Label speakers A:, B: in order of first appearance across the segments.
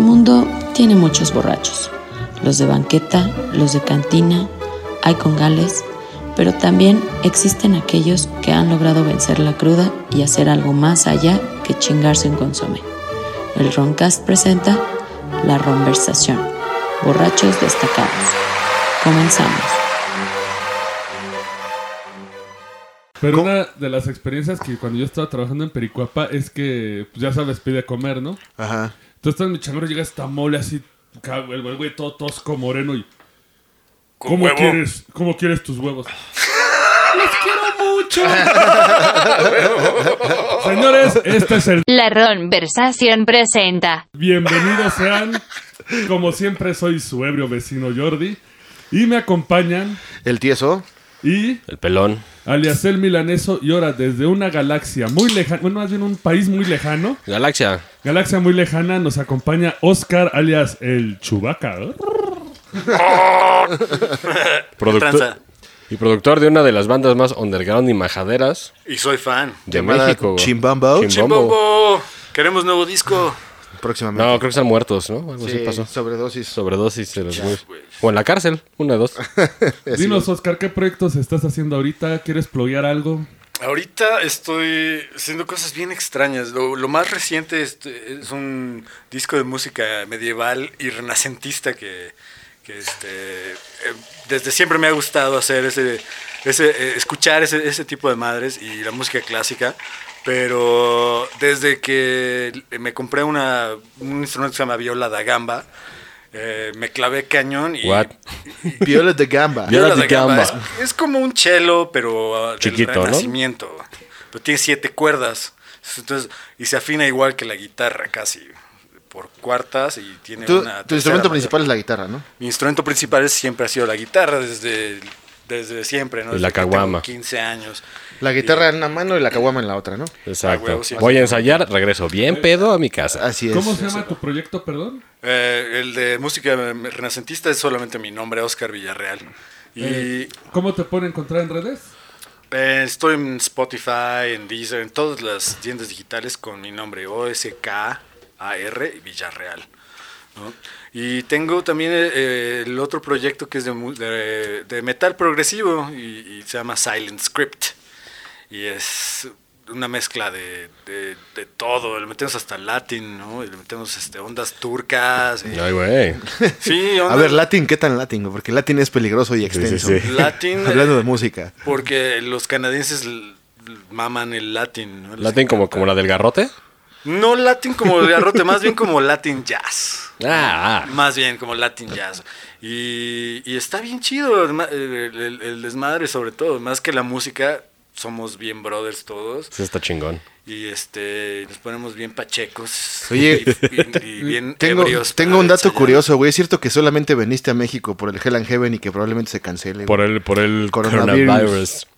A: mundo tiene muchos borrachos. Los de banqueta, los de cantina, hay congales, pero también existen aquellos que han logrado vencer la cruda y hacer algo más allá que chingarse un consomé. El Roncast presenta La Ronversación. Borrachos destacados. Comenzamos.
B: Pero
C: ¿Cómo?
B: una de las experiencias que cuando yo estaba trabajando en Pericuapa es que, pues ya sabes, pide comer, ¿no?
C: Ajá.
B: Entonces estás en mi chambro, llega esta mole así, ca- el el güey todo tosco, moreno y...
D: Con
B: ¿Cómo
D: huevo.
B: quieres, ¿Cómo quieres tus huevos? ¡Los quiero mucho! Señores, este es el...
E: La Ronversación presenta.
B: Bienvenidos sean. Como siempre, soy su ebrio vecino Jordi. Y me acompañan...
C: El tieso.
B: Y
D: El pelón.
B: alias el milaneso y ahora desde una galaxia muy lejana, bueno, más bien un país muy lejano,
D: Galaxia.
B: galaxia muy lejana, nos acompaña Oscar alias el Chubaca.
F: Tranza.
D: Y productor de una de las bandas más underground y majaderas
F: Y soy fan.
D: de
C: llamada
D: México. güey.
C: Chimbambo.
D: Chimbombo.
F: ¡Chimbombo! Queremos nuevo disco.
C: Próximamente.
D: No, creo que están muertos, ¿no? Algo
C: Sí,
D: así pasó.
C: Sobredosis.
D: Sobredosis de los güeyes. O en la cárcel, una de dos.
B: Dinos, Oscar, ¿qué proyectos estás haciendo ahorita? ¿Quieres ploguear algo?
F: Ahorita estoy haciendo cosas bien extrañas. Lo, lo más reciente es, es un disco de música medieval y renacentista que, que, este, eh, desde siempre me ha gustado hacer ese, ese eh, escuchar ese, ese tipo de madres y la música clásica. Pero desde que me compré una, un instrumento que se llama viola da gamba, eh, me clavé cañón y
D: What?
C: Violet de Gamba.
D: Viola
F: Viola
D: de
F: da gamba.
D: gamba.
F: Es, es como un chelo, pero ah,
D: Chiquito, ¿no?
F: del renacimiento. Pero tiene siete cuerdas. Entonces, y se afina igual que la guitarra casi. Por cuartas y tiene
C: Tu,
F: una.
C: tu
F: tercera
C: instrumento
F: mayor.
C: principal es la guitarra, ¿no?
F: Mi instrumento principal siempre ha sido la guitarra desde, desde siempre, ¿no?
D: Y la
F: Desde que tengo
D: caguama.
F: 15 años.
C: La guitarra en una mano y la caguama en la otra, ¿no?
F: Ah,
D: Exacto.
F: huevo, sí.
D: Voy a ensayar, regreso bien pedo a mi casa.
C: Así es.
B: ¿Cómo se llama tu proyecto, perdón?
F: Eh, el de música renacentista es solamente mi nombre, Oscar Villarreal. Y
B: Eh, ¿Cómo te pueden encontrar en redes?
F: Eh, estoy en Spotify, en Deezer, en todas las tiendas digitales con mi nombre, O-S-K-A-R Villarreal. ¿no? Y tengo también eh, el otro proyecto que es de, mu- de- de metal progresivo y, y se llama Silent Script. Y es una mezcla de, de- de todo, le metemos hasta latín, ¿no? Y le metemos este, ondas turcas. y-
D: Ay, güey.
F: sí,
C: A
F: ondas-
C: ver, Latin, ¿qué tan Latin? güey? Porque Latin es peligroso y extenso.
D: sí, sí.
F: Latin,
C: Hablando de
F: eh,
C: música.
F: Porque los canadienses l- l- maman el latín. ¿no? Les
D: ¿La tienen como,
F: encanta.
D: como la del garrote?
F: No latín como el garrote, más bien como latin jazz.
D: Ah, ah.
F: Más bien como latin jazz. Y, y está bien chido el, ma- el- el- el desmadre sobre todo. Más que la música, somos bien brothers todos.
D: sí está chingón.
F: Y este nos ponemos bien pachecos.
C: Oye,
F: y, y- y bien
C: Tengo,
F: ebrios
C: tengo
F: para
C: un dato
F: ensayar.
C: curioso, güey. Es cierto que solamente veniste a México por el Hell and Heaven y que probablemente se cancele. güey.
D: Por el, por el
C: Coronavirus.
D: coronavirus.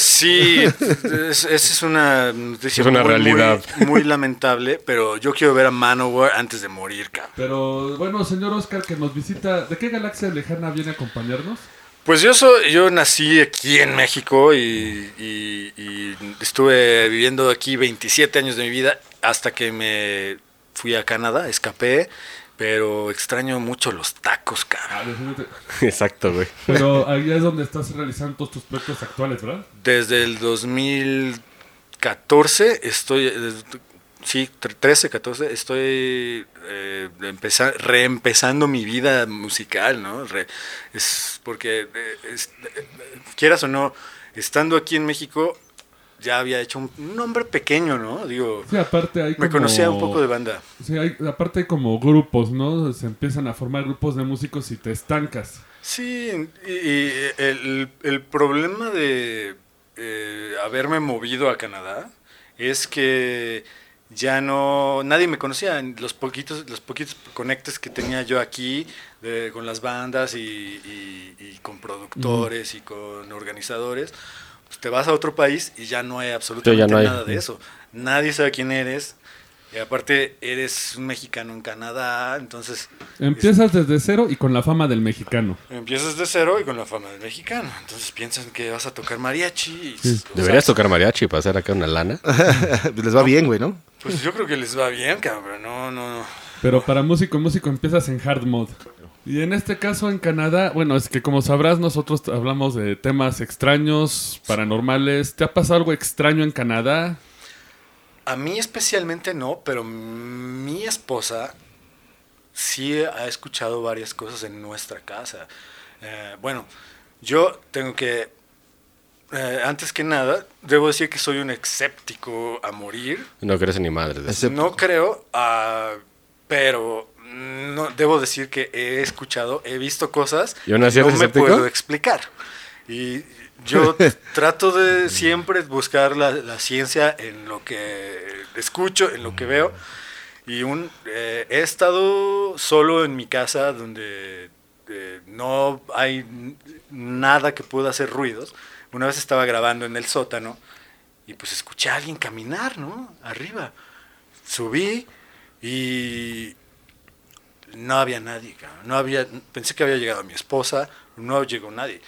F: sí, es- esa es una noticia
D: Es una
F: muy, muy-
D: realidad.
F: Muy, lamentable, pero yo quiero ver a Manowar antes de morir, cabrón.
B: Pero bueno, señor Oscar, que nos visita, ¿de qué galaxia lejana viene a acompañarnos?
F: Pues yo soy, yo nací aquí en México y, y- y estuve viviendo aquí 27 años de mi vida hasta que me fui a Canadá, escapé, pero extraño mucho los tacos,
B: Ah,
F: cabrón.
B: definitivamente.
D: Exacto, güey.
B: Pero ahí es donde estás realizando todos tus proyectos actuales, ¿verdad?
F: Desde el 2014 estoy, eh, sí, tre- 13, 14, estoy eh, empeza- reempezando mi vida musical, ¿no? Re- es porque, eh, es- eh, quieras o no, estando aquí en México ya había hecho un, un nombre pequeño, ¿no? Digo,
B: Sí, aparte hay
F: me
B: como-
F: conocía un poco de banda.
B: Sí, hay- aparte hay como grupos, ¿no? Se empiezan a formar grupos de músicos y te estancas.
F: Sí, y, y el, el problema de eh, haberme movido a Canadá es que ya no nadie me conocía en los poquitos los poquitos conectes que tenía yo aquí de- con las bandas y, y- y con productores y con organizadores pues te vas a otro país y ya no hay absolutamente
D: hay.
F: nada de
D: Ujú.
F: eso nadie sabe quién eres y aparte eres un mexicano en Canadá entonces
B: Empiezas desde cero y con la fama del mexicano.
F: Empiezas de cero y con la fama del mexicano. Entonces piensan que vas a tocar mariachi. y-
B: Sí.
F: o sea,
D: Deberías tocar mariachi
C: Ah.
D: para hacer acá una lana.
C: Les va bien, güey, ¿no?
F: Pues yo creo que les va bien, cabrón. No, no, no.
B: Pero para músico, músico empiezas en hard mode. Y en este caso en Canadá, bueno, es que como sabrás, nosotros t- hablamos de temas extraños, paranormales. ¿Te ha pasado algo extraño en Canadá?
F: A mí especialmente no, pero mi esposa sí ha escuchado varias cosas en nuestra casa. Eh, bueno, yo tengo que, eh, antes que nada, debo decir que soy un escéptico a morir.
D: No crees ni madre. de-
C: Escéptico.
F: No creo, ah, pero no debo decir que he escuchado, he visto cosas
D: ¿Y aún así
F: que no
D: eres
F: me
D: escéptico?
F: puedo explicar. Y yo trato de siempre buscar la, la ciencia en lo que escucho, en lo que veo. Y un, eh, he estado solo en mi casa donde eh, no hay n- nada que pueda hacer ruidos. Una vez estaba grabando en el sótano y pues escuché a alguien caminar, ¿no? Arriba. Subí y no había nadie, cabrón. No había, pensé que había llegado mi esposa, no llegó nadie.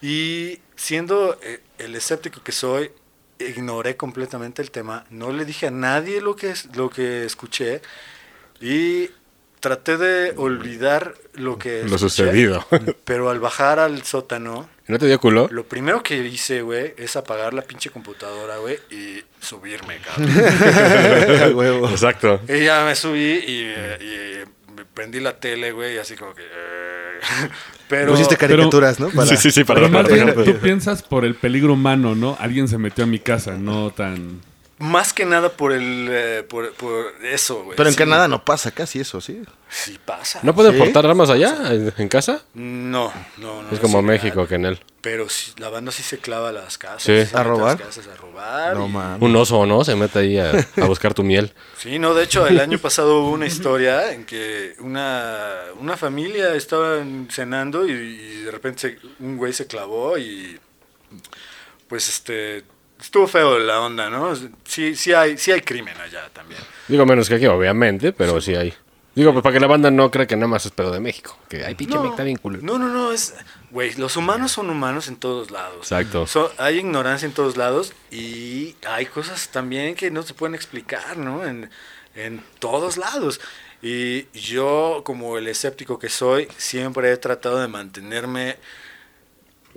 F: Y siendo eh, el escéptico que soy, ignoré completamente el tema, no le dije a nadie lo que, es- lo que escuché y traté de olvidar lo que...
D: Lo
F: escuché.
D: sucedido.
F: Pero al bajar al sótano,
D: ¿No te dio culo?
F: lo primero que hice, güey, es apagar la pinche computadora, güey, y subirme, cabrón.
C: Huevo.
D: Exacto.
F: Y ya me subí y, eh, y me prendí la tele, güey, y así como que... eh, pero...
C: Pusiste caricaturas, ¿no? Para-
D: Sí, sí, sí, para pues.
B: Pero más bien,
D: para-
B: tú piensas por el peligro humano, ¿no? Alguien se metió a mi casa, no tan...
F: Más que nada por el... eh, por, por eso, güey.
C: Pero en
F: Sí,
C: Canadá pues- no pasa casi eso, ¿sí?
F: Sí pasa.
D: ¿No pueden
C: ¿Sí?
D: portar armas allá, en, en casa?
F: No, no, no.
D: es como
F: sí,
D: México,
F: nada.
D: que en él.
F: Pero sí, la banda sí se clava a las casas.
D: Sí.
F: se mete
C: ¿A robar?
F: las casas a robar.
C: Ah, No
F: y-
C: mames.
D: Un oso, ¿no? Se mete ahí a, a buscar tu miel.
F: Sí, no, de hecho, el año pasado hubo una historia en que una, una familia estaban cenando y, y de repente se- un güey se clavó y pues este estuvo feo la onda, ¿no? Sí, sí hay, sí hay crimen allá también.
D: Digo menos que aquí, obviamente, pero sí hay. Digo, pues para que la banda no crea que nada más es pedo de México. Que hay pinche mec, está bien culo.
F: No, no, no, es, güey, los humanos son humanos en todos lados.
D: Exacto.
F: So- hay ignorancia en todos lados y hay cosas también que no se pueden explicar, ¿no? En, en todos lados. Y yo, como el escéptico que soy, siempre he tratado de mantenerme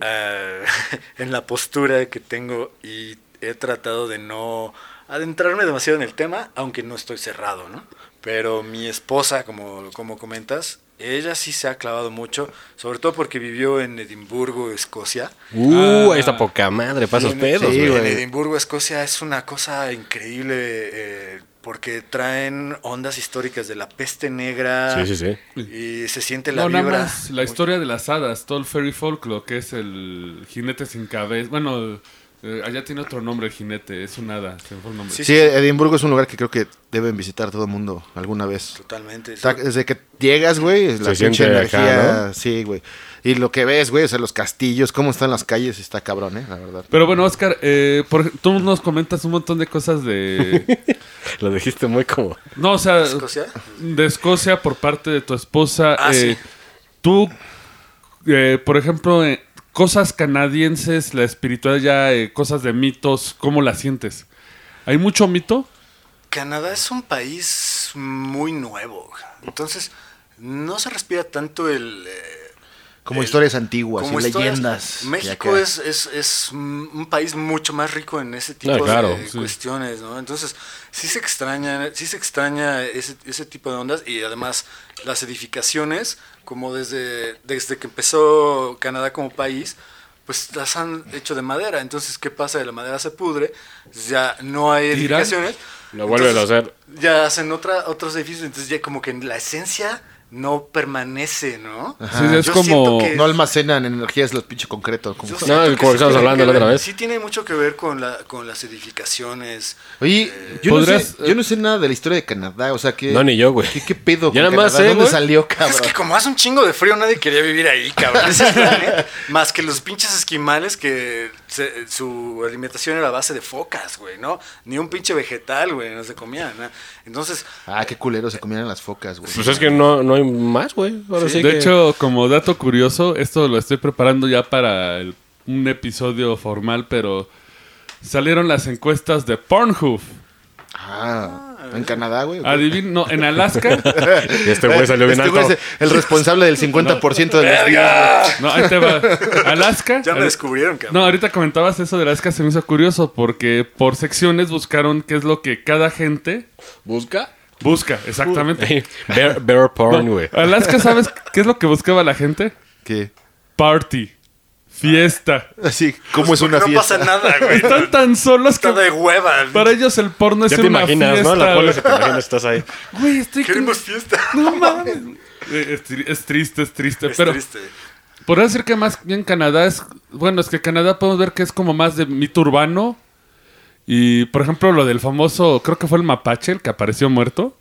F: eh, en la postura que tengo y he tratado de no adentrarme demasiado en el tema, aunque no estoy cerrado, ¿no? Pero mi esposa, como, como comentas, ella sí se ha clavado mucho, sobre todo porque vivió en Edimburgo, Escocia.
D: Uh,
B: Ah.
D: ahí está poca madre, pasos
F: En-
D: pedos,
F: sí,
D: güey.
F: En Edimburgo, Escocia, es una cosa increíble eh, porque traen ondas históricas de la peste negra.
D: Sí, sí, sí.
F: Y se siente la
B: No, nada
F: vibra.
B: más la historia de las hadas, todo el fairy folklore, que es el jinete sin cabeza. Bueno, eh, allá tiene otro nombre el jinete, es un hada, se me fue el nombre.
F: Sí,
C: Sí, Edimburgo es un lugar que creo que deben visitar todo el mundo alguna vez.
F: Totalmente.
C: Está- Desde que llegas, güey, es la
D: Se
C: pinche
D: siente acá,
C: energía.
D: ¿no?
C: Sí, güey. Y lo que ves, güey, o sea, los castillos, cómo están las calles, está cabrón, ¿eh? La verdad.
B: Pero bueno, Oscar, eh, por ej- tú nos comentas un montón de cosas de...
D: Lo dijiste muy como. pues,
B: No, o sea,
F: ¿Escocia?
B: de Escocia por parte de tu esposa.
F: Ah,
B: Eh,
F: sí.
B: Tú, eh, por ejemplo, eh, cosas canadienses, la espiritualidad, eh, cosas de mitos, ¿cómo las sientes? ¿Hay mucho mito?
F: Canadá es un país muy nuevo. Entonces, no se respira tanto el. eh,
C: Como
F: el-
C: historias antiguas
F: como
C: y
F: historias.
C: leyendas.
F: México
C: Ya que-
F: es, es, es un país mucho más rico en ese tipo
D: Ah, claro,
F: de
D: sí.
F: cuestiones, ¿no? Entonces, sí se extraña, sí se extraña ese, ese tipo de ondas y además las edificaciones, como desde, desde que empezó Canadá como país, pues las han hecho de madera. Entonces, ¿qué pasa? La madera se pudre, ya no hay
B: Tiran.
F: edificaciones.
D: Lo vuelven
F: Entonces,
D: a hacer.
F: Ya hacen otra, otros edificios, entonces ya como que la esencia no permanece, ¿no?
B: Ajá. Sí, es
F: Yo
B: como-
F: siento que-
C: No almacenan energías los pinches concretos. como-
F: yo
D: No,
F: siento
D: el
F: que
D: como
F: sí
D: estamos
F: tiene
D: hablando
F: que
D: la otra
F: ver-
D: vez.
F: Sí tiene mucho que ver con, la, con las edificaciones.
C: Oye, yo,
B: ¿podrías,
C: no sé, yo no sé nada de la historia de Canadá, o sea que...
D: eh? No, ni yo, güey.
C: ¿Qué, qué pedo
D: Yo
C: con
D: nada más
C: Canadá?
D: sé,
C: ¿Dónde
D: güey.
C: salió,
B: Ah,
C: cabrón?
F: Es que como hace un chingo de frío, nadie quería vivir ahí, cabrón. Esa es la neta. Más que los pinches esquimales que se- su alimentación era a base de focas, güey, ¿no? Ni un pinche vegetal, güey, no se comían. ¿no? Entonces,
C: Ah, qué culero, se comían las focas, güey.
D: Pues es que no, no hay más, güey. Ahora sí
B: de
D: que-
B: hecho, como dato curioso, esto lo estoy preparando ya para el- un episodio formal, pero salieron las encuestas de Pornhub.
C: Ah, ¿En Canadá, güey?
B: Adivin, no, en Alaska.
D: Y este güey salió bien
C: Este güey
D: alto.
C: es el responsable del 50% de los
F: ¡Verga!
B: No, ahí te va. Alaska.
F: Ya me
B: Al-
F: descubrieron, cabrón.
B: No, ahorita comentabas eso de Alaska, se me hizo curioso porque por secciones buscaron qué es lo que cada gente
D: ¿Busca?
B: busca, exactamente.
D: Bear, bear porn, güey.
B: Alaska, ¿sabes qué es lo que buscaba la gente?
C: que
B: Party, fiesta.
C: así como
B: pues
C: es una
F: Pues, no
C: fiesta.
F: pasa nada, güey.
B: Están tan solos
F: Está de
B: que
F: hueva.
B: para ellos el porno es
D: Ya te
B: una
D: imaginas,
B: fiesta.
D: ¿no? La
B: güey.
D: pones y te imaginas estás ahí.
B: Güey, estoy
F: Queremos fiesta.
B: No mames. Eh, Es, tri- es triste, es triste,
F: Es
B: pero
F: triste.
B: podría decir que más bien Canadá es, bueno, es que Canadá podemos ver que es como más de mito urbano y por ejemplo lo del famoso, creo que fue el mapache el que apareció muerto,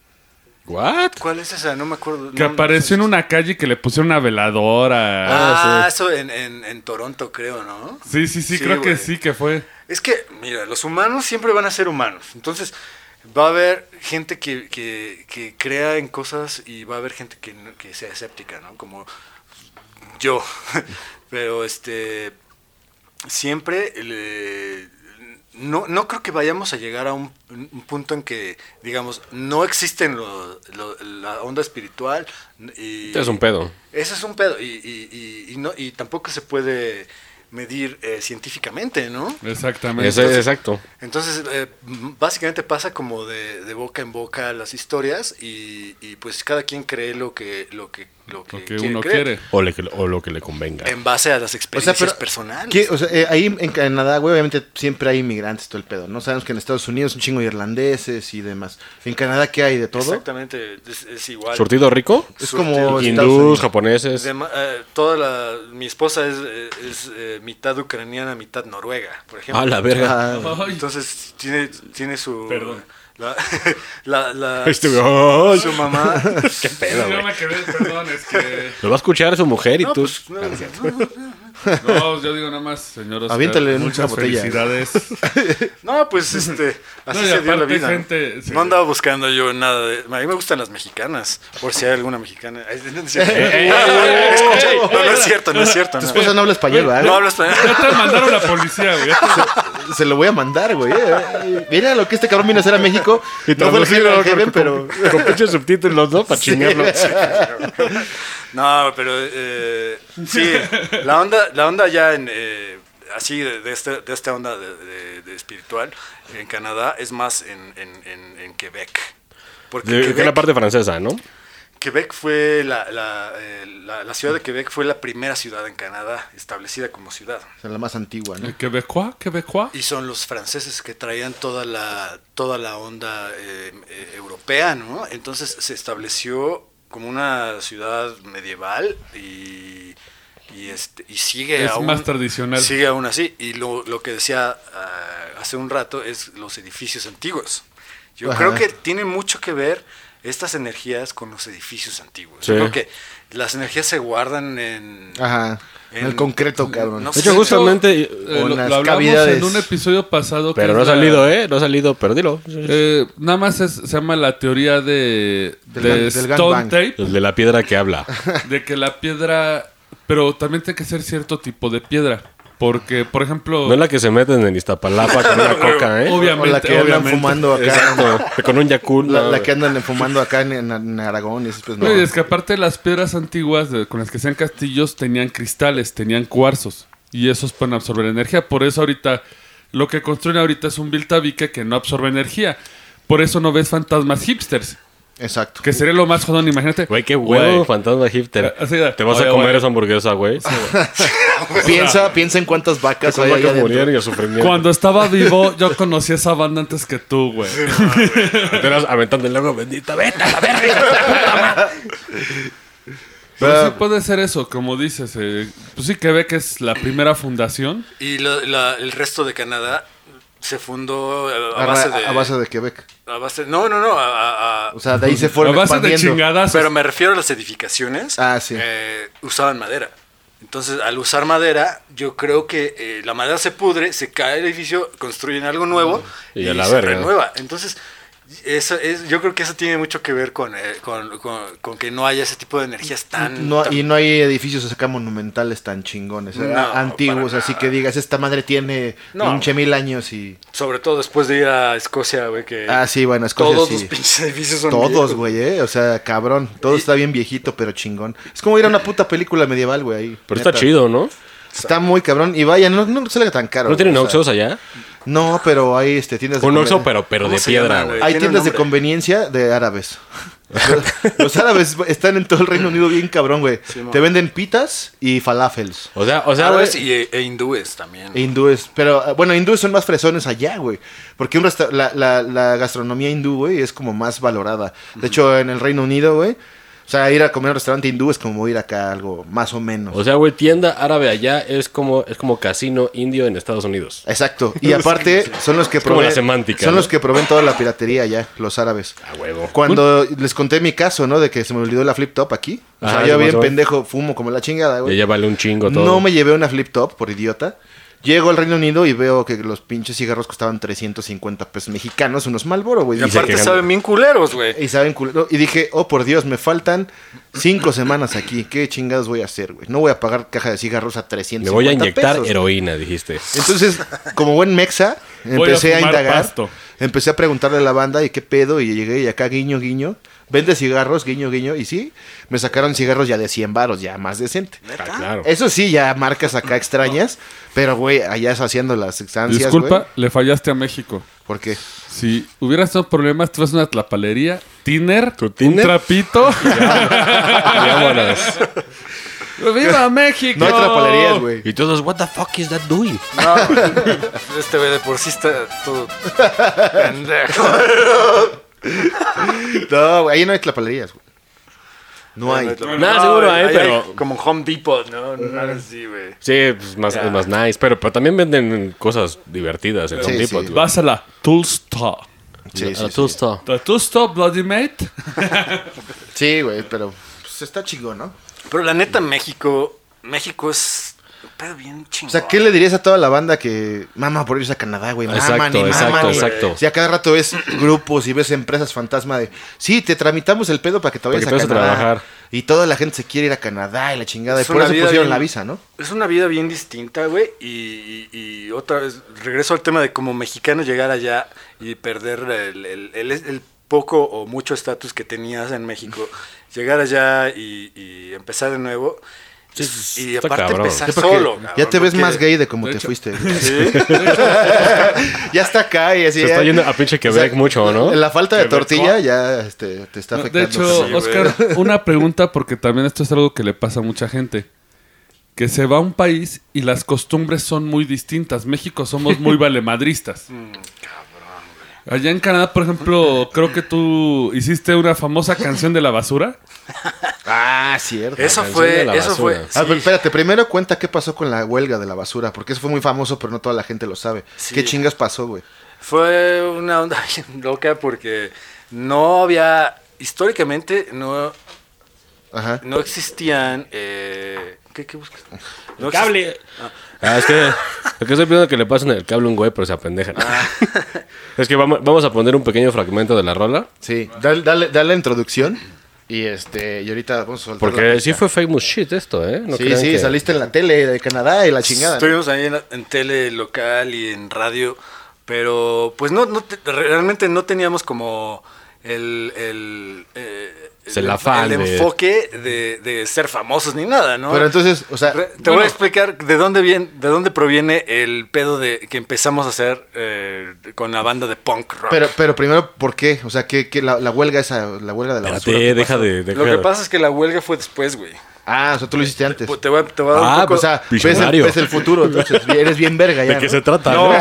D: ¿What?
F: ¿Cuál es esa? No me acuerdo.
B: que
F: No, no
B: apareció
F: sé.
B: en una calle y que le pusieron una veladora.
F: Ah, eso en, en- en Toronto, creo, ¿no?
B: sí, sí, sí,
F: sí,
B: creo que
F: güey.
B: sí que fue.
F: Es que, mira, los humanos siempre van a ser humanos. Entonces, va a haber gente que, que- que crea en cosas y va a haber gente que, no- que sea escéptica, ¿no? Como yo. Pero, este, siempre le- no, no creo que vayamos a llegar a un, un punto en que, digamos, no existen lo- lo- la onda espiritual. Y,
D: Es un pedo.
F: ese es un pedo. Y, y- y- y no, y tampoco se puede medir eh, científicamente, ¿no?
B: Exactamente.
D: Ese- exacto.
F: Entonces, eh, m- básicamente pasa como de, de boca en boca las historias y, y pues cada quien cree lo que, lo que, lo
B: lo
F: que,
B: que
F: quiere
B: uno
F: creer
B: quiere.
D: O, le- o lo que le convenga.
C: Em,
F: En base a las
C: O sea,
F: experiencias
C: pero,
F: personales.
C: ¿qué? O sea, eh, ahí en Canadá, güey, obviamente siempre hay inmigrantes, todo el pedo, ¿no? Sabemos que en Estados Unidos un chingo de irlandeses y demás. ¿En Canadá qué hay de todo?
F: Exactamente, es, es igual.
D: ¿Surtido rico?
C: Es
F: Surtido.
C: como Oh, Estados
D: Hindús,
C: Unidos. Em,
D: japoneses.
F: De ma- eh, toda la- mi esposa es, eh, es, eh, mitad ucraniana, mitad noruega, por ejemplo.
D: A la verga.
C: Ah,
B: Ay,
F: Entonces tiene, tiene su...
B: Perdón.
F: La, la, la-
D: Este güey, ¡ay!
F: su mamá.
D: Qué pedo,
B: yo
D: güey.
B: me quedé, perdón, es que
D: Lo va a escuchar su mujer y
F: No,
D: tú.
F: pues, no, no,
B: no, yo digo nada más, señor Oscar,
C: Aviéntale una
B: muchas
C: botella.
B: felicidades.
F: no, pues este, así
B: No, y
F: se dio la
B: aparte
F: vida.
B: gente-
F: ¿no?
B: sí.
F: No andaba buscando yo nada de. A mí me gustan las mexicanas, por si hay alguna mexicana. Ay, no, no es cierto. Escucha, no, no es cierto, no es cierto.
C: Tu
F: no.
C: esposa no habla español, ¿verdad?
F: No hablo español.
B: Ya te mandaron la policía, güey.
C: Se lo voy a mandar, güey. eh. Mira lo que este cabrón vino a hacer a México. no fue el género que
D: traducido, creo
C: ven,
D: que
C: pero...
D: Con pinches subtítulos, ¿no? Para chingarlo.
F: No, pero eh, sí, la onda, la onda ya en, eh, así de, de este- de esta onda de, de- de espiritual en Canadá es más en, en- en- en Quebec. Porque
D: De- que es
F: Quebec,
D: la parte francesa, ¿no?
F: Quebec fue la, la, eh, la- la ciudad de Quebec fue la primera ciudad en Canadá establecida como ciudad.
C: O sea, la más antigua, ¿no?
B: ¿El Quebecois? ¿Quebecois?
F: Y son los franceses que traían toda la, toda la onda eh, eh, europea, ¿no? Entonces se estableció como una ciudad medieval y, y, este, y sigue
B: Es
F: aún.
B: más tradicional.
F: Sigue aún así. Y lo, lo que decía ah, hace un rato es los edificios antiguos. Yo
C: Ajá.
F: creo que tiene mucho que ver estas energías con los edificios antiguos.
D: Sí.
F: Yo creo que las energías se guardan en.
C: Ajá. En el concreto, cabrón.
F: No
D: De
F: sé.
D: hecho,
F: Sí,
D: justamente.
B: Eh,
C: Con
B: lo,
C: las
B: lo hablamos
C: cavidades.
B: en un episodio pasado. que
D: Pero
B: es
D: no ha
B: la-
D: salido, ¿eh? No ha salido, pero dilo.
B: eh, nada más es- se llama la teoría de,
C: Del
B: de
C: gang- del
B: Stone
C: gangbang.
B: Tape,
D: El de la piedra que habla.
B: de que la piedra... Pero también tiene que ser cierto tipo de piedra. Porque, por ejemplo...
D: No es la que se meten en Iztapalapa con una coca, ¿eh?
B: Obviamente,
C: O la que andan
B: obviamente.
C: fumando acá.
D: Exacto. Con un Yakult.
C: La,
D: no,
C: la que
D: güey.
C: andan fumando acá en, en- en Aragón y esas, pues, no.
B: Oye, es que aparte las piedras antiguas de- con las que hacían castillos tenían cristales, tenían cuarzos. Y esos pueden absorber energía. Por eso ahorita lo que construyen ahorita es un Viltavique que no absorbe energía. Por eso no ves fantasmas hipsters.
C: Exacto.
B: Que sería lo más jodón, imagínate.
D: Güey, qué huevo,
B: Güey,
D: fantasma hipster.
B: Así de-
D: Te vas
B: Oye,
D: a comer
B: güey.
D: esa hamburguesa, güey.
F: pues,
C: Piensa, piensa en cuántas vacas hay
D: Con la
C: allá
D: que
C: adentro.
D: morir y el sufrimiento.
B: Cuando estaba vivo, yo conocí esa banda antes que tú, güey. Pues
D: Te vas aventando el agua bendita. Vete a la verga.
B: Pero sí puede ser eso, como dices. eh, pues sí que ve que es la primera fundación.
F: Y la- la- el resto de Canadá se fundó eh, a,
C: A, ra-
F: base de,
C: a base de Quebec.
F: a base- no, no, no. a- a- a-
C: O sea, de ahí se
B: A
C: fueron
B: base de
C: expandiendo.
D: Ah,
B: chingadas.
F: pero me refiero a las edificaciones.
C: Ah, sí.
F: eh, usaban madera. Entonces, al usar madera, yo creo que eh, la madera se pudre, se cae el edificio, construyen algo nuevo
D: Y a la
F: se
D: verga.
F: renueva. Entonces, Eso es, yo creo que eso tiene mucho que ver con, eh, con, con- con que no haya ese tipo de energías tan...
C: No,
F: tan-
C: y no hay edificios acá monumentales tan chingones, eh,
F: No,
C: antiguos,
F: para
C: así
F: nada.
C: que digas, esta madre tiene
F: No.
C: pinche mil años y...
F: Sobre todo después de ir a Escocia, güey, que...
C: Ah, sí, bueno, Escocia
F: Eh, Todos
C: sí.
F: los pinches edificios son
C: Todos,
F: viejos.
C: güey, eh, o sea, cabrón, todo está bien viejito, pero chingón. Es como ir a una puta película medieval, güey, ahí.
D: Pero
C: neta.
D: está chido, ¿no?
C: Está muy cabrón, y vaya, no, no sale tan caro.
D: ¿No tienen
C: güey, o sea,
D: Oxxos allá?
C: No, pero hay este, tiendas
D: Un Oxxo,
C: conveniencia.
D: pero, pero
F: ¿Cómo
D: de
F: se
D: piedra,
F: llama,
D: güey.
F: güey?
C: Hay
F: Eh, Tiene
C: tiendas de
F: nombre.
C: conveniencia de árabes. Los árabes están en todo el Reino Unido bien cabrón, güey. Te venden pitas y falafels.
D: O sea, o sea, güey.
F: Árabes y, e, e hindúes también.
C: E hindúes. Pero eh, bueno, hindúes son más fresones allá, güey. Porque un resta- la, la- la gastronomía hindú, güey, es como más valorada. De hecho, en el Reino Unido, güey, o sea, ir a comer a un restaurante hindú es como ir acá a algo más o menos.
D: O sea, güey, tienda árabe allá es como, es como casino indio en Estados Unidos.
C: Exacto. Y aparte, son los que
D: eh. Es como
C: proveen.
D: la semántica,
C: Son
D: ¿no?
C: los que proveen toda la piratería allá, los árabes.
D: A huevo.
C: Cuando les conté mi caso, ¿no? De que se me olvidó la flip top aquí. O sea,
D: Ajá,
C: yo
D: sí,
C: bien
D: Ah, pasó.
C: pendejo, fumo como la chingada,
D: Y
C: güey.
D: allá vale un chingo todo.
C: No me llevé una flip top, por idiota. Llego al Reino Unido y veo que los pinches cigarros costaban 350 pesos mexicanos, unos Malboro, güey.
F: y
C: Y,
D: se
F: aparte
D: quejan.
F: saben bien culeros, güey.
C: y saben culero. Y dije, oh, por Dios, me faltan cinco semanas aquí. ¿Qué chingados voy a hacer, güey? No voy a pagar caja de cigarros a 350
D: Me voy a inyectar
C: pesos.
D: heroína, dijiste.
C: Entonces, como buen mexa,
B: Voy
C: empecé
B: a
C: a,
B: fumar
C: indagar.
B: pasto.
C: Empecé a preguntarle a la banda y qué pedo. Y llegué y acá guiño, guiño. Vende cigarros, guiño, guiño. Y sí, me sacaron cigarros ya de 100 varos, ya más decente.
D: Ah, claro.
C: Eso sí, ya marcas acá extrañas. Pero, güey, allá es haciendo las exancias,
B: Disculpa,
C: güey.
B: le fallaste a México.
C: Porque
B: Si hubieras tenido problemas, tú vas a una tlapalería, tiner,
D: ¿Tu tiner?
B: un trapito.
D: Vámonos.
B: Pues ¡Viva México!
C: no hay trapalerías, güey.
D: Y todos, what the fuck is that doing?
F: No, este güey de por sí está todo pendejo.
C: No, güey, ahí no hay trapalerías, güey. No hay.
D: Nada, seguro hay, pero-
F: Como Home Depot, ¿no? Nada así, güey.
D: Sí, pues más, es más nice. Pero, pero también venden cosas divertidas en
C: Sí,
D: Home Depot,
C: sí.
D: güey.
B: Vas a la Tool Store.
C: Sí,
D: A
C: sí,
D: la
C: sí.
D: Tool Store.
B: La Tool Store, Bloody Mate.
C: Sí, güey, pero pues, está chingón, ¿no?
F: Pero la neta, México. México es. un pedo bien chingón.
C: O sea, ¿qué le dirías a toda la banda que mama por irse a Canadá, güey? Maman
D: Exacto,
C: y maman,
D: exacto,
C: güey.
D: exacto.
C: Si a cada rato ves grupos y ves empresas fantasma de, sí, te tramitamos el pedo para que te
D: Para
C: vayas
D: que
C: a
D: te vayas a
C: Canadá.
D: trabajar.
C: Y toda la gente se quiere ir a Canadá y la chingada.
F: Es
C: y por
F: una
C: eso
F: vida
C: pusieron
F: bien-
C: la visa, ¿no?
F: Es una vida bien distinta, güey. Y, y- y otra vez, regreso al tema de como mexicano llegar allá y perder el, el- el- el poco o mucho estatus que tenías en México. Llegar allá y, y empezar de nuevo.
D: Sí, sí,
F: y
D: está
F: aparte
D: cabrón.
F: empezar
C: Sí, porque
F: solo.
C: ya
F: cabrón,
C: te ves
F: porque-
C: más gay de como
B: De
C: te
B: hecho-
C: fuiste.
F: Sí.
C: ya está acá y así.
D: Se está
C: ya-
D: yendo a pinche Quebec mucho, ¿no?
C: La falta de
D: Quebec,
C: tortilla ya este, te está
B: De
C: afectando.
B: hecho,
F: güey.
B: Oscar, una pregunta porque también esto es algo que le pasa a mucha gente. Que se va a un país y las costumbres son muy distintas. México somos muy valemadristas.
C: Mm,
B: Allá en Canadá, por ejemplo, creo que tú hiciste una famosa canción de la basura.
C: Ah, cierto.
F: Eso
D: canción
F: fue.
D: de la
F: Eso fue.
D: basura.
C: Ah,
F: sí.
C: pero espérate, primero cuenta qué pasó con la huelga de la basura, porque eso fue muy famoso, pero no toda la gente lo sabe.
F: Sí.
C: ¿Qué chingas pasó, güey?
F: Fue una onda bien loca porque no había. Históricamente no,
C: Ajá.
F: no existían. eh, ¿Qué, qué buscas? No exist-
D: Ah, es que, es que estoy pidiendo que le pasen el cable a un güey, pero se apendeja.
F: Ah.
D: Es que vamos, vamos a poner un pequeño fragmento de la rola.
C: Sí, dale, dale, dale la introducción y este y ahorita vamos a soltar la
D: Porque
C: pista.
D: sí fue famous shit esto, ¿eh? No
C: Sí,
D: crean
C: sí,
D: que-
C: saliste en la tele de Canadá y la chingada. ¿no?
F: Estuvimos ahí en, la- en tele local y en radio, pero pues no, no te- realmente no teníamos como el, el, eh,
D: Es el
F: el,
D: afán
F: el
D: de-
F: enfoque de, de ser famosos ni nada, ¿no?
C: Pero entonces, o sea,
F: Re- te voy
C: bueno,
F: a explicar de dónde viene, de dónde proviene el pedo de que empezamos a hacer eh, con la banda de punk rock.
C: pero pero primero ¿por qué? O sea, que, que la, la huelga esa, la huelga de la basura.
D: Espérate, deja de... deja
F: Lo que
D: de-
F: pasa es que la huelga fue después, güey.
C: Ah, o sea, tú lo hiciste antes.
F: Te voy a, te voy a dar un
D: Ah,
F: poco-
C: O sea, ves el,
D: Visionario.
C: ves el futuro, entonces eres bien verga ya.
D: ¿De qué
C: ¿no?
D: se trata?
F: No,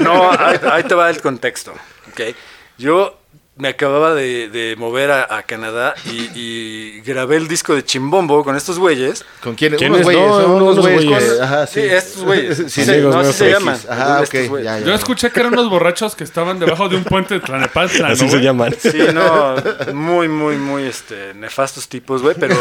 F: no, ahí, ahí te va el contexto. ok. Yo me acababa de, de mover a, a Canadá y, y grabé el disco de Chimbombo con estos güeyes.
C: ¿Con quiénes?
D: ¿Quiénes?
C: Unos güeyes,
D: No,
C: ¿no?
D: unos
C: Unos güeyes.
D: güeyes.
C: que- Ajá, sí.
F: Sí, estos güeyes.
C: Sí,
F: Sí,
D: amigos
F: no, así
D: míos
F: se
D: frikis.
F: llaman.
C: Ajá, ok.
F: Estos güeyes.
C: ya, ya,
B: Yo escuché que eran unos borrachos que estaban debajo de un puente de Tlanepantla. ¿no,
D: Así se
B: güey?
D: llaman.
F: Sí, no, muy, muy, muy este, nefastos tipos, güey, pero...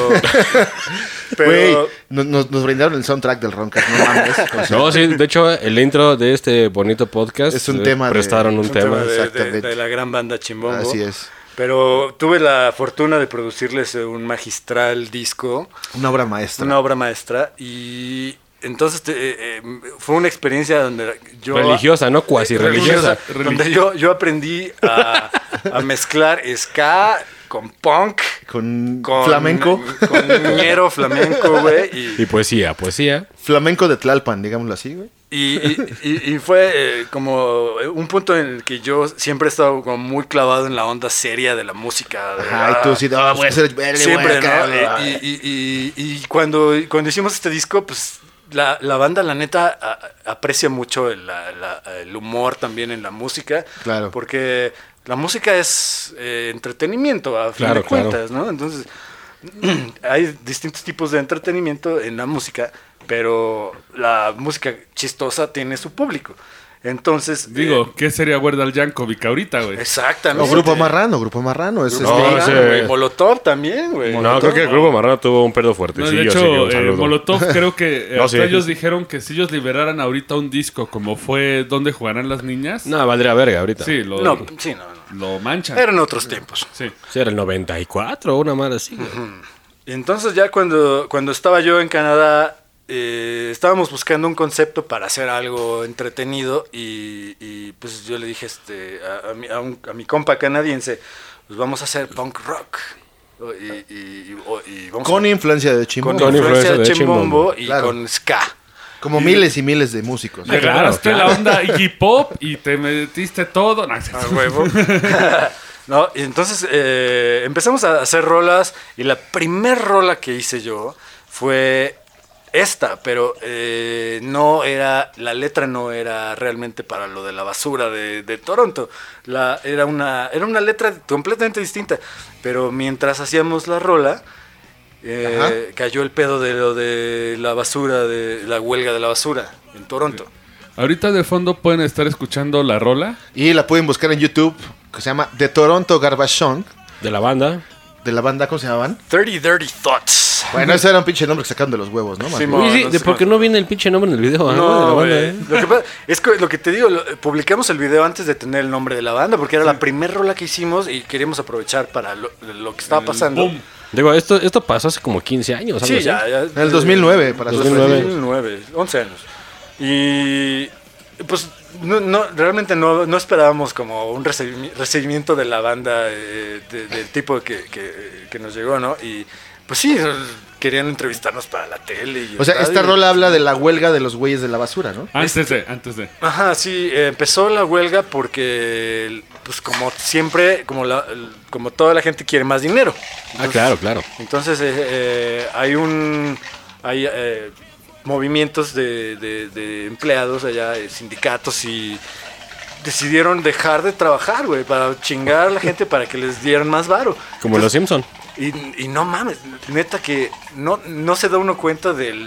C: Güey,
F: pero
C: no- nos, nos brindaron el soundtrack del Roncas, no mames. O sea,
D: No, sí, de hecho, el intro de este bonito podcast...
C: Es un
D: eh,
C: tema de-
D: Prestaron un
F: es un tema
D: tema.
F: de- de,
C: exactamente.
F: de la gran banda Chimbombo.
C: Así es.
F: Pero tuve la fortuna de producirles eh, un magistral disco,
C: Una obra maestra.
F: una obra maestra, y entonces te- eh, eh, fue una experiencia donde yo...
D: Religiosa, ¿no? Cuasi religiosa.
B: religiosa.
F: Donde yo, yo aprendí a, a mezclar ska con punk,
C: Con,
F: con
C: flamenco.
F: con ñero flamenco, güey, y-
D: Y poesía, poesía.
C: flamenco de Tlalpan, digámoslo así, güey.
F: Y, y- y- y fue eh, como un punto en el que yo siempre he estado como muy clavado en la onda seria de la música. de,
C: Ajá, y
F: ah,
C: tú sí, ah, voy a ser verde,
F: Siempre,
C: güey, acá,
F: ¿no?
C: güey.
F: Eh, Y, y- y- y cuando, cuando hicimos este disco, pues la, la banda, la neta, a- aprecia mucho el, la- la- el humor también en la música.
C: Claro.
F: Porque la música es eh, entretenimiento, a fin
D: Claro,
F: de
D: claro.
F: cuentas, ¿no? Entonces, hay distintos tipos de entretenimiento en la música, pero la música chistosa tiene su público. Entonces. eh,
B: Digo, ¿qué sería Werdal Jankovic ahorita, güey?
F: exactamente.
C: O Grupo Marrano, Grupo Marrano. Es,
F: Grupo
D: pues, No,
C: este-
D: ese-
F: Marrano, güey, Molotov también, güey.
D: No, creo que el grupo marrano tuvo un pedo fuerte.
B: No,
D: sí,
B: de
D: yo sí,
B: hecho,
D: un
B: eh,
D: saludo.
B: Molotov creo que eh,
D: No,
B: hasta
D: sí.
B: ellos dijeron que si ellos liberaran ahorita un disco como fue ¿Dónde jugarán las niñas?
D: No, valdría verga ahorita.
B: Sí, lo,
F: No, sí, no, no.
B: lo manchan.
F: Eran otros tiempos.
B: Sí.
D: Sí, era el 94 una madre así. güey.
F: Y Entonces ya cuando, cuando estaba yo en Canadá, eh, estábamos buscando un concepto para hacer algo entretenido y, y, pues yo le dije este, a, a mi, a un- a mi compa canadiense, pues vamos a hacer punk rock. O- Y, y- y- o- y vamos
C: Con
F: a-
C: influencia de Chimbo.
F: con
D: Con
F: influencia
D: influencia
F: de
D: de
F: Chimbombo
D: Chimbombo,
F: y
C: claro.
F: con ska.
C: Como miles y miles de músicos.
B: Le
D: claro,
B: agarraste
D: claro.
B: la onda hip hop y te metiste todo. No,
F: A huevo. no, y entonces eh, empezamos a hacer rolas y la primer rola que hice yo fue esta, pero eh, no era, la letra no era realmente para lo de la basura de, de Toronto. La, era, una, era una letra completamente distinta, pero mientras hacíamos la rola... eh, cayó el pedo de lo de la basura, de la huelga de la basura en Toronto.
D: Ah.
B: Ahorita de fondo pueden estar escuchando la rola.
C: Y la pueden buscar en YouTube, que se llama The Toronto Garbage Song,
D: De la banda.
C: de la banda, ¿cómo se llamaban?
F: 30 Dirty Thoughts.
C: Bueno, ese era un pinche nombre que sacaron de los huevos, ¿no? Más
F: Sí,
C: bien.
F: No,
D: Uy, sí,
F: no
D: de
F: sé.
D: por qué no viene el pinche nombre en el video. ah, de la
F: No,
D: banda,
F: güey.
D: eh.
F: Lo que pasa es que lo que te digo, lo- publicamos el video antes de tener el nombre de la banda, porque era la primera rola que hicimos y queríamos aprovechar para lo, lo que estaba pasando.
B: Boom.
D: Digo, esto, esto pasó hace como 15 años.
F: Sí,
D: algo
F: ya,
D: así.
F: ya.
C: En el 2009, para ser
D: 2009.
C: precisos.
F: 2009, 11 años. Y pues no, no, realmente no, no esperábamos como un recibimi- recibimiento de la banda eh, de- del tipo que, que- que nos llegó, ¿no? Y pues sí, querían entrevistarnos para la tele. y el
C: O sea, esta
F: radio.
C: rola habla de la huelga de los güeyes de la basura, ¿no?
B: Antes de, antes de.
F: Ajá, sí, eh, empezó la huelga porque, pues como siempre, como, la, como toda la gente quiere más dinero.
D: Ah, claro, claro.
F: Entonces eh, eh, hay un hay eh, movimientos de, de- de empleados allá, eh, sindicatos y decidieron dejar de trabajar, güey, para chingar a la gente para que les dieran más varo.
D: Como los Simpson.
F: Y, y no mames, neta que no, no se da uno cuenta del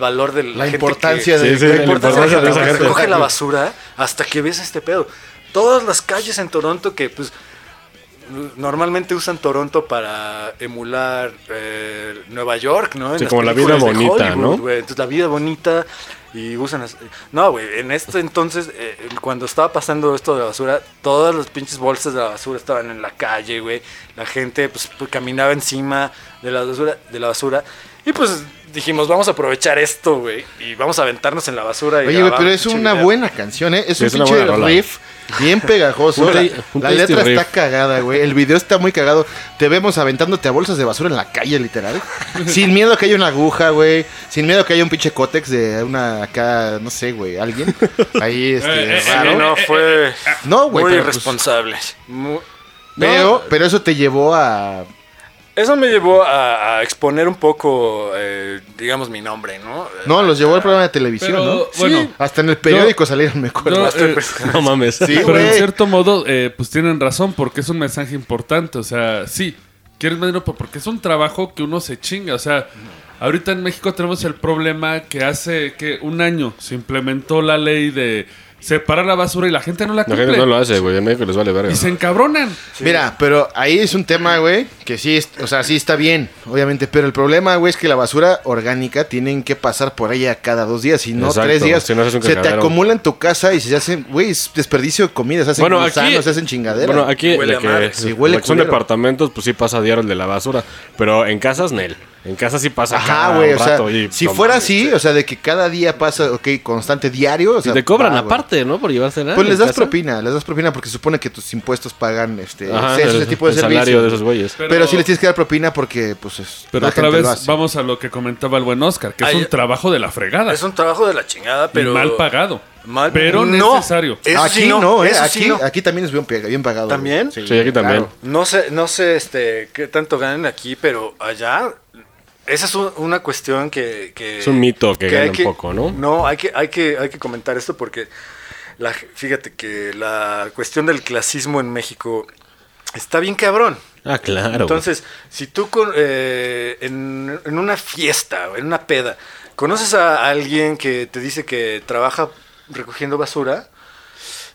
F: valor de la,
C: La
F: gente
C: importancia
F: que-
C: de-
D: Sí, sí,
F: la
D: la
F: importancia
D: importancia
F: de la gente
D: de
F: que
D: esa
F: recoge
C: gente.
F: la basura ¿eh? hasta que ves este pedo. Todas las calles en Toronto que pues normalmente usan Toronto para emular eh, Nueva York, ¿no? En
D: Sí,
F: las
D: como la vida
F: películas de
D: bonita,
F: Hollywood,
D: ¿no?
F: güey. Entonces la vida bonita y usan las- No, güey, en este entonces, eh, cuando estaba pasando esto de la basura, todas las pinches bolsas de la basura estaban en la calle, güey. La gente pues, pues, caminaba encima de la basura, de la basura. Y pues dijimos, vamos a aprovechar esto, güey. Y vamos a aventarnos en la basura. y
C: Oye, güey,
F: grabar
C: pero
F: un
C: es
F: pinche
C: una
F: video.
C: buena canción, ¿eh? Es
D: Sí,
C: un
D: es una
C: pinche
D: buena rola.
C: riff bien pegajoso.
D: Un
C: La,
D: tri- un
C: la
D: tasty
C: letra
D: riff.
C: está cagada, güey. El video está muy cagado. Te vemos aventándote a bolsas de basura en la calle, literal. Sin miedo a que haya una aguja, güey. Sin miedo a que haya un pinche cótex de una acá, no sé, güey, alguien. Ahí, este,
B: Eh, eh,
F: Sí,
C: raro.
F: no, fue
C: No, güey,
F: muy
C: pero, pues,
F: irresponsable. Muy-
C: pero, pero eso te llevó a...
F: Eso me llevó a, a exponer un poco, eh, digamos, mi nombre, ¿no?
C: No, los llevó al programa de televisión,
B: Pero,
C: ¿no?
B: bueno,
C: Sí. Hasta en el periódico salieron, me acuerdo.
B: yo,
F: Estoy
B: eh,
F: pensando-
D: No mames.
C: Sí,
B: Pero en
C: güey.
B: cierto modo, eh, pues tienen razón, porque es un mensaje importante. O sea, sí, quieres más dinero, pero porque es un trabajo que uno se chinga. O sea, ahorita en México tenemos el problema que hace que un año se implementó la ley de separar la basura y la gente no la
D: La
B: cumple.
D: gente no lo hace, güey. En México les vale verga.
B: y se encabronan.
C: Mira, pero ahí es un tema, güey, que sí, es- o sea, sí está bien, obviamente, pero el problema, güey, es que la basura orgánica tienen que pasar por ella cada dos días, si no
D: Exacto,
C: tres días,
D: si no, haces un
C: se te
D: cagadero.
C: acumula en tu casa y se hacen, güey, es desperdicio de comida, se hacen
D: Bueno,
C: gusanos,
D: aquí,
C: se hacen chingaderas.
D: bueno, aquí
F: Huele
D: la
F: a
D: que-
F: madre.
C: Sí, huele
D: la que son
C: culero.
D: departamentos, pues sí pasa diario el de la basura. Pero en casas, Nel. En casas sí pasa
C: Ajá,
D: cada
C: güey, o sea,
D: rato. y-
C: si
D: no
C: fuera
D: mames.
C: así, o sea, de que cada día pasa, ok, constante, diario, o
G: Y
C: sea,
G: te cobran
C: va, güey.
D: ¿eh?
G: aparte, ¿no? Por llevársela.
C: Pues
G: en
C: les das
G: casa.
C: propina, les das propina porque se supone que tus impuesos pagan este,
D: Ajá,
C: ese,
D: el-
C: ese tipo de
D: el salario
C: servicio.
D: de esos güeyes.
C: pero, sí les tienes que dar propina porque, pues, es,
B: Pero
C: la
B: otra
C: gente
B: vez
C: lo hace.
B: vamos a lo que comentaba el buen Oscar, que es
F: Ay,
B: un trabajo de la fregada.
F: Es un trabajo de la chingada, pero.
B: y mal pagado.
F: Mal-
B: pero
F: No.
B: necesario.
F: Eso
C: aquí
F: sí
C: no,
F: no,
C: ¿eh?
F: eso
C: aquí,
F: sí no.
C: aquí también es bien, pe- bien pagado. güey.
F: ¿También?
D: Sí, aquí también.
F: No sé, no sé este, qué tanto ganan aquí, pero allá. Esa es un- una cuestión que, que-
D: Es un mito que
F: hay
D: ganan poco, ¿no?
F: No, hay que, hay que, hay que comentar esto porque la, fíjate que la cuestión del clasismo en México está bien cabrón.
G: Ah, claro.
F: Entonces, si tú con- eh, en, en una fiesta, o en una peda, conoces a alguien que te dice que trabaja recogiendo basura,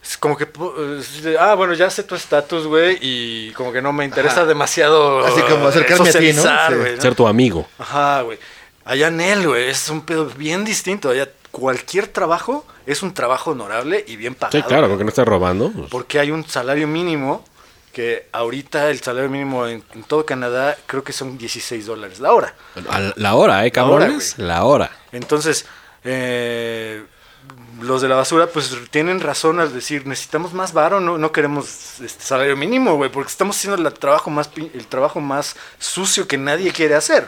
F: es como que, po- eh, es de, ah, bueno, ya sé tu estatus, güey, y como que no me interesa demasiado
C: Así como
F: eh,
C: acercarme a ti, ¿no?
F: socializar,
C: Sí.
F: güey, ¿no?
D: Ser tu amigo.
F: Ajá, güey. Allá en él, güey, es un pedo bien distinto. Allá cualquier trabajo es un trabajo honorable y bien pagado.
D: Sí, claro,
F: güey
D: porque no estás robando. pues.
F: porque hay un salario mínimo que ahorita el salario mínimo en, en todo Canadá creo que son 16 dólares la hora.
G: A la hora, ¿eh, cabrones? La hora.
F: Entonces, eh, los de la basura pues tienen razón al decir necesitamos más varo, no, no queremos este salario mínimo, güey, porque estamos haciendo la trabajo más, pi- el trabajo más sucio que nadie quiere hacer.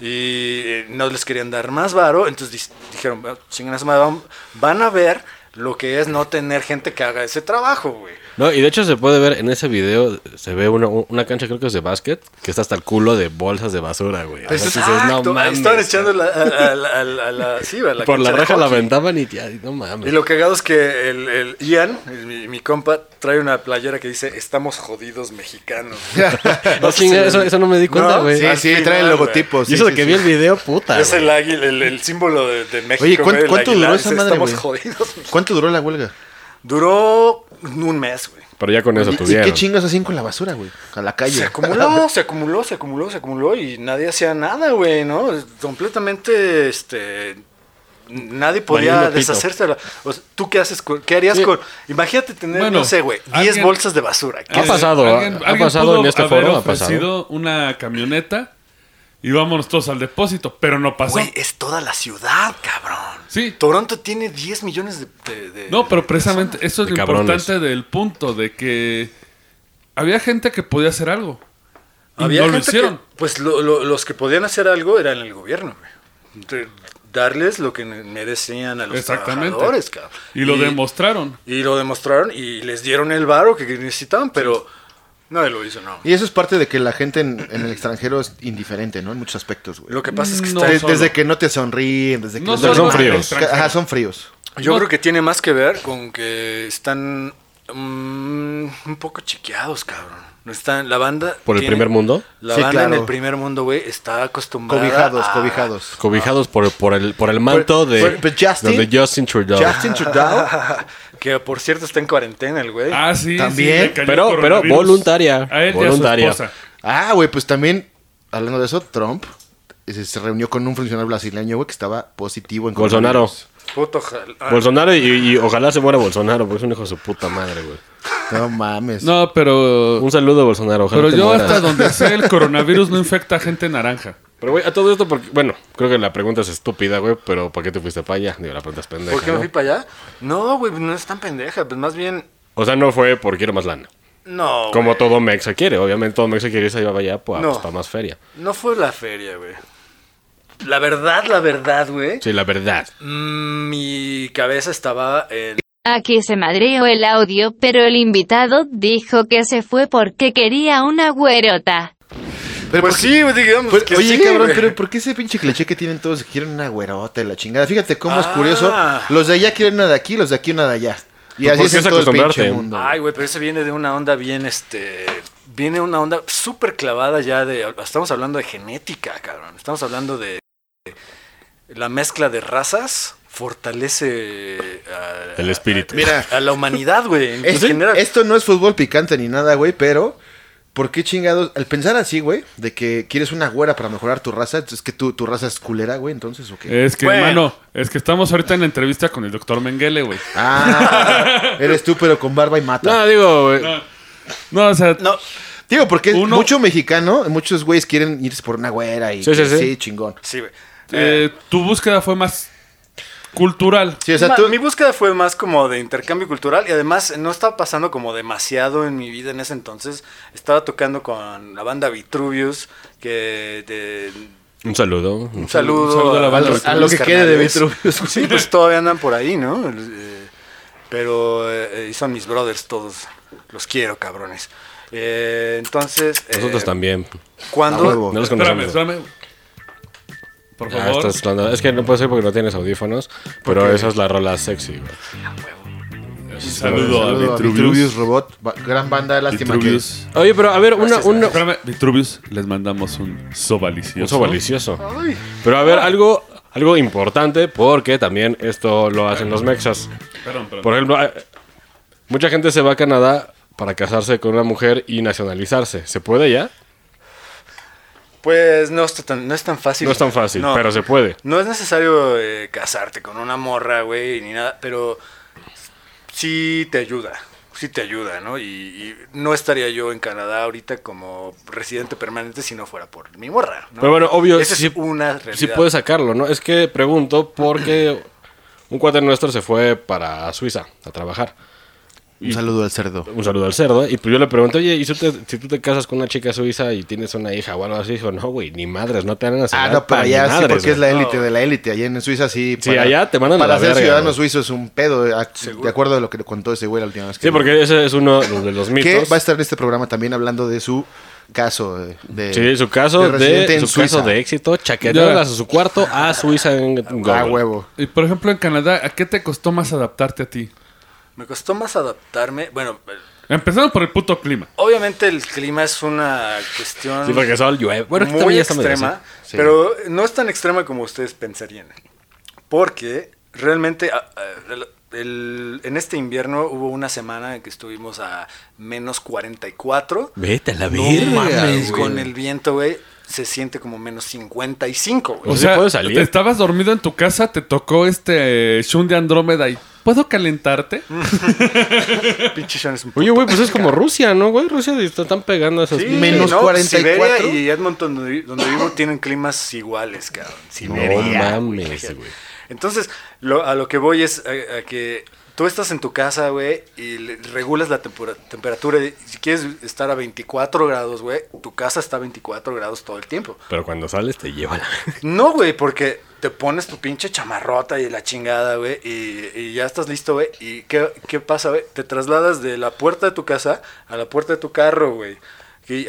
F: Y eh, no les querían dar más varo, entonces dis- dijeron, "Ah, chinguen a su madre, vam- van a ver lo que es no tener gente que haga ese trabajo, güey.
D: No, y de hecho se puede ver en ese video, se ve una, una cancha creo que es de básquet, que está hasta el culo de bolsas de basura, güey. O sea, dices,
F: Exacto,
G: no
F: ahí Pues Estaban
G: mames,
F: echando la, a- a- a- a la- a la- sí, a la
D: Por
F: cancha
D: la
F: de
D: reja la
F: hockey.
D: aventaban y ya, no mames.
F: Y lo cagado es que el, el Ian, el- mi, mi compa, trae una playera que dice Estamos jodidos mexicanos.
G: No, chinga, eso- eso no me di cuenta, güey.
C: Sí,
F: Al
C: sí,
F: final,
C: traen
F: güey.
C: logotipos.
G: Y
C: sí,
G: eso de
C: sí,
G: que
C: sí.
G: vi el video, puta.
F: Es
G: güey.
F: el águila, el, el símbolo de, de México.
C: Oye, ¿cuán-
F: güey, el
C: cuánto
F: águila,
C: duró esa
F: dice,
C: madre,
F: Estamos
C: güey?
F: jodidos.
C: ¿Cuánto duró la huelga?
F: Duró un mes, güey.
D: Pero ya con eso
C: ¿Y, y
D: tuvieron.
C: qué chingas hacían con la basura, güey? A la calle.
F: Se acumuló, se acumuló, se acumuló, se acumuló y nadie hacía nada, güey, ¿no? Es Completamente, este... Nadie podía
D: Valiendo pito.
F: deshacerse de la... o sea, ¿Tú qué haces? con- ¿Qué harías con...? Imagínate tener,
B: Bueno,
F: no sé, güey, 10
B: alguien-
F: bolsas de basura. ¿Qué
D: Ha
B: Eh,
F: haces?
D: pasado,
B: alguien-
D: ha
B: alguien
D: pasado
B: pudo
D: en este
B: haber
D: foro, ha pasado.
B: ofrecido una camioneta y vámonos todos al depósito, pero no pasó.
F: Güey, es toda la ciudad, cabrón.
B: Sí.
F: Toronto tiene 10 millones de... de- de-
B: No,
F: de
B: pero precisamente
F: personas.
B: eso es
D: De
B: lo
D: cabrones.
B: importante del punto, de que había gente que podía hacer algo. Y
F: Había
B: no lo
F: gente
B: hicieron.
F: que- pues lo- lo- los que podían hacer algo eran el gobierno, güey. De- darles lo que merecían a los
B: Exactamente.
F: trabajadores, cabrón.
B: Y lo demostraron.
F: Y lo demostraron y les dieron el varo que necesitaban, pero nadie lo hizo, no.
C: Y eso es parte de que la gente en, en el extranjero es indiferente, ¿no? En muchos aspectos, güey.
F: Lo que pasa es que
B: No.
F: está-
C: De-
B: solo.
C: desde que no te sonríen, desde que
B: No
C: te-
D: solo Son
C: Ajá,
D: fríos.
C: Ajá, son fríos.
F: yo
B: No.
F: creo que tiene más que ver con que están mm, un poco chiqueados, cabrón. No Están, la banda...
D: ¿Por el primer mundo?
F: La
C: Sí,
F: banda en
C: claro.
F: el primer mundo, güey, está acostumbrada
C: Cobijados,
F: a-
C: cobijados.
D: Cobijados por, por, el, por el manto
C: Por-
D: de,
C: por- por Justin.
D: donde Justin Trudeau.
C: Justin Trudeau.
F: Que por cierto está en cuarentena el güey.
B: Ah, sí.
C: También.
B: sí, le cayó
D: Pero- pero
B: coronavirus
D: voluntaria.
B: A él y a su
D: Voluntaria.
B: esposa.
C: Ah, güey, pues también, hablando de eso, Trump eh, se, se reunió con un funcionario brasileño, güey, que estaba positivo en
D: Bolsonaro.
C: coronavirus.
F: Puto jal- ah,
D: Bolsonaro y, y ojalá se muera Bolsonaro, porque es un hijo de su puta madre, güey.
C: No mames.
B: No, pero...
D: Un saludo, Bolsonaro. Ojalá
B: Pero
D: te
B: yo
D: mueras.
B: hasta donde sé el coronavirus no infecta a gente naranja.
D: Pero, güey, a todo esto, porque, bueno, creo que la pregunta es estúpida, güey, pero ¿por qué te fuiste para allá? Digo, la pregunta es pendeja.
F: ¿Por qué me
D: ¿no?
F: fui para allá? No, güey, no es tan pendeja. Pues más bien,
D: O sea, no fue porque quiero más lana.
F: no.
D: Como
F: güey.
D: todo Mexa quiere, obviamente todo Mexa quiere irse para allá pues,
F: No.
D: pues, para más feria.
F: No fue la feria, güey. La verdad, la verdad, güey.
D: Sí, la verdad.
F: mm, Mi cabeza estaba en.
E: Aquí se madreó el audio, pero el invitado dijo que se fue porque quería una güerota.
C: Pero
F: pues
C: ¿por qué-
F: sí, güey, digamos.
C: Pues,
F: que
C: oye,
F: sí,
C: cabrón,
F: güey.
C: pero ¿por qué ese pinche cliché que tienen todos que quieren una güerota y la chingada? Fíjate cómo es
F: Ah.
C: curioso. Los de allá quieren una de aquí, los de aquí una de allá. Y
D: Pues,
C: así
D: ¿por
C: es
D: qué
C: en
D: es
C: todo el pinche
D: acostumbrarte?
C: mundo.
F: Ay, güey, pero ese viene de una onda bien, este. Viene una onda súper clavada ya de. Estamos hablando de genética, cabrón. Estamos hablando de. de La mezcla de razas fortalece a,
D: El espíritu.
C: Mira.
F: a la humanidad, güey. pues en
C: Esto,
F: general.
C: esto no es fútbol picante ni nada, güey, pero ¿por qué chingados? Al pensar así, güey, de que quieres una güera para mejorar tu raza, es que tu, tu raza es culera, güey, entonces, ¿o
D: Eh.
C: qué?
B: Es que,
F: Bueno.
B: hermano, es que estamos ahorita en la entrevista con el doctor Mengele, güey.
C: Ah, eres tú, pero con barba y mata.
D: No, digo, güey.
B: No, o sea,
F: No,
C: Digo, porque
B: Uno-
C: mucho mexicano, muchos güeyes quieren irse por una güera y
D: Sí, sí, sí.
C: chingón.
F: sí, güey.
B: eh, tu búsqueda fue más cultural.
C: Sí, o sea,
F: Ma-
C: tú...
F: Mi búsqueda fue más como de intercambio cultural y además no estaba pasando como demasiado en mi vida en ese entonces. Estaba tocando con la banda Vitruvius, que de...
D: Un saludo.
F: Un saludo,
B: saludo a la banda
F: los-
C: a lo que
F: los
C: quede de
F: carnales.
C: Vitruvius, güey.
F: Sí, pues todavía andan por ahí, ¿no? Eh, Pero eh, eh, son mis brothers todos. Los quiero, cabrones. Eh, entonces... eh,
D: Nosotros también.
C: A
F: Cuando...
C: huevo.
D: No los
B: Espérame,
D: conocemos.
B: espérame. Por
D: Ah,
B: favor.
D: estás hablando- Es que no puede ser porque no tienes audífonos, pero esa es la rola sexy, güey.
B: Un saludo,
C: Saludo
B: a
C: a
B: Vitruvius.
C: Vitruvius Robot, ba- gran banda, lástima que...
B: Vitruvius.
D: Oye, pero a ver, una, una,
B: Espérame, Vitruvius, les mandamos un sobalicioso.
D: un sobalicioso. Pero a ver, algo, algo importante porque también esto lo hacen los mexas.
B: Perdón, perdón.
D: Por ejemplo, eh, mucha gente se va a Canadá para casarse con una mujer y nacionalizarse. ¿Se puede ya?
F: Pues no está tan, no es tan fácil.
D: No es tan fácil,
F: No.
D: pero se puede.
F: No es necesario eh, casarte con una morra, güey, ni nada, pero sí te ayuda, sí te ayuda, ¿no? Y, y no estaría yo en Canadá ahorita como residente permanente si no fuera por mi morra. ¿no?
D: Pero bueno, obvio,
F: Esa
D: sí-
F: es una realidad.
D: Sí puede sacarlo, ¿no? Es que pregunto porque un cuate nuestro se fue para Suiza a trabajar.
C: Un saludo al cerdo.
D: Un saludo al cerdo. Y pues yo le pregunté, oye, ¿y si, te- si tú te casas con una chica suiza y tienes una hija o algo así? Dijo, no, güey, ni madres, no te dan a
C: Ah, no, pero allá sí, porque es la élite
F: No.
C: de la élite. Allá en Suiza sí.
D: Sí, allá te mandan a
C: Para
D: la
C: ser
D: verga,
C: ciudadano
D: güey.
C: suizo es un pedo, eh, a- de acuerdo a lo que le contó ese güey la última vez. que
D: Sí, porque ese es uno de los mitos.
C: Que va a estar en este programa también hablando de su caso. eh, De,
D: Sí, su caso de,
C: residente en
D: su
C: Suiza.
D: caso de éxito, chaquetearlas a su cuarto a Suiza en
C: Ah,
D: Google.
C: huevo.
B: Y por ejemplo, en Canadá, ¿a qué te costó más adaptarte a ti?
F: Me costó más adaptarme. Bueno, eh,
B: Empezando por el puto clima.
F: obviamente el clima es una cuestión
D: Sí, porque sol llueve. Bueno, aquí
F: muy
D: también ya está medio
F: extrema,
D: así.
C: Sí.
F: pero no es tan extrema como ustedes pensarían. Porque realmente a- a- el- el- en este invierno hubo una semana en que estuvimos a menos 44.
G: Vete a la
F: No
G: verga,
F: mames,
G: güey.
F: con el viento, güey, se siente como menos 55, güey.
B: O
D: Pues sí
B: sea,
D: puedes salir.
B: te estabas dormido en tu casa, te tocó este eh, Shun de Andrómeda y ¿puedo calentarte?
D: Mm.
F: Pinche Sean es un
D: Oh. Oye,
F: puto.
D: güey, pues es como Rusia, ¿no, güey? Rusia te están pegando esas...
F: Sí,
C: menos
F: no,
C: 44.
F: Siberia y Edmonton, donde, vi- donde vivo, tienen climas iguales, cabrón.
D: No
F: Siberia.
D: mames, güey.
F: Entonces, lo- a lo que voy es eh, a, a que tú estás en tu casa, güey, y le- regulas la tempora- temperatura. y Si quieres estar a 24 grados, güey, tu casa está a 24 grados todo el tiempo.
D: Pero cuando sales te lleva la...
F: No, güey, porque te pones tu pinche chamarrota y la chingada, güey, y, y ya estás listo, güey. ¿Y qué, qué pasa, güey? Te trasladas de la puerta de tu casa a la puerta de tu carro, güey. Y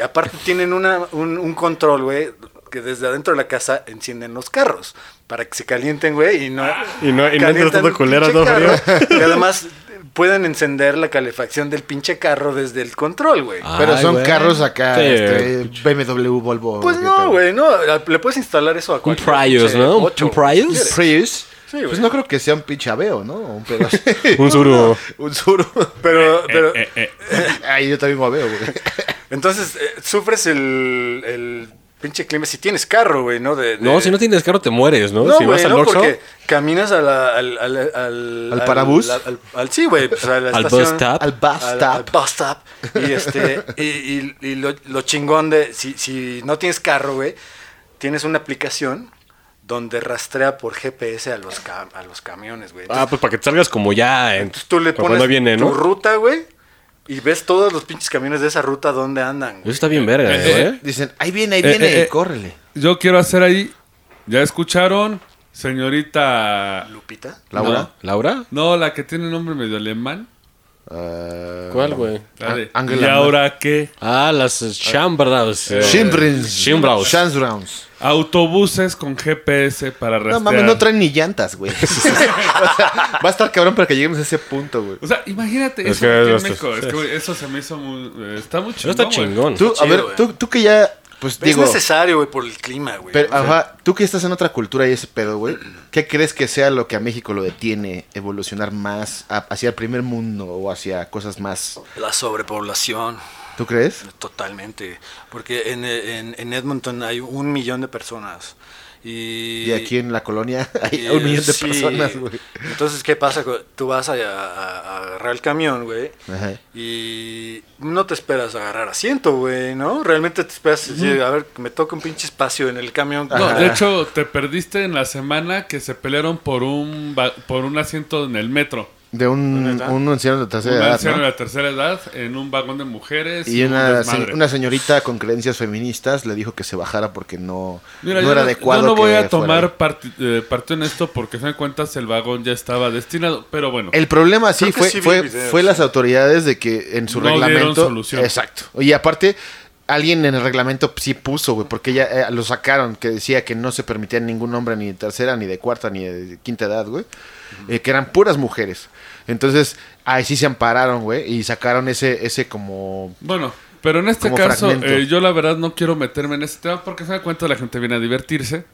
F: aparte tienen una, un, un control, güey, que desde adentro de la casa encienden los carros para que se calienten, güey, y no...
D: Ah. Y no- y no
F: calientan
D: entres todo
F: el
D: culero,
F: pinche
D: todo frío.
F: carro. Y además pueden encender la calefacción del pinche carro desde el control, güey.
C: Pero
G: Ay,
C: son
G: güey.
C: carros acá,
D: Sí.
C: este, BMW, Volvo.
F: Pues
C: ¿qué
F: no,
C: pedo?
F: güey, no, le puedes instalar eso a
G: Un
F: cualquier
G: Prius,
F: pinche
G: ¿no? Un
F: ocho, si
G: Prius.
F: quieres.
C: Prius.
F: Sí, güey.
C: pues no creo que sea un pichabeo, ¿no? Un pedo así.
D: Un suru.
C: un suru.
G: Eh,
F: Pero, pero
C: Ay, yo también lo veo, güey.
F: entonces eh, sufres el, el pinche clima si tienes carro, güey, ¿no? De- de-
D: No, si no tienes carro te mueres, ¿no?
F: eh. No,
D: si
F: güey,
D: vas al
F: no,
D: Oxxo,
F: porque caminas a la- al, al, al,
C: ¿Al parabús?
F: Al, al- al- sí, güey, pues a la
G: Al
F: estación.
G: bus stop.
C: Al bus
F: Al-
C: stop.
F: al bus stop. Y, este, y, y- y lo, lo chingón de, si, si no tienes carro, güey, tienes una aplicación donde rastrea por GPS a los, cam- a los camiones, güey.
D: Ah, pues para que te salgas como ya. En...
F: Entonces tú le
D: como
F: pones
D: cuando viene, ¿no?
F: tu ruta, güey, y ves todos los pinches camiones de esa ruta dónde andan.
D: Eso
F: güey.
D: está bien verga,
B: Eh,
D: ¿eh?
B: eh,
C: Dicen, ahí viene, ahí
B: Eh,
C: viene,
B: eh, eh.
C: córrele.
B: Yo quiero hacer ahí, ya escucharon, señorita...
F: Lupita.
C: Laura.
D: ¿Laura?
B: No, la que tiene nombre medio alemán.
F: Eh,
C: Ah,
D: ¿Cuál, güey?
B: la de,
C: Ah, Angela
B: ¿Y
C: Merkel.
B: ahora qué?
D: Ah, las eh. Chambraus.
C: Shimbrins.
D: Shimbraus.
C: Shansrauns.
B: Autobuses con GPS para
C: No
B: rastrear.
C: mames, no traen ni llantas, güey. o sea, va a estar cabrón para que lleguemos a ese punto, güey.
B: O sea, imagínate eso
D: Es que
B: aquí en
D: es-
B: México. Es que, güey, eso se me hizo muy... eh, Está muy
D: Eso
B: chingón,
D: Mm, está
B: güey.
D: chingón.
C: Tú, a
F: chido,
C: ver,
F: güey.
C: tú, tú que ya Pues
F: es
C: digo-
F: necesario, güey, por el clima, güey.
C: Pero,
F: O sea,
C: ajá, tú que estás en otra cultura y ese pedo, güey, ¿qué crees que sea lo que a México lo detiene evolucionar más a- hacia el primer mundo o hacia cosas más?
F: La sobrepoblación,
C: ¿Tú crees?
F: totalmente. Porque en, en, en Edmonton hay un millón de personas. Y,
C: Y aquí en la colonia hay
F: y,
C: un millón de
F: sí.
C: personas, güey.
F: Entonces, ¿qué pasa? cu- Tú vas a, a- a agarrar el camión, güey.
C: Ajá.
F: Y no te esperas a agarrar asiento, güey, ¿no? Realmente te esperas decir, a ver, que me toca un pinche espacio en el camión.
B: No,
F: Ajá.
B: de hecho, te perdiste en la semana que se pelearon por un, ba- por un asiento en el metro.
C: De un,
F: ¿Neta?
C: un anciano de tercera
B: un
C: edad,
B: anciano
C: ¿no?
B: de la tercera edad en un vagón de mujeres.
C: Y
B: un
C: una,
B: desmadre.
C: se- una señorita con creencias feministas le dijo que se bajara porque no,
B: Mira,
C: no
B: yo
C: era
B: no-
C: adecuado.
B: Yo no
C: que
B: voy a
C: fuera ahí.
B: tomar parti- eh, partido en esto porque, se dan cuentas, el vagón ya estaba destinado. Pero bueno,
C: El problema sí
F: Creo que
C: fue,
F: sí vi
C: fue,
F: videos.
C: fue las autoridades de que en su
B: No dieron
C: reglamento.
B: solución.
C: Exacto. Y aparte, alguien en el reglamento sí puso, güey, porque ya eh, lo sacaron, que decía que no se permitía ningún hombre ni de tercera, ni de cuarta, ni de quinta edad, güey. eh, que eran puras mujeres. Entonces, ahí sí se ampararon, güey, y sacaron ese, ese como.
B: bueno. Pero en este
C: Como
B: caso,
C: fragmento.
B: eh, yo la verdad no quiero meterme en este tema porque se dan cuenta la gente viene a divertirse.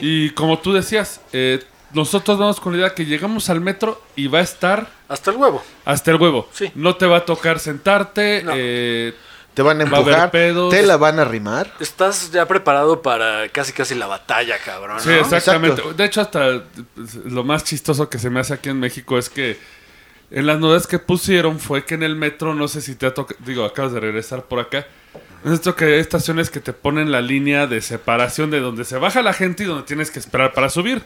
B: Y como tú decías, eh, nosotros vamos con la idea que llegamos al metro y va a estar
F: Hasta el huevo.
B: hasta el huevo.
F: Sí.
B: No te va a tocar sentarte.
F: No.
B: eh,
C: Te van a
B: Va a haber
C: empujar,
B: pedos.
C: te la van a arrimar.
F: Estás ya preparado para casi casi la batalla, cabrón.
B: Sí,
F: ¿no?
B: exactamente.
C: Exacto.
B: De hecho, hasta pues, lo más chistoso que se me hace aquí en México es que en las notas que pusieron fue que en el metro, no sé si te ha tocado, digo, acabas de regresar por acá. Es esto que hay estaciones que te ponen la línea de separación de donde se baja la gente y donde tienes que esperar para subir.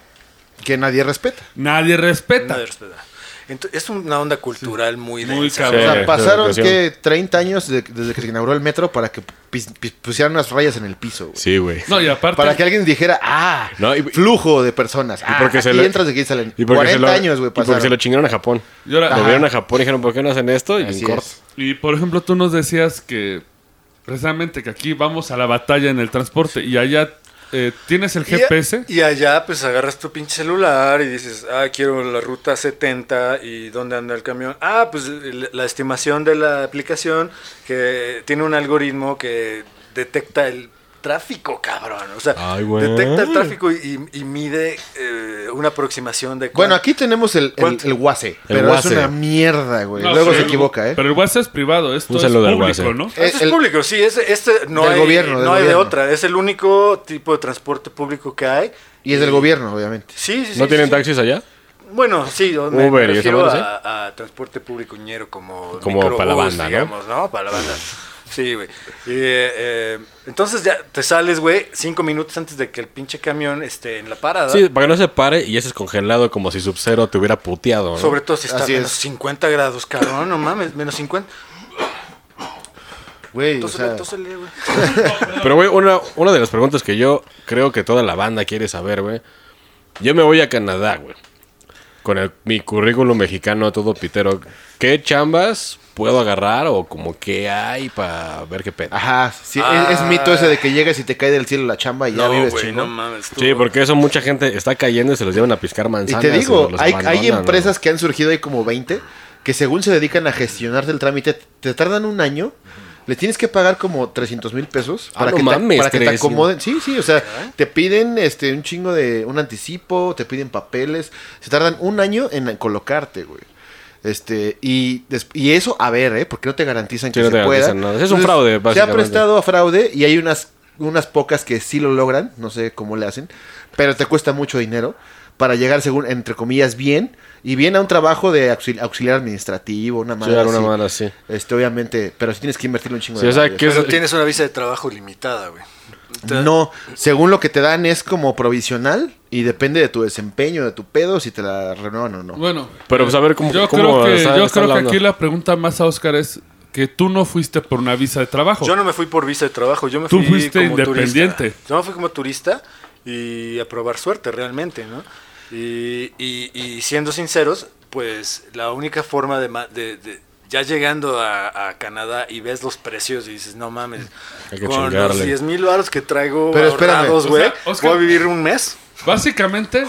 C: Que nadie respeta.
B: Nadie respeta.
F: Nadie respeta. Ento- es una onda cultural muy
B: Muy
F: densa.
B: cabrón.
D: Sí.
C: O sea, pasaron
D: educación.
C: que 30 años de- desde que se inauguró el metro para que pis- pis- pusieran unas rayas en el piso, güey.
D: Sí, güey.
B: No, y aparte.
C: Para que alguien dijera, ah,
D: No, y-
C: flujo de personas. Ah,
D: porque
C: aquí
D: se lo-
C: entras, aquí salen.
D: Y porque
C: 40
D: se lo,
C: años, güey,
D: y porque se
C: pasaron.
D: lo chingaron a Japón.
B: y ahora-
D: Lo vieron a Japón y dijeron, ¿por qué no hacen esto? Y
C: Así
D: en corto.
C: es.
B: Y por ejemplo, tú nos decías que precisamente que aquí vamos a la batalla en el transporte y allá eh, tienes el
F: Y a-
B: GPS.
F: Y, allá pues agarras tu pinche celular y dices, ah, quiero la ruta 70 y dónde anda el camión. Ah, pues el- la estimación de la aplicación que tiene un algoritmo que detecta el tráfico, cabrón. O sea,
D: Ay, güey.
F: detecta el tráfico y, y mide eh, una aproximación de...
C: Bueno,
F: cuán-
C: aquí tenemos el, el,
F: ¿Cuánto?
C: el guase, pero es
D: guase.
C: una mierda, güey.
B: No,
C: Luego
B: sí,
C: se
B: el-
C: equivoca, ¿eh?
B: Pero el WhatsApp es privado, esto
D: Un
B: es
D: saludo al
B: público,
D: WhatsApp.
B: ¿no?
F: Este es
C: el-
F: público, sí, este, este no,
C: Del
F: hay,
C: gobierno, del
F: no hay de
C: gobierno.
F: otra. Es el único tipo de transporte público que hay.
C: y es del gobierno, obviamente.
F: Sí, sí, sí.
D: ¿No tienen
F: sí.
D: taxis allá?
F: Bueno, sí, yo me,
D: Uber y
F: refiero
D: esa madre,
F: a, a transporte público ñero como
D: Como
F: microbús,
D: para la banda, ¿no?
F: digamos, ¿no? Para la banda. Sí, güey. Y, eh, eh, entonces ya te sales, güey, cinco minutos antes de que el pinche camión esté en la parada.
D: Sí, para que no se pare y ese es congelado como si Sub-Zero te hubiera puteado. ¿no?
F: Sobre todo si está a
C: Así
F: menos
C: es.
F: 50 grados, cabrón, no mames, menos 50.
C: Güey, o
F: Tósele,
C: sea,
F: tósele, güey.
D: Pero, güey, una, una de las preguntas que yo creo que toda la banda quiere saber, güey. Yo me voy a Canadá, güey. Con el- mi currículum mexicano todo pitero. ¿Qué chambas puedo agarrar o como qué hay para ver qué pedo?
C: ajá, sí, es-
F: Ah.
C: es, mito ese de que llegas y te cae del cielo la chamba y ya
F: No,
C: vives
F: güey, no
C: chingón.
F: mames. tú.
D: Sí, porque eso mucha gente está cayendo y se los llevan a piscar
C: y
D: manzanas.
C: te digo,
D: o los
C: hay,
D: abandonan,
C: hay
D: ¿no?
C: empresas que han surgido, hay como 20, que según se dedican a gestionarte el trámite, te tardan un año. Le tienes que pagar como 300 mil pesos
D: Ah,
C: para,
D: no
C: que,
D: mames, ¿Eh?
C: te, para que te
D: 300.
C: acomoden. Sí, sí, o sea, te piden este un chingo de un anticipo, te piden papeles. Se tardan un año en colocarte, güey. Este, y, des- y eso, a ver, ¿eh? Porque no te garantizan
D: Sí,
C: que
D: no
C: se
D: te
C: pueda.
D: garantizan nada. Es un fraude,
C: Se ha
D: básicamente.
C: prestado a fraude y hay unas, unas pocas que sí lo logran, no sé cómo le hacen, pero te cuesta mucho dinero para llegar, según, entre comillas, bien, y bien a un trabajo de auxil- auxiliar administrativo, una
D: Sí,
C: madre
D: alguna
C: así.
D: madre así.
C: Este, obviamente, pero sí tienes que invertirle un chingo
D: Sí,
C: de
D: o sea,
C: madre.
D: que es-
F: Pero tienes una visa de trabajo limitada, güey. Entonces-
C: No, según lo que te dan es como provisional y depende de tu desempeño, de tu pedo, si te la renuevan o no.
B: Bueno,
D: Pero, pues, a ver, ¿cómo-
B: yo
D: cómo
B: creo que,
D: está-
B: yo
D: está
B: creo que
D: hablando?
B: aquí la pregunta más a Oscar es que tú no fuiste por una visa de trabajo.
F: Yo no me fui por visa de trabajo, yo me
B: Tú
F: fui
B: fuiste
F: como
B: independiente.
F: turista. Yo me fui como turista y a probar suerte realmente, ¿no? Y, y- y siendo sinceros, pues la única forma de, ma- de- de- ya llegando a, a Canadá y ves los precios y dices, no mames,
D: Hay que
F: con los
D: chingarle.
F: 10 mil baros que traigo
C: Pero espérame,
F: ahorrados,
B: o
F: güey,
B: sea, Oscar-
F: voy a vivir un mes.
B: Básicamente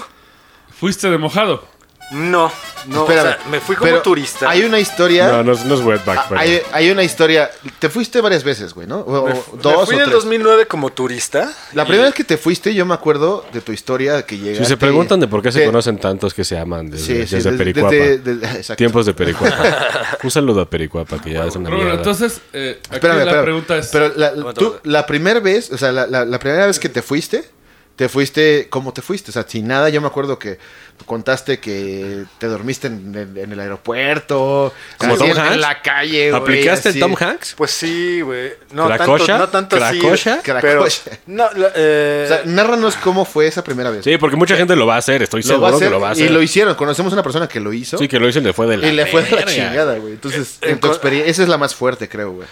B: fuiste de mojado.
F: No, no, o
C: Espérame,
F: sea, me fui como
C: pero
F: turista.
C: Hay una historia.
D: No, no, es- no es wetback,
C: Ah,
D: pero.
C: Hay, hay una historia. Te fuiste varias veces, güey, ¿no? O-
F: Me
C: o
F: fu- me
C: dos
F: fui
C: o
F: en el
C: tres.
F: 2009 como turista.
C: La
F: y-
C: primera vez que te fuiste, yo me acuerdo de tu historia que llegaste.
D: Si se preguntan de por qué se
C: te-
D: conocen tantos que se aman desde,
C: Sí, sí,
D: desde
C: desde-
D: Pericuapa.
C: desde- desde- exacto.
D: Tiempos de Pericuapa. Un saludo a Pericuapa, que ya es una
B: Pero bueno,
D: mierda.
B: entonces, eh, aquí
C: Espérame,
B: la
C: espérame.
B: pregunta es...
C: Pero la,
F: Aguanta,
C: tú,
F: aguanta.
C: la primera vez, o sea, la, la- la primera vez que te fuiste, te fuiste, ¿cómo te fuiste? O sea, sin nada, yo me acuerdo que contaste que te dormiste en, el- en el aeropuerto,
D: ¿Como
C: así
D: Tom
C: en, en
D: Hanks?
C: la calle, Eh, güey,
D: ¿Aplicaste
C: así.
D: el Tom Hanks?
F: Pues sí, güey. No
D: ¿Cracosha?
F: tanto, no tanto así,
D: ¿Cracosha?
F: Pero,
C: Cracosha.
F: no, la- eh,
C: O sea, nárranos cómo fue esa primera vez.
D: Sí, porque mucha gente lo va a hacer, estoy
C: lo
D: seguro
C: va a hacer,
D: que lo va a hacer.
C: y lo hicieron. Conocemos una persona que lo hizo.
D: Sí, que lo hizo y le fue de la
C: Y le fue de la
D: verga.
C: chingada, güey. Entonces,
F: Eh,
C: en tu
F: co-
C: experiencia, esa es la más fuerte, creo, güey.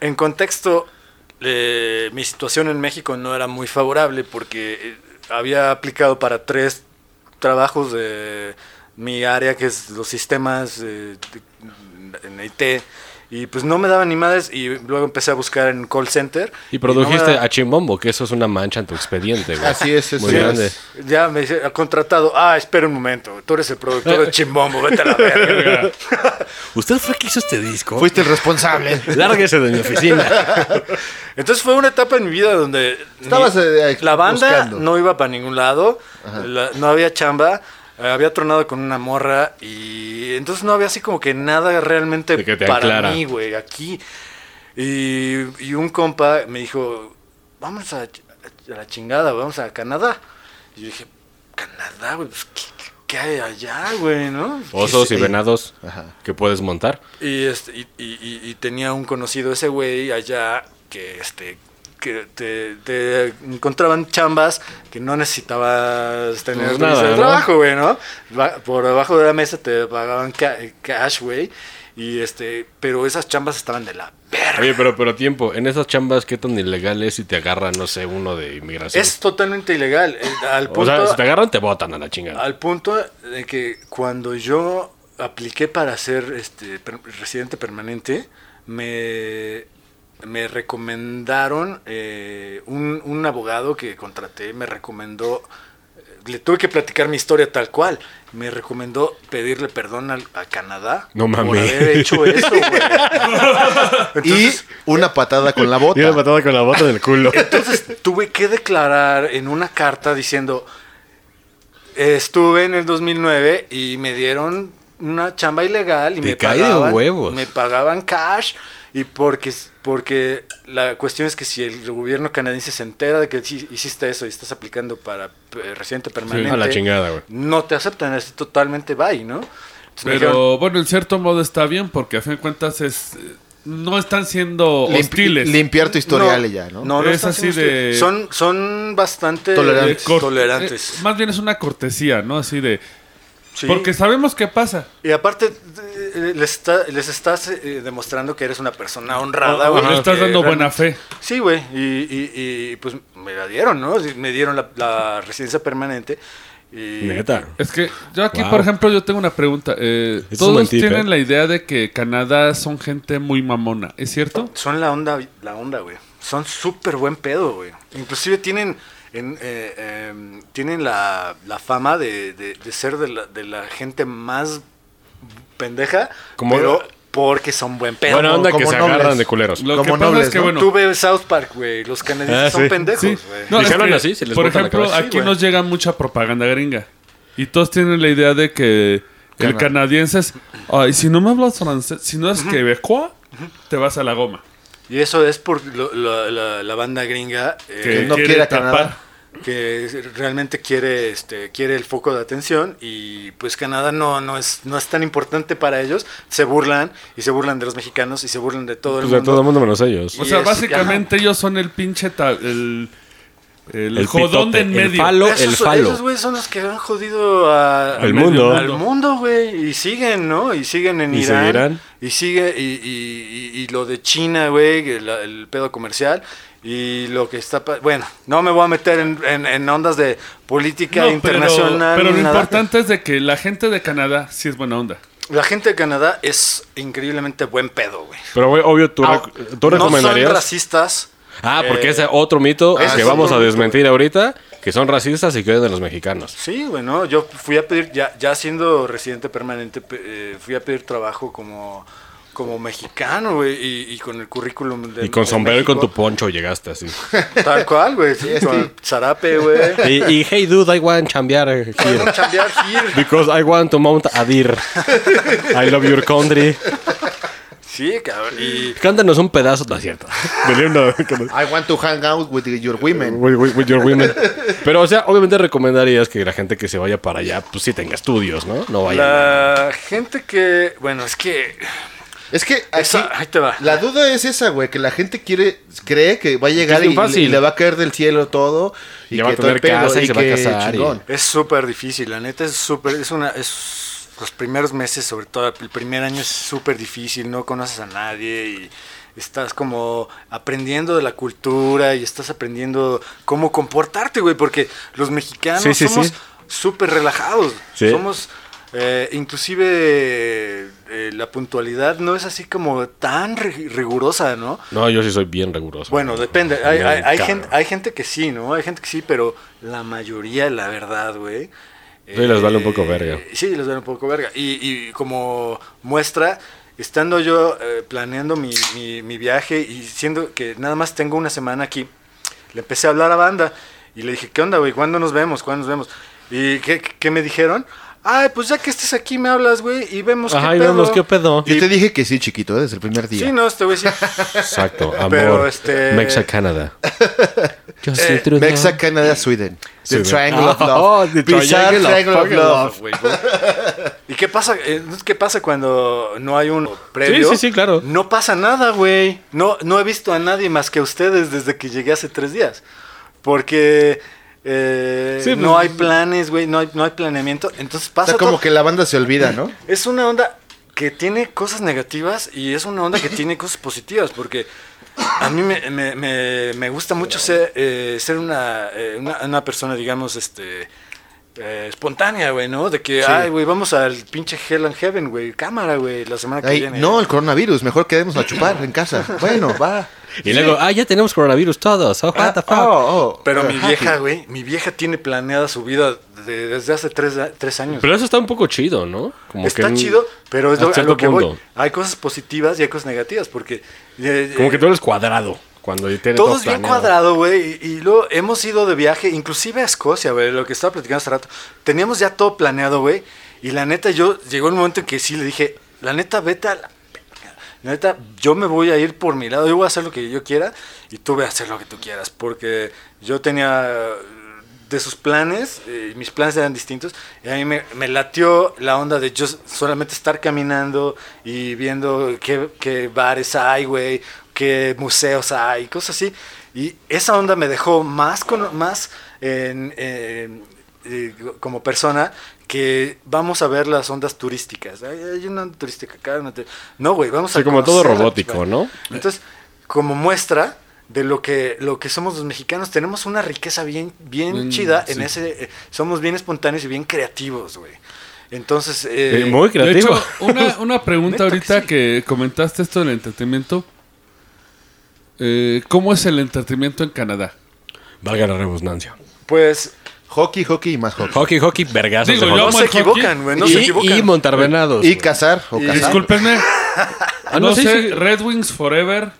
F: En contexto, eh, mi situación en México no era muy favorable porque eh, había aplicado para tres trabajos de mi área, que es los sistemas eh, de- en IT, y pues no me daban ni madres y luego empecé a buscar en call center.
D: Y produjiste
F: no me da-
D: a Chimbombo, que eso es una mancha en tu expediente, güey.
C: Así es, eso
D: Muy
C: es.
D: grande.
F: Ya me dice, ha contratado. Ah, espera un momento. Tú eres el productor de Chimbombo, vete a la verga.
D: ¿Usted fue que hizo este disco?
C: Fuiste el responsable.
D: Lárguese de mi oficina.
F: Entonces fue una etapa en mi vida donde ni-
C: Estabas, eh, eh,
F: la banda
C: buscando.
F: no iba para ningún lado, la- no había chamba, eh, había tronado con una morra y entonces no había así como que nada realmente
D: De que te
F: para
D: aclara.
F: mí, güey, aquí. Y, y un compa me dijo, vamos a, ch- a la chingada, vamos a Canadá. Y yo dije, Canadá, güey, pues, ¿qué, qué- qué hay allá, güey, no?
D: Osos y
C: Sí.
D: venados
C: Ajá.
D: que puedes montar.
F: Y, este, y, y- y- y tenía un conocido ese güey allá que este que te, te encontraban chambas que no necesitabas tener
D: Pues nada,
F: visa de
D: ¿no?
F: trabajo, güey, ¿no? Va- Por debajo de la mesa te pagaban ca- cash, güey. Y este, pero esas chambas estaban de la verga.
D: Oye, pero, pero tiempo, en esas chambas, ¿qué tan ilegal es si te agarra, no sé, uno de inmigración?
F: Es totalmente ilegal. eh, Al punto,
D: o sea, si te agarran, te botan a la chingada.
F: Al punto de que cuando yo apliqué para ser este per- residente permanente, me, me recomendaron eh, un, un abogado que contraté, me recomendó, eh, le tuve que platicar mi historia tal cual, me recomendó pedirle perdón al- a Canadá
D: No
F: por
D: mames.
F: haber hecho eso. güey. Entonces,
C: y una patada con la bota.
D: patada con la bota del culo.
F: entonces tuve que declarar en una carta diciendo, estuve en el 2009 y me dieron una chamba ilegal y
G: Te
F: me
G: cae de
F: pagaban,
G: huevos.
F: me pagaban cash y porque porque la cuestión es que si el gobierno canadiense se entera de que sí hiciste eso y estás aplicando para eh, residente permanente
D: a la chingada, güey.
F: no te aceptan es totalmente bye no Entonces me dijeron,
B: Pero bueno, en cierto modo está bien porque a fin de cuentas es eh, no están siendo
C: Limpi-
B: hostiles.
C: limpiar tu historial y ya, ¿no?
F: no,
B: Es
F: están
B: así
F: siendo
B: de-
F: hostiles. son son bastante
B: Eh,
C: Tolerantes.
B: cor-
F: tolerantes.
B: eh, más bien es una cortesía, ¿no? Así de
F: Sí.
B: porque sabemos qué pasa.
F: Y aparte, eh, les, está- les estás eh, demostrando que eres una persona honrada, güey.
B: Ah, Le estás
F: que
B: dando
F: realmente-
B: buena fe.
F: Sí, güey. Y, y- y, pues me la dieron, ¿no? Sí, Me dieron la, la residencia permanente. Y,
D: Neta.
B: Es que yo aquí,
D: Wow.
B: por ejemplo, yo tengo una pregunta. Eh,
D: Es un
B: todos
D: buen tip,
B: tienen
D: ¿eh?
B: la idea de que Canadá son gente muy mamona, ¿es cierto?
F: Son la onda, la onda, güey. Son súper buen pedo, güey. Inclusive tienen, en, eh, em, tienen la, la fama de, de- de ser de la, de la gente más pendeja,
D: Como-
F: pero porque son buen pedo.
D: Bueno, onda que
C: como
D: se
C: nobles.
D: agarran de culeros.
B: Lo
C: Como
B: que pasa
C: nobles,
B: es que
C: ¿no?
B: bueno,
F: Tú ves South Park, güey. Los canadienses
D: Ah,
F: son
D: sí.
F: pendejos,
B: Sí.
F: güey.
B: No,
D: ¿Y
B: es
D: se hablan
B: que,
D: así? ¿Se les
B: por
D: bota la
B: ejemplo,
D: cabeza?
F: Sí,
B: aquí
F: güey.
B: nos llega mucha propaganda gringa. Y todos tienen la idea de que el
C: Canadá.
B: canadiense es, ay, si no me hablas francés, si no es quebecois, te vas a la goma.
F: Y eso es por lo- la, la- la banda gringa eh,
B: Que
C: no
B: quiere
C: quiera
B: tapar.
C: Canadá.
F: que realmente quiere este quiere el foco de atención y pues Canadá no no es no es tan importante para ellos. Se burlan y se burlan de los mexicanos y se burlan de todo el
D: O sea,
F: mundo.
D: Pues todo el mundo menos ellos.
B: O
F: Y
B: sea,
F: es-
B: básicamente ellos son el pinche ta- el, el, jodón
D: pitote,
B: de en
D: el
B: medio.
D: falo,
F: Esos-
D: el falo.
F: Esos güey son los que han jodido a-
D: Al mundo.
F: Al mundo, güey. Y siguen, ¿no? Y siguen en
D: Y
F: Irán.
D: seguirán.
F: Y sigue, y, y- y- y lo de China, güey, que la- el, pedo comercial. Y lo que está... pa- Bueno, no me voy a meter en, en- en ondas de política
B: No, pero-
F: internacional.
B: Pero, lo
F: nada.
B: importante es de que la gente de Canadá sí es buena onda.
F: La gente de Canadá es increíblemente buen pedo, güey.
D: Pero, güey, obvio, tú,
F: Ah,
D: rec- tú
F: no son Eh,
D: recomendarías.
F: racistas.
D: Ah, porque ese otro mito
F: ah,
C: ese
D: que
C: es
D: vamos
C: otro
D: a
C: mito.
D: desmentir ahorita, que son racistas y que odian a los mexicanos.
F: Sí, bueno, yo fui a pedir, ya, ya siendo residente permanente, pe- eh, fui a pedir trabajo como, como mexicano, güey, y, y con el currículum de
D: y con
F: de
D: sombrero y con tu
F: México.
D: poncho llegaste así.
F: Tal cual, güey, sí, con zarape, güey.
G: Y, y, hey dude, I want chambear here.
F: Chambear here.
G: Because I want to mount a deer. I love your country.
F: Sí, cabrón, y...
G: Cántanos un pedazo, no es cierto.
D: Del himno. Con-
C: I want to hang out with your women.
D: with- with- with your women. Pero, o sea, obviamente recomendarías que la gente que se vaya para allá, pues sí tenga estudios, ¿no? No vaya.
F: La gente que, bueno, es que
C: Es que aquí,
F: Esa- ahí te va.
C: la duda es esa, güey, que la gente quiere, cree que va a llegar
D: es bien
C: y, le-
D: fácil.
C: y le va a caer del cielo todo. Y
D: Ya
C: que
D: va a
C: todo el
D: tener
C: pedo,
D: casa y se va a
C: que
D: casar y-
C: chingón.
F: es súper difícil, la neta es súper, es una, es los primeros meses, sobre todo el primer año es súper difícil, no conoces a nadie y estás como aprendiendo de la cultura y estás aprendiendo cómo comportarte, güey, porque los mexicanos
D: Sí, sí,
F: somos
D: sí.
F: súper relajados,
D: Sí.
F: somos... eh, inclusive eh, la puntualidad no es así como tan ri- rigurosa, ¿no?
D: No, yo sí soy bien riguroso.
F: Bueno, depende.
D: Me
F: Hay, hay- hay
D: encanta.
F: gente, hay gente que sí, ¿no? Hay gente que sí, pero la mayoría, la verdad, güey. eh,
D: Sí, les vale un poco verga.
F: Sí, les vale un poco verga. Y, y como muestra, estando yo eh, planeando mi, mi- mi viaje y siendo que nada más tengo una semana aquí, le empecé a hablar a banda y le dije, ¿qué onda, güey? ¿Cuándo nos vemos? ¿Cuándo nos vemos? ¿Y qué, qué me dijeron? Ay, pues ya que estés aquí me hablas, güey, y vemos
G: Ajá,
F: qué
G: y
F: pedo.
G: vemos qué pedo.
C: Yo te dije que sí, chiquito, ¿eh? desde el primer día.
F: Sí, no, este güey sí.
D: Exacto, amor.
F: Pero, este-
D: Mexa Canadá.
G: Yo soy trudeau.
C: Mexa, Canadá, Sweden. The
D: Sweden.
C: Triangle of Love.
G: Oh, the
C: Bizarre Triangle of Love.
F: ¿Y qué pasa? eh, ¿Qué pasa cuando no hay un previo?
G: Sí, sí, sí, claro.
F: No pasa nada, güey. No, no he visto a nadie más que a ustedes desde que llegué hace tres días. Porque eh,
G: Sí, pues,
F: no hay planes, güey. No hay, no hay planeamiento. Entonces
C: O
F: pasa
C: sea, como
F: todo.
C: que la banda se olvida, ¿no?
F: Es una onda que tiene cosas negativas y es una onda que tiene cosas positivas. Porque a mí me, me- me- me gusta mucho ser, eh, ser una, eh, una, una persona, digamos, este... eh, espontánea, güey, ¿no? De que, ay, güey, vamos al pinche Hell and Heaven, güey, cámara, güey, la semana que
C: Ahí,
F: viene.
C: no, el coronavirus. Mejor quedemos a chupar en casa. Bueno, va.
G: Y luego, ah, ya tenemos coronavirus todos. Oh,
F: Ah,
G: what the fuck.
C: Ah, Oh, oh.
F: Pero mi
C: Ajá.
F: vieja, güey, mi vieja tiene planeada su vida de- desde hace tres, tres años.
D: Pero eso está un poco chido, ¿no? Como
F: Está
D: que-
F: chido, pero es
D: a
F: lo, a
D: cierto
F: lo que voy.
D: punto.
F: Hay cosas positivas y hay cosas negativas, porque... eh,
D: Como que
F: eh,
D: tú eres cuadrado. Cuando tienes
F: Todo es bien
D: planeado.
F: cuadrado, güey. Y, y luego hemos ido de viaje, inclusive a Escocia, güey, lo que estaba platicando hace rato. Teníamos ya todo planeado, güey. Y la neta, yo llegó el momento en que sí le dije, la neta, vete a la verga. La neta, yo me voy a ir por mi lado, yo voy a hacer lo que yo quiera y tú ve a hacer lo que tú quieras. Porque yo tenía eh, de sus planes, eh, mis planes eran distintos, y a mí me, me latió la onda de yo solamente estar caminando y viendo qué, qué bares hay, güey, qué museos hay, cosas así. Y esa onda me dejó más, con, más en- en- eh, como persona que vamos a ver las ondas turísticas. Hay, hay una onda turística acá. una tu- No, güey, vamos
D: Sí,
F: a
D: como todo
F: conocerla,
D: robótico,
F: güey.
D: ¿no?
F: Entonces, como muestra de lo que, lo que somos los mexicanos, tenemos una riqueza bien, bien
B: Mm,
F: chida en
B: sí.
F: ese... eh, somos bien espontáneos y bien creativos, güey. Entonces...
D: Eh,
F: eh,
D: muy
B: De
D: creativo.
B: hecho, una, una pregunta
F: Neta que
B: ahorita
F: sí.
B: que comentaste esto del entretenimiento. Eh, ¿Cómo es el entretenimiento en Canadá?
D: Valga la redundancia.
F: pues...
C: Hockey, hockey y más hockey.
G: Hockey, hockey, vergazos.
B: Digo,
G: de
B: yo
G: hockey.
F: No
B: amo
F: se
B: el hockey.
F: equivocan, güey, no
G: y,
F: se equivocan.
G: y montar venados.
C: Y
G: güey.
C: cazar o cazar.
B: Discúlpenme.
G: Ah,
B: no,
G: no, sí,
B: sé,
G: sí.
B: Red Wings Forever.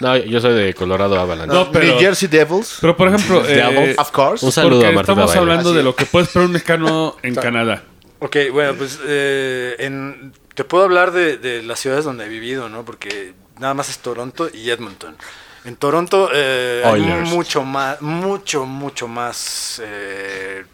D: No, yo soy de Colorado Avalanche.
B: No, pero,
C: New Jersey Devils.
B: pero por ejemplo, eh,
C: Of course.
G: Un saludo
B: porque
G: a Marta
B: estamos
G: Baile.
D: Ah,
B: hablando
C: Así
B: de
C: es.
B: lo que puede esperar un mexicano en Canadá.
F: Ok, bueno, pues eh, en- te puedo hablar de, de las ciudades donde he vivido, ¿no? Porque nada más es Toronto y Edmonton. En Toronto eh, hay
D: Oilers.
F: mucho más, mucho, mucho más eh,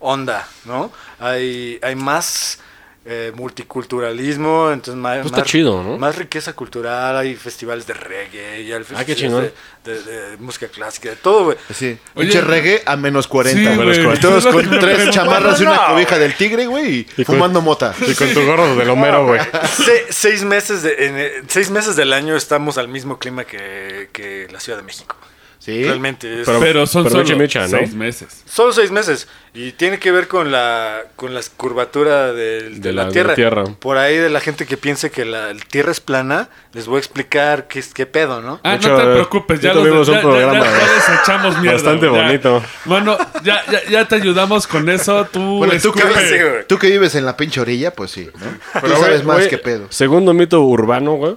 F: onda, ¿no? Hay, hay más eh, multiculturalismo, entonces ma- más,
D: Pues está chido, ¿no? Ah,
F: más riqueza cultural, hay festivales de reggae, y hay festivales
D: qué chingón.
F: De, de- de música clásica, de todo, güey.
C: Sí.
B: Oye,
C: Pinche reggae a menos 40.
B: sí,
C: güey.
B: güey.
C: Y todos
B: Es
C: con
B: lo que me
C: tres chamarras y una
F: preocupa.
C: cobija del tigre, güey. Y
D: Y con-
C: fumando mota.
D: Y con tu gorro del Homero, güey.
F: Se- seis, meses de, en, eh, seis meses del año estamos al mismo clima que, que la Ciudad de México.
C: Sí.
F: Realmente. es-
D: Pero-
B: Pero son
D: pero
B: solo
D: Meche Mecha, ¿no?
B: seis meses.
F: Solo seis meses. Y tiene que ver con la, con la curvatura del- de,
D: De la-
F: la,
D: de la
F: tierra.
D: Tierra.
F: Por ahí de la gente que piense que la tierra es plana, les voy a explicar qué, es- qué pedo, ¿no?
B: Ah,
G: hecho,
B: no te
G: eh,
B: preocupes,
G: ya
B: ya los-
G: tuvimos un
B: ya- ya-
G: programa
B: ya- ya les echamos mierda.
G: bastante
B: güey, ya.
G: bonito.
B: Mano, ya, ya, ya te ayudamos con eso. Tú,
C: Bueno, tú que,
B: escupe.
F: Sí,
C: vives,
F: güey.
C: tú que vives en la pinche orilla, pues sí. ¿no?
D: Pero,
C: tú
D: güey,
C: sabes más
D: güey,
C: que pedo.
D: Segundo mito urbano, güey.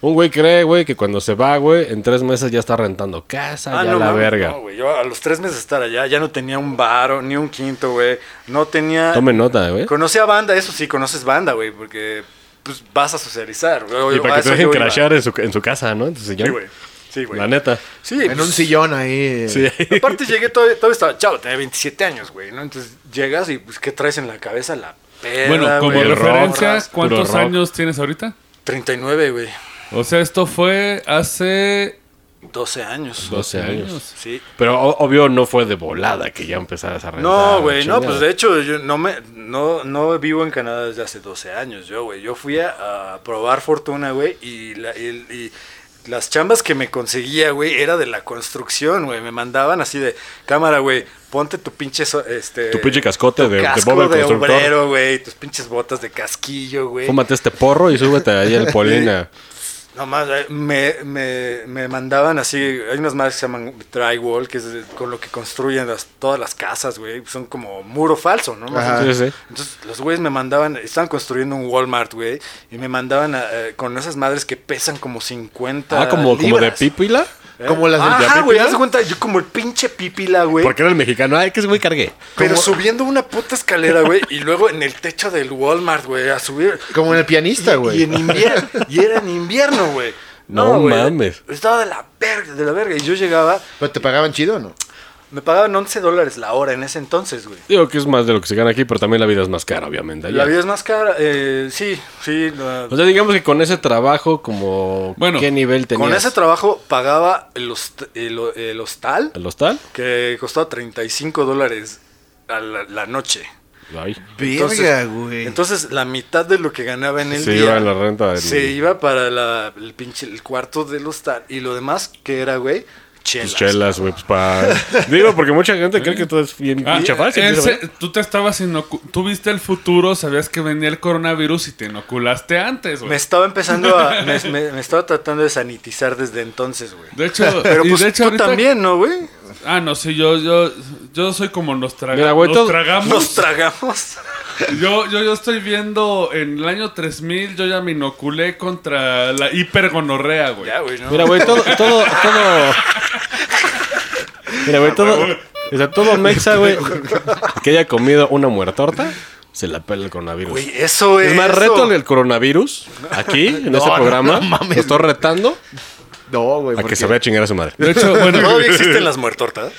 D: Un güey cree, güey, que cuando se va, güey, en tres meses ya está rentando casa,
F: Ah,
D: ya
F: no,
D: la
F: mames,
D: verga.
F: no, güey. Yo a los tres meses de estar allá ya no tenía un bar ni un quinto, güey. No tenía.
D: Tome nota, ¿eh? güey.
F: Conocí a banda, eso sí, conoces banda, güey, porque pues, vas a socializar. güey.
D: Y para
F: A
D: que te
F: eso
D: dejen
F: yo iba.
D: crashear en su, en su casa, ¿no? Entonces, ya.
F: Sí, güey. Sí, güey.
D: ¿Eh? la neta.
F: Sí,
C: En un
F: pues,
C: sillón ahí.
D: Sí.
F: Aparte llegué, todavía, todavía estaba chavo, tenía 27 años, güey, ¿no? Entonces llegas y pues, ¿qué traes en la cabeza? La peda,
B: Bueno, como
F: güey,
D: el rock,
B: referencia,
F: morras.
D: puro
B: ¿cuántos
D: rock.
B: años tienes ahorita?
F: 39, güey,
B: O sea, esto fue hace
F: 12 años.
D: 12 años.
F: Sí.
D: Pero o- obvio no fue de volada que ya empezaras a rentar.
F: No, güey, no,
D: chingada.
F: pues de hecho yo no me no, no vivo en Canadá desde hace 12 años, yo, güey. Yo fui a, a probar fortuna, güey, y, la- y- y las chambas que me conseguía, güey, era de la construcción, güey. Me mandaban así de cámara, güey, ponte tu pinche so- este
D: Tu pinche cascote
F: tu
D: de- de
F: casco
D: Bob el
F: de
D: constructor.
F: obrero, güey, tus pinches botas de casquillo, güey.
D: Fúmate este porro y súbete ahí al Polina.
F: Nomás eh, me, me, me mandaban así, hay unas madres que se llaman drywall, que es de- con lo que construyen las, todas las casas, güey. Son como muro falso, ¿no? Más
C: Ajá.
F: o menos.
D: Sí, sí.
F: Entonces los güeyes me mandaban, estaban construyendo un Walmart, güey, y me mandaban a- eh, con esas madres que pesan como 50
D: Ah, como, como de
F: libras,
D: pipila.
F: ¿eh?
C: Como las del
F: Ajá,
C: Yapipila.
F: güey, haz de cuenta, yo como el pinche pipila, güey.
D: Porque era el mexicano. Ay, que es muy cargué.
F: Pero subiendo una puta escalera, güey, y luego en el techo del Walmart, güey, a subir.
C: Como en el pianista, güey.
F: Y, en invierno, y era en invierno, güey.
D: No
F: güey,
D: mames.
F: Estaba de la verga, de la verga. Y yo llegaba,
C: ¿Pero te pagaban chido o no?
F: me pagaban 11 dólares la hora en ese entonces, güey.
D: Digo que es más de lo que se gana aquí, pero también la vida es más cara, obviamente. allá.
F: La vida es más cara. eh, sí, sí. la-
D: O sea, digamos que con ese trabajo, como.
B: Bueno,
D: ¿Qué nivel tenías?
F: con ese trabajo pagaba el, host- el, el hostal,
D: ¿El hostal?
F: que costaba 35 dólares a la, la noche.
D: Ay.
F: Entonces, la mitad de lo que ganaba en el
D: Se
F: día.
D: iba a la renta. del-
F: Se iba para la- el pinche el cuarto del hostal. Y lo demás, que era, güey? Chelas.
D: Pues chelas, güey, pues para... Digo, porque mucha gente cree que todo es bien
B: Ah,
D: pinche fácil.
B: él
D: pero
B: se-
D: bueno.
B: tú te estabas inocu- tú viste el futuro, sabías que venía el coronavirus y te inoculaste antes, güey.
F: Me estaba empezando a. Me, me- me estaba tratando de sanitizar desde entonces, güey.
B: De hecho,
F: Pero
B: y
F: pues
B: de hecho
F: tú
B: ahorita-
F: también, ¿no, güey?
B: Ah, no, sí, yo yo yo soy como nos, traga-
D: Mira, güey,
B: nos
D: todo-
B: tragamos.
F: Nos tragamos.
B: Yo, yo, yo estoy viendo en el año 3000, yo ya me inoculé contra la hipergonorrea, güey.
F: Ya, güey, ¿no?
D: Mira, güey, todo, todo, todo... Mira, güey, todo... O sea, todo mexa, güey, que haya comido una muertorta, se la pela el coronavirus.
F: Güey, eso es.
D: es más,
F: eso.
D: reto el coronavirus aquí, en este
C: no,
D: programa.
C: no mames.
D: lo estoy retando
C: No, güey.
D: a
C: porque-
D: que se vaya a chingar a su madre.
B: De hecho, bueno,
F: Todavía existen las muertortas.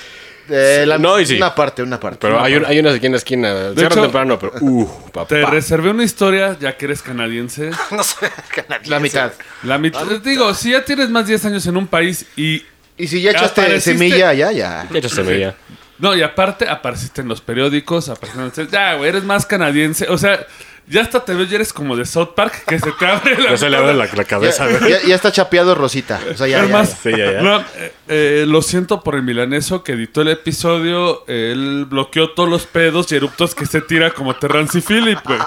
C: Eh, la-
D: No, y sí.
C: Una parte, una parte.
D: Pero
C: Una
D: hay, un- hay unas aquí en la esquina. Cierran
B: hecho,
D: temprano, pero... Uh, papá.
B: te reservé una historia, ya que eres canadiense.
F: No sé,
C: parte.
F: canadiense.
C: La mitad.
B: La mitad, digo, si ya tienes más de 10 años en un país y...
C: Y si ya echaste
B: Apareciste-
C: semilla, ya, ya.
D: Ya se veía.
B: No, y aparte apareciste en los periódicos, apareciste en... Ya, güey, eres más canadiense. O sea, ya hasta te veo y eres como de South Park, que se te abre la...
D: Ya se le abre la, la
C: Ya,
D: cabeza, güey.
C: ya- ya está chapeado Rosita. O sea, ya, ya,
B: Es más,
C: ya.
D: Sí, ya, ya.
B: no, eh, eh, lo siento por el milaneso que editó el episodio. Él bloqueó todos los pedos y eruptos que se tira como Terrance Philip, güey.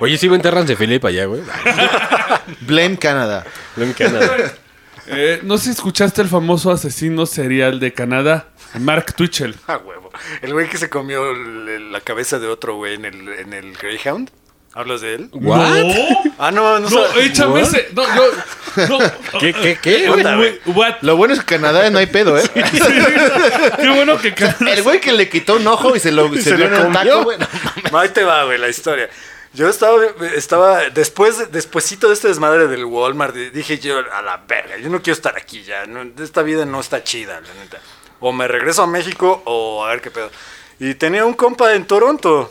D: Oye, sí enterran de Felipe allá, güey.
C: Blame Canadá.
D: No me queda nada.
B: Eh, no sé si escuchaste el famoso asesino serial de Canadá, Mark Twitchell.
F: Ah, huevo. El güey que se comió el- el- la cabeza de otro güey en el, en el Greyhound. ¿Hablas de él?
D: ¿What?
F: Ah, no,
B: No,
F: no, sabes.
B: échame ese. No, yo. No. Eh,
D: ¿Qué, qué, qué? güey?
F: Puta,
B: Güey, what?
C: Lo bueno es que Canadá no hay pedo, ¿eh?
B: Qué bueno que Canadá.
C: El güey que le quitó un ojo y se lo, se
D: se
C: vio
D: lo
C: en un
D: comió.
C: taco, güey. no mames.
F: Ahí te va, güey, la historia. Yo estaba, estaba después, despuésito de este desmadre del Walmart, di- dije yo, a la verga, yo no quiero estar aquí ya, no, esta vida no está chida, la neta. O me regreso a México o a ver qué pedo. Y tenía un compa en Toronto,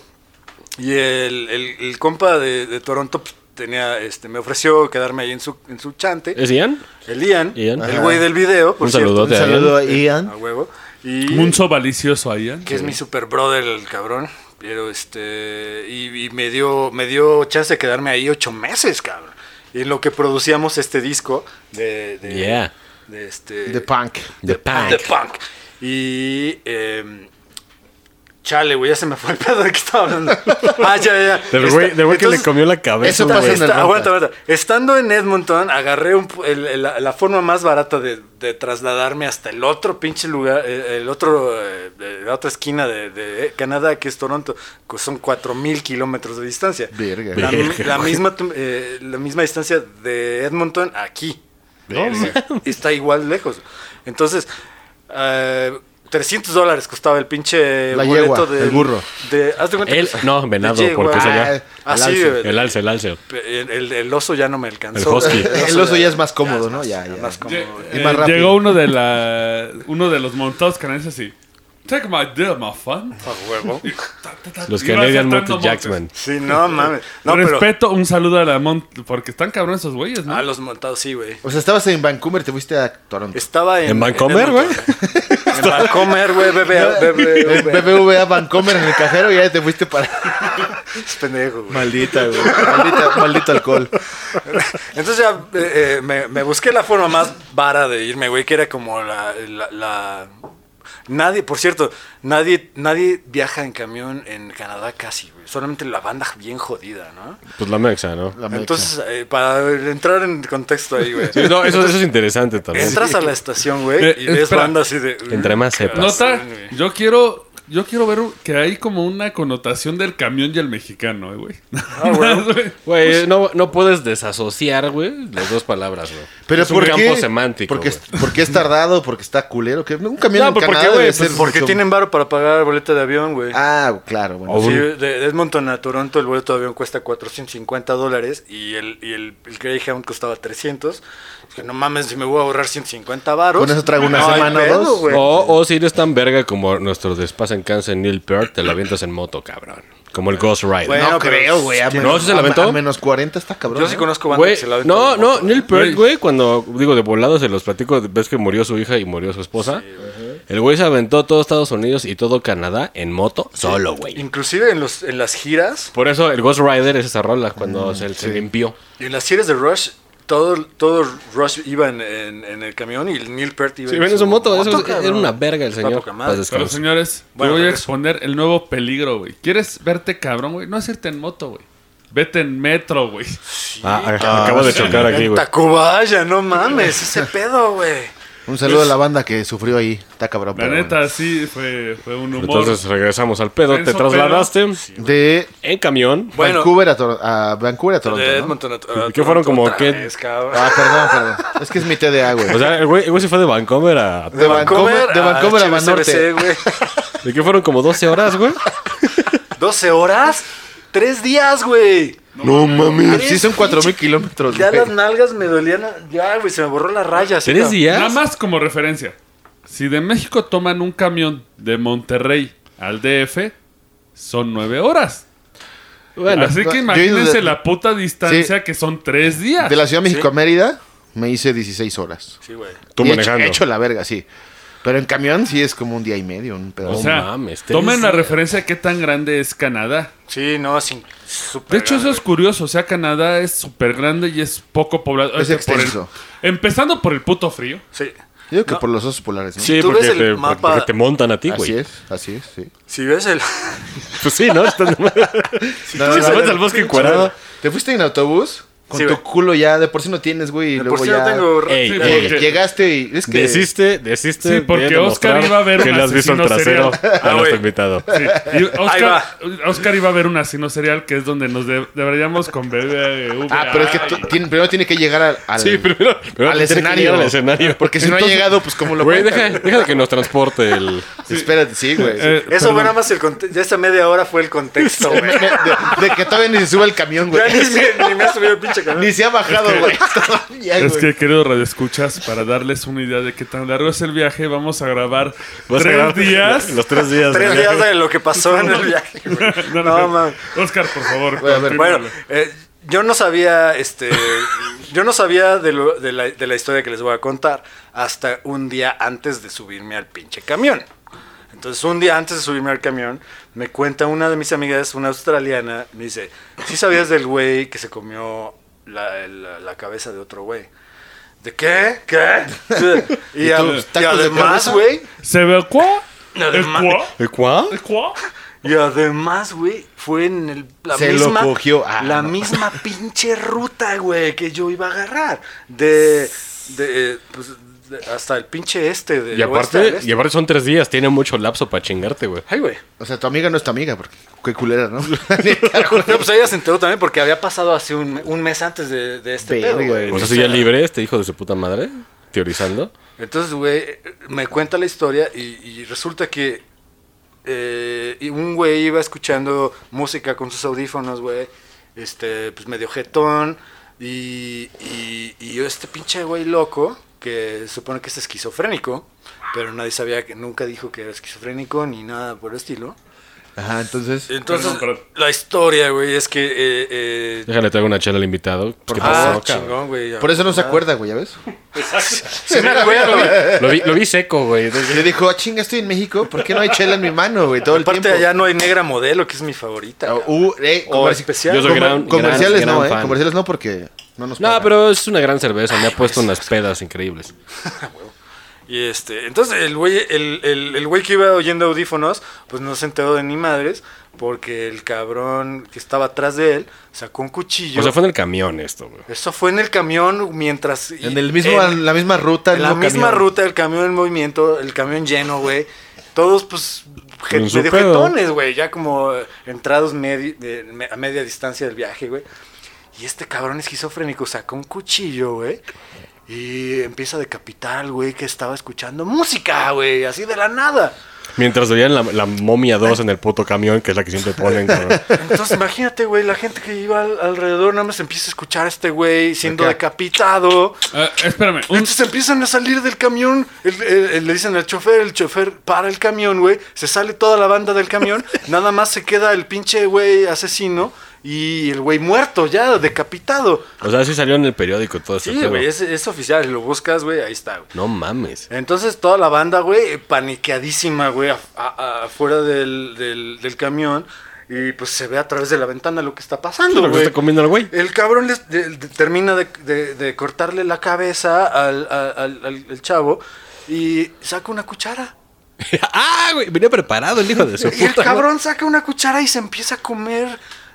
F: y el, el- el compa de, de Toronto pues, tenía, este, me ofreció quedarme ahí en su, en su chante,
D: ¿Es Ian?
F: el Ian,
D: Ian.
F: el güey del video, por
D: Un
F: cierto.
D: saludote
C: Un saludo a Ian.
F: A huevo. Y,
B: Munzo malicioso ahí, ¿eh?
F: que es mi super brother el cabrón. Pero este. Y, y me dio. Me dio chance de quedarme ahí ocho meses, cabrón. Y en lo que producíamos este disco de. de
D: Yeah.
F: de este
C: The Punk.
D: The Punk.
F: The Punk. Y eh, chale, güey, ya se me fue el pedo de que estaba hablando. ah, ya, ya, ya.
G: Del güey del güey que le
F: Entonces,
G: comió la cabeza.
C: eso
F: Esta-
C: pasa en
G: güey.
C: el
F: esta-
C: Bronco.
F: aguanta, aguanta. Estando en Edmonton, agarré un pu- el- el- la, la forma más barata de, de trasladarme hasta el otro pinche lugar, eh, el, otro, eh, de- la otra esquina de, de eh, Canadá, que es Toronto, que son 4000 kilómetros de distancia.
C: Verga.
F: La, mi-
D: Verga,
F: la
D: güey.
F: misma, tu- eh, la misma distancia de Edmonton a aquí. Está igual lejos. Entonces, eh, 300 dólares costaba el pinche
C: La
F: boleto
C: yegua,
F: del-
C: el burro.
F: de- haz de cuenta
D: El-
F: que-
D: no,
F: de
D: venado,
F: yegua.
D: porque eso ya-
F: Ah, Así,
C: el alce.
F: de-
D: El alce, el alce.
F: el, el- el oso ya no me alcanzó.
D: El husky.
C: El oso ya es más cómodo, ¿no? Ya, ya.
F: más cómodo.
B: Eh,
C: Y más rápido.
B: llegó uno de la uno de los montados canadienses y Take my deal, my fan.
F: A huevo.
D: Los
B: Iba
D: Canadian
B: saltando
D: Mountain Jacksman.
F: Sí, no mames. No, pero
B: Respeto, un saludo a la Mont... Porque están cabrones esos güeyes, ¿no?
F: a los montados sí, güey.
C: O sea, estabas en Vancouver, te fuiste a Toronto.
F: Estaba en
D: ¿En Vancomer,
F: en-
D: güey?
F: En Vancomer, güey, bebé,
C: El
F: bebé,
C: BBVA Vancouver en el cajero y ya te fuiste para...
F: pendejo, güey.
C: Maldita, güey. Maldita- maldito alcohol.
F: Entonces ya eh, eh, me, me busqué la forma más vara de irme, güey, que era como la, la- la- Nadie, por cierto, nadie, nadie viaja en camión en Canadá casi, güey. Solamente la banda bien jodida, ¿no?
D: Pues la mexa, ¿no?
C: La mexa.
F: Entonces, eh, para entrar en contexto ahí, güey.
D: Sí, no, eso, eso es interesante también.
F: Entras a la estación, güey,
B: Eh,
F: y ves
B: espera.
F: banda así de...
D: Entre más sepas.
B: Nota,
F: Sí, güey.
B: yo quiero, yo quiero ver un- que hay como una connotación del camión y el mexicano, eh, güey.
F: Ah, bueno.
B: Güey.
D: Güey, no, no puedes desasociar, güey, las dos palabras, güey.
C: Pero
D: es
C: ¿por
D: un campo
C: qué?
D: semántico.
C: Porque,
D: güey.
C: es, porque es tardado, porque está culero. Que un camión
D: No,
C: en
D: pues,
C: Canadá
D: porque, güey,
C: debe
D: pues,
C: ser
F: Porque
C: mucho-
F: tienen varo para pagar boleta de avión, güey.
C: Ah, claro, bueno.
F: Sí, de de Edmonton a Toronto el boleto de avión cuesta 450 dólares y el, y el, el Greyhound costaba 300. Dije, no mames, si me voy a ahorrar 150 varos.
C: Con eso traigo una
F: No hay
C: semana o
F: pedo,
C: dos.
F: güey.
D: O, o si eres tan verga como nuestro despasencanse Neil Peart, te la avientas en moto, cabrón. Como el Ghost Rider.
F: Güey,
C: No
F: Bueno, pero-
C: creo, güey. a
D: ¿No?
C: menos-
D: ¿Sí se la aventó?
C: a- A menos 40 está cabrón.
F: Yo sí
C: ¿eh?
F: conozco bandas
D: Güey,
F: que se la aventan
D: no,
F: en
D: no,
F: moto,
D: Neil Peart,
B: Güey.
D: güey, cuando digo de volado se los platico, ves que murió su hija y murió su esposa. el güey se aventó todo Estados Unidos y todo Canadá en moto solo,
F: güey.
D: güey.
F: Inclusive en, los, en las giras,
D: Por eso el Ghost Rider es esa rola cuando se, se limpió.
F: en las giras de Rush, todo, todo Rush iba en, en- en el camión y el Neil Peart iba
D: Sí, ven en su moto, eso es-
F: cabrón.
D: era una verga el
F: Está
D: señor.
F: poca madre.
D: Paz
B: Pero
D: descanse.
B: señores, te
F: Bueno,
B: voy a
F: regreso.
B: exponer el nuevo peligro, güey. ¿Quieres verte cabrón, güey? No es irte en moto, güey. Vete en metro, güey.
G: Ah, ah, acabo de chocar aquí,
F: En
G: güey.
F: Tacubaya, no mames, ese pedo, güey.
C: Un saludo a la banda que sufrió ahí. Está cabrón.
B: La
C: pero
B: neta, sí, fue, fue un humor.
D: Entonces regresamos al pedo, te
B: Tenso
D: trasladaste
C: bueno. De
D: en camión.
F: Bueno.
C: Vancouver a, Tor- a Vancouver a Toronto.
F: De
C: ¿no?
F: Edmonton a- a
D: ¿Qué fueron
F: Toronto
D: como
F: otra
D: qué?
F: vez, cabrón.
C: Ah, perdón, perdón. Es que es mi TDA, güey.
D: O sea, el güey, el güey se fue de Vancouver a...
C: de Vancouver, de
F: ah,
C: Vancouver a
F: HBCBC,
C: Banorte.
F: güey.
D: ¿De qué fueron como 12 horas, güey?
F: 12 horas, 3 días, güey.
D: No mami.
C: Sí, son 4000 kilómetros.
F: Ya
C: güey.
F: las nalgas me dolían. a- Ya, güey, se me borró la raya. así,
D: ¿Tres
F: cabrón.
B: Nada
D: días?
B: más como referencia. Si de México toman un camión de Monterrey al DF, son nueve horas.
D: Bueno,
B: Así
C: no,
B: que
C: yo he ido
B: imagínense
C: de-
B: la puta distancia que son tres días.
C: De la Ciudad de México a Mérida me hice 16 horas.
F: Sí, güey.
D: tú
C: Y he hecho-
D: manejando.
C: He hecho la verga, sí. Pero en camión sí es como un día y medio, un pedazo.
B: O
D: No
B: sea,
D: mames, tres
B: tomen la
D: días.
B: referencia de qué tan grande es Canadá.
F: Sí, no, sin. súper
B: De hecho, eso
F: grande,
B: es curioso. O sea, Canadá es súper grande y es poco poblado.
C: Es
B: O sea, por el-
C: extenso.
B: empezando por el puto frío.
F: güey. Sí.
C: Yo digo que
F: No.
C: por los osos polares, ¿no?
D: Sí,
F: tú
D: porque,
F: ves el
D: te,
F: mapa-
D: porque te montan a ti,
C: Así
D: güey.
C: es, así es, sí.
F: Si ves el.
D: Pues sí, ¿no? Estás-
C: No,
D: Si
C: no,
D: se
C: no,
D: mete
C: no.
D: al bosque encuadrado.
C: ¿Te fuiste en autobús? Con
F: Sí,
C: tu
F: güey.
C: culo ya, de por sí no tienes, güey. Y
F: de
C: luego
F: por si
C: ya.
F: no tengo.
D: Ey,
B: Sí,
D: ey,
B: porque-
C: Eh, Llegaste y. Es que.
D: desiste, desiste.
B: Sí,
D: de
B: porque
D: demostrar
B: Oscar iba a ver
D: Que
B: un
D: le has visto el
B: asesino
D: trasero
B: serial.
F: Ah,
D: a
F: güey.
D: nuestro invitado.
B: Y Oscar,
F: va.
B: Oscar iba a ver un asino serial que es donde nos de- deberíamos con BBV.
C: Ah, pero es que tú- tiene- primero tiene que llegar al, al-
D: Sí, primero, primero
C: al
D: tiene que
C: escenario.
D: llegar al escenario.
C: Porque si no ha
D: Entonces,
C: llegado, pues como lo
D: Güey,
C: cuentan?
D: deja, deja de que nos transporte el.
C: Espérate, sí, güey.
B: Eh,
F: Eso fue nada más el contexto. Ya esa media hora fue el contexto, güey.
C: Me- de, de que todavía ni se sube el camión, güey.
F: Ya ni, me- ni me ha subido el pinche canal.
C: Ni se ha bajado, güey. Todavía,
B: Es
C: güey.
B: que, querido radioescuchas, para darles una idea de qué tan largo es el viaje, vamos a grabar
D: Vas a
B: tres
D: llegar-
B: días.
D: Los tres días.
F: Tres
D: güey.
F: días de lo que pasó en el viaje, güey.
B: No,
F: No,
B: no,
F: man.
B: Oscar, por favor.
C: Güey, a ver.
B: continúalo.
F: Bueno, eh, yo no sabía, este, yo no sabía de, lo- de la, de la historia que les voy a contar hasta un día antes de subirme al pinche camión. Entonces, un día antes de subirme al camión, me cuenta una de mis amigas, una australiana, me dice, ¿sí sabías del güey que se comió la, la- la cabeza de otro güey? ¿De qué? ¿Qué? y,
C: ¿Y
F: ad-
C: tus
F: y
C: tacos de
F: además,
C: cabeza?
F: güey.
B: ¿Se ve cuá? ¿El
F: Además-
B: cuá?
G: ¿Eh, cuá?
B: ¿El cuá?
F: Y además, güey, fue en el, la
C: Se lo
F: misma.
C: cogió. Ah,
F: la
C: no.
F: misma pinche ruta, güey, que yo iba a agarrar. De. de, eh, pues, de- hasta el pinche este. del
D: Y
F: oeste
D: aparte,
F: al este.
D: y aparte son tres días, tiene mucho lapso para chingarte, güey.
F: Ay, güey.
C: O sea, tu amiga no es tu amiga, porque qué culera, ¿no? La neta, güey.
F: No, pues ella se enteró también porque había pasado hace un, un mes antes de, de este
C: Verga,
F: pedo, güey.
C: güey.
D: O sea, si ya libre este hijo de su puta madre, teorizando.
F: Entonces, güey, me cuenta la historia y, y resulta que eh, y un güey iba escuchando música con sus audífonos, güey, este, pues medio jetón, y, y, y yo, este pinche güey loco, que se supone que es esquizofrénico, pero nadie sabía que nunca dijo que era esquizofrénico ni nada por el estilo.
C: Ajá, entonces.
F: Entonces,
B: Perdón, perdón.
F: la historia, güey, es que... eh, eh,
D: Déjale, traigo una chela al invitado. Pues, ¿Qué
F: ah,
D: pasó, cabrón?
F: chingón, güey.
C: Por eso no se acuerda, güey, ¿ya ves?
F: Sí me acuerdo, güey.
D: Lo vi, lo vi seco, güey.
C: Le dijo, ah, chinga, estoy en México, ¿por qué no hay chela en mi mano, güey? Todo el
F: Aparte,
C: tiempo.
F: allá no hay negra modelo, que es mi favorita.
C: Ah, uh, eh,
F: o
C: comerci-
F: especial.
D: Yo soy
C: comer-
D: gran-
C: comerciales
D: gran-
C: no,
D: gran
C: eh.
D: fan.
C: Comerciales no, porque no nos
D: No,
C: pagan.
D: pero es una gran cerveza. Me ha puesto unas pedas increíbles.
F: Y este, entonces el güey, el, el, el güey que iba oyendo audífonos, pues no se enteró de ni madres, porque el cabrón que estaba atrás de él sacó un cuchillo.
D: O sea, fue en el camión esto, güey.
F: Eso fue en el camión mientras. y-
C: En el mismo,
F: en-
C: la misma ruta. el
F: en la
C: mismo
F: misma
C: camión.
F: ruta, el camión en movimiento, el camión lleno, güey. Todos, pues, je-
D: En su
F: medio
D: pedo.
F: jetones, güey. Ya como eh, entrados medi- de- me- a media distancia del viaje, güey. Y este cabrón esquizofrénico sacó un cuchillo, güey. Y empieza a decapitar al güey que estaba escuchando música, güey. Así de la nada.
D: Mientras veían la, la momia 2 en el puto camión, que es la que siempre ponen, cabrón.
F: Entonces, imagínate, güey, la gente que iba al- alrededor nada más empieza a escuchar a este güey siendo
C: Acá.
F: decapitado.
B: Ah, espérame. un-
F: Entonces empiezan a salir del camión, el- el- el- le dicen al chofer, el chofer para el camión, güey, se sale toda la banda del camión, nada más se queda el pinche güey asesino y el güey muerto ya, decapitado.
D: O sea, sí salió en el periódico todo ese
F: Sí,
D: pedo.
F: güey, es, es oficial, lo buscas, güey, ahí está, güey.
D: No mames.
F: Entonces toda la banda, güey, paniqueadísima, güey, af- a- a- afuera del, del- del camión y pues se ve a través de la ventana lo que está pasando,
D: Lo que
F: güey.
D: está comiendo el güey.
F: El cabrón les- de- de- termina de, de- de cortarle la cabeza al, al- al- al- al chavo y saca una cuchara.
D: ah, güey, venía preparado el hijo de su
F: Y el
D: puta. madre.
F: cabrón saca una cuchara y se empieza a comer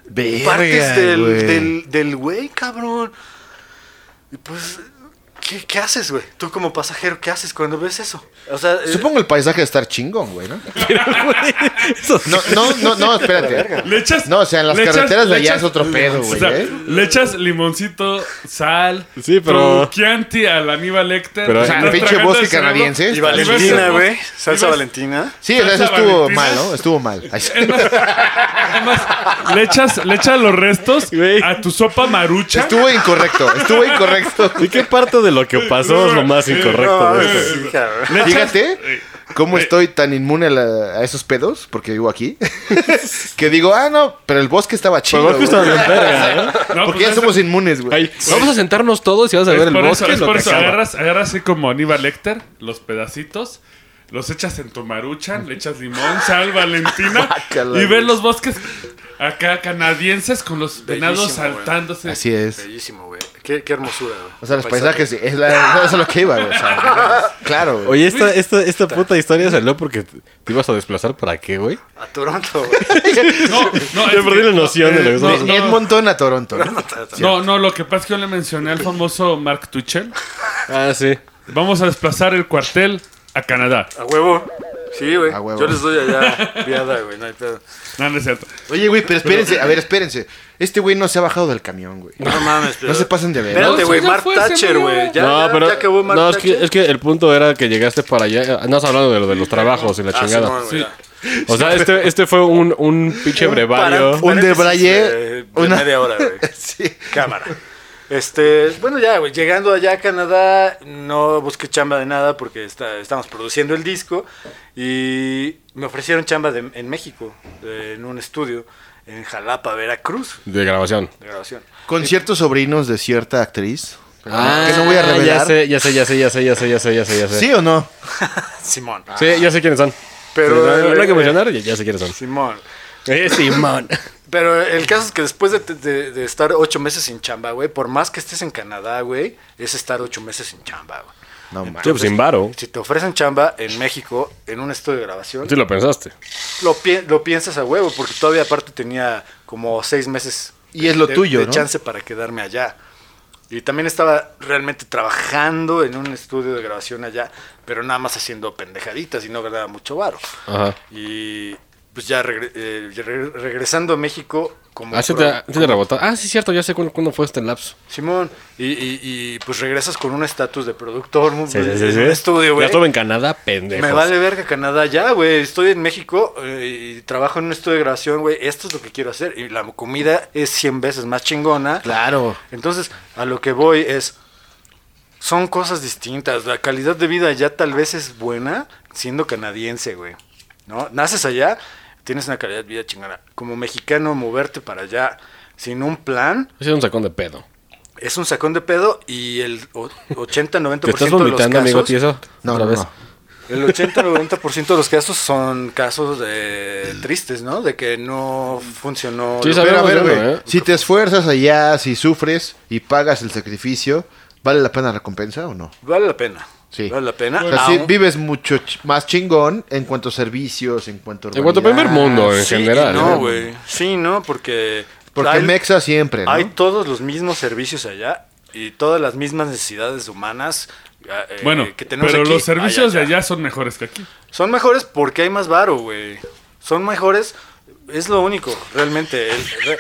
C: Verga,
F: partes
C: güey.
F: del, del, del güey, cabrón. Y pues, ¿qué, qué haces, güey? Tú como pasajero, ¿qué haces cuando ves eso? O sea, eh,
C: Supongo el paisaje de estar chingón, güey, ¿no?
D: Eso sí.
C: No, no, no, no, espérate.
B: Le echas,
C: No, o sea, en las
B: le echas-
C: carreteras de
B: le
C: allá
B: echas-
C: es otro pedo, güey,
B: O sea,
C: ¿eh?
B: Le echas limoncito, sal,
D: Sí, pero-
B: tu Chianti al Aníbal Lecter.
D: Pero-
B: le
D: O sea,
B: estás
C: pinche
B: tragando
C: bosque
B: el cerebro.
C: canadiense.
F: Y
B: Y
F: Valentina,
B: ves-
F: güey.
B: y
F: Salsa
B: ves-
F: Valentina.
C: Sí, o sea, eso
B: Salsa
C: estuvo
B: Valentina.
C: mal, ¿no? Estuvo mal. Ay, sí.
B: Además, le echas, le echas los restos
D: Güey.
B: a tu sopa marucha.
C: Estuvo incorrecto, estuvo incorrecto.
D: ¿Y qué parte de lo que pasó es lo más incorrecto?
F: No,
D: güey?
F: sí, cabrón.
B: Le echas-
C: Fíjate cómo estoy tan inmune a, la- a esos pedos, porque vivo aquí, que digo, ah, no, pero el bosque estaba chido.
D: Pero justo
C: güey.
D: de la verga, ¿eh?
B: No,
C: Porque
B: pues
C: ya
B: eso-
C: somos inmunes, güey.
D: Ay, vamos a sentarnos todos y vas a ver
B: es
D: el
B: por
D: bosque.
B: eso, es
D: lo
B: por
D: que
B: eso.
D: acaba.
B: Agarras, agarras así como Aníbal Lecter, los pedacitos, los echas en tu marucha, le echas limón, sal, valentina y
C: Guácala, güey.
B: ves los bosques acá canadienses con los venados
F: Bellísimo, güey.
B: saltándose.
C: Así es.
F: Bellísimo, güey. Qué, qué hermosura, güey.
C: O sea, los
F: Paisaje.
C: paisajes, sí, es la- eso es a lo que iba, güey. o sea, claro, güey.
D: Oye, esta, esta, esta puta historia salió porque te te ibas a desplazar para qué, güey.
F: A Toronto, güey.
B: No, no,
D: Ya
B: es
D: perdí
B: que-
D: la noción de lo que
B: no,
D: estamos-
C: De Edmonton a Toronto. ¿no?
B: No, no, lo que pasa es que yo le mencioné al famoso Mark Tuchel.
D: Ah, sí.
B: Vamos a desplazar el cuartel a Canadá.
F: A huevo. Sí, güey.
C: A huevo.
F: Yo les doy allá viada, güey. No hay pedo.
B: No, no es cierto.
C: Oye, güey, pero espérense, a ver, espérense. Este güey no se ha bajado del camión, güey.
F: No mames, pero...
C: No se pasen de ver.
F: Espérate,
B: No,
F: güey.
B: eso ya
F: Mark
B: fue, se
F: Thatcher,
B: murió.
F: güey. Ya,
D: no,
F: ya,
D: pero.
F: ya acabó Mark
D: no, es
F: Thatcher.
D: que, es que el punto era que llegaste para allá. Ah, Andas hablando de lo de los trabajos y la
F: Ah,
D: chingada.
F: Simón, güey, ya.
D: o sea, este, este fue un, un pinche brevario.
C: Un
F: Paréntesis,
C: debraye,
F: eh, de
C: una-
F: media hora, güey.
C: Sí.
F: Cámara. Este, bueno, ya, güey, llegando allá a Canadá, no busqué chamba de nada porque está, estamos produciendo el disco y me ofrecieron chamba de- en México, eh, en un estudio, en Jalapa, Veracruz,
D: De grabación.
F: de grabación.
C: Con ciertos sobrinos de cierta actriz. Ah, que no voy a
D: Ah, Ya
C: revelar.
D: sé, ya sé, ya sé, ya sé, ya sé, ya sé, ya sé. Ya sé.
C: ¿Sí o no?
F: Simón.
D: Sí, ya sé quiénes son.
F: Pero,
D: Sí, no, no hay que
F: eh,
D: mencionar, ya, ya sé quiénes son.
F: Simón.
D: Eh, Simón.
F: Pero el caso es que después de, de- de estar ocho meses sin chamba, güey, por más que estés en Canadá, güey, es estar ocho meses sin chamba, güey.
C: No mames.
D: Sí, pues sin varo.
F: Si te ofrecen chamba en México, en un estudio de grabación,
D: Sí lo pensaste.
F: lo, pi- lo piensas a huevo, porque todavía aparte tenía como seis meses.
C: Y es lo
F: de-
C: tuyo,
F: de
C: ¿no?
F: chance para quedarme allá. Y también estaba realmente trabajando en un estudio de grabación allá, pero nada más haciendo pendejaditas y no ganaba mucho varo.
D: Ajá.
F: Y pues ya regre- eh, ya regre- regresando a México, como.
D: Ah, sí
F: pro-
D: te, sí te rebotó. Ah, sí, cierto, ya sé cuándo, cuándo fue este lapso.
F: Simón, y, y- y, pues regresas con un estatus de productor, muy
G: Sí, sí, sí,
F: en
G: sí.
F: un estudio,
D: Ya
F: güey.
D: estuve en Canadá, pendejo.
F: Me vale verga Canadá ya, güey. Estoy en México eh, y trabajo en un estudio de grabación, güey. Esto es lo que quiero hacer. Y la comida es 100 veces más chingona.
C: Claro.
F: Entonces, a lo que voy es. Son cosas distintas. La calidad de vida ya tal vez es buena siendo canadiense, güey. ¿No? Naces allá, tienes una calidad de vida chingona. Como mexicano, moverte para allá sin un plan
D: Es un sacón de pedo.
F: es un sacón de pedo y el o- 80-90%
D: ¿Te estás
F: de los
D: vomitando,
F: casos.
D: amigo tieso?
C: No,
D: Otra
C: no,
D: vez.
C: no.
F: El 80-90% de los casos son casos de tristes, ¿no? De que no funcionó.
D: Sí,
F: lo-
D: sabe-
C: Pero a
D: Hablamos
C: ver,
D: de uno,
C: güey.
D: ¿eh?
C: Si te esfuerzas allá, si sufres y pagas el sacrificio, ¿vale la pena la recompensa o no?
F: Vale la pena.
C: Sí.
F: Vale la pena. Ah,
C: O sea, sí,
F: Aún-
C: vives mucho ch- más chingón en cuanto a servicios, en cuanto a
D: En cuanto a
C: urbanidad.
D: primer mundo, en
F: Ah, Sí,
D: general.
F: No,
D: ¿eh?
F: güey. Sí, no, porque.
C: Porque
F: hay,
C: Mexa siempre, ¿no?
F: hay todos los mismos servicios allá y todas las mismas necesidades humanas. eh,
B: Bueno,
F: que tenemos
B: pero
F: aquí,
B: los servicios
F: hay
B: de allá son mejores que aquí.
F: Son mejores porque hay más varo, güey. Son mejores, es lo único, realmente. el- re-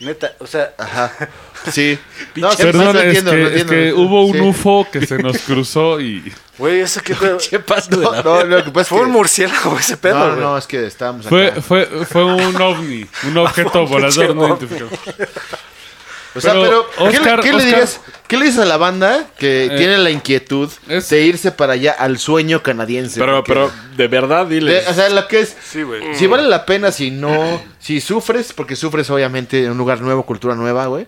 F: neta, o sea,
C: Ajá. Sí. Ah, sí, sí,
B: Perdón,
C: lo
B: es,
C: entiendo,
B: que,
C: lo
B: es
C: entiendo,
B: que
C: lo
B: hubo un
C: entiendo. Sí.
B: UFO que se nos cruzó y
F: güey, eso que
D: ¿Qué pasa? de
C: No,
D: la-
C: no, lo que pasa es
F: fue
C: que-
F: un murciélago ese pedo,
C: No,
F: güey.
C: no, es que estábamos
B: fue,
C: acá.
B: fue, fue un ovni, un objeto volador no
F: ovni.
B: identificado.
C: O sea,
B: pero,
C: pero, ¿qué, le-
B: Oscar,
C: qué le
B: Oscar.
C: dirías, qué le dices a la banda que tiene la inquietud
B: es-
C: de irse para allá al sueño canadiense?
D: Pero,
C: Porque-
D: pero, de verdad, dile.
C: de- o sea, lo que es...
F: Sí, güey.
C: Si vale la pena, si no, si sufres, porque sufres obviamente en un lugar nuevo, cultura nueva, güey.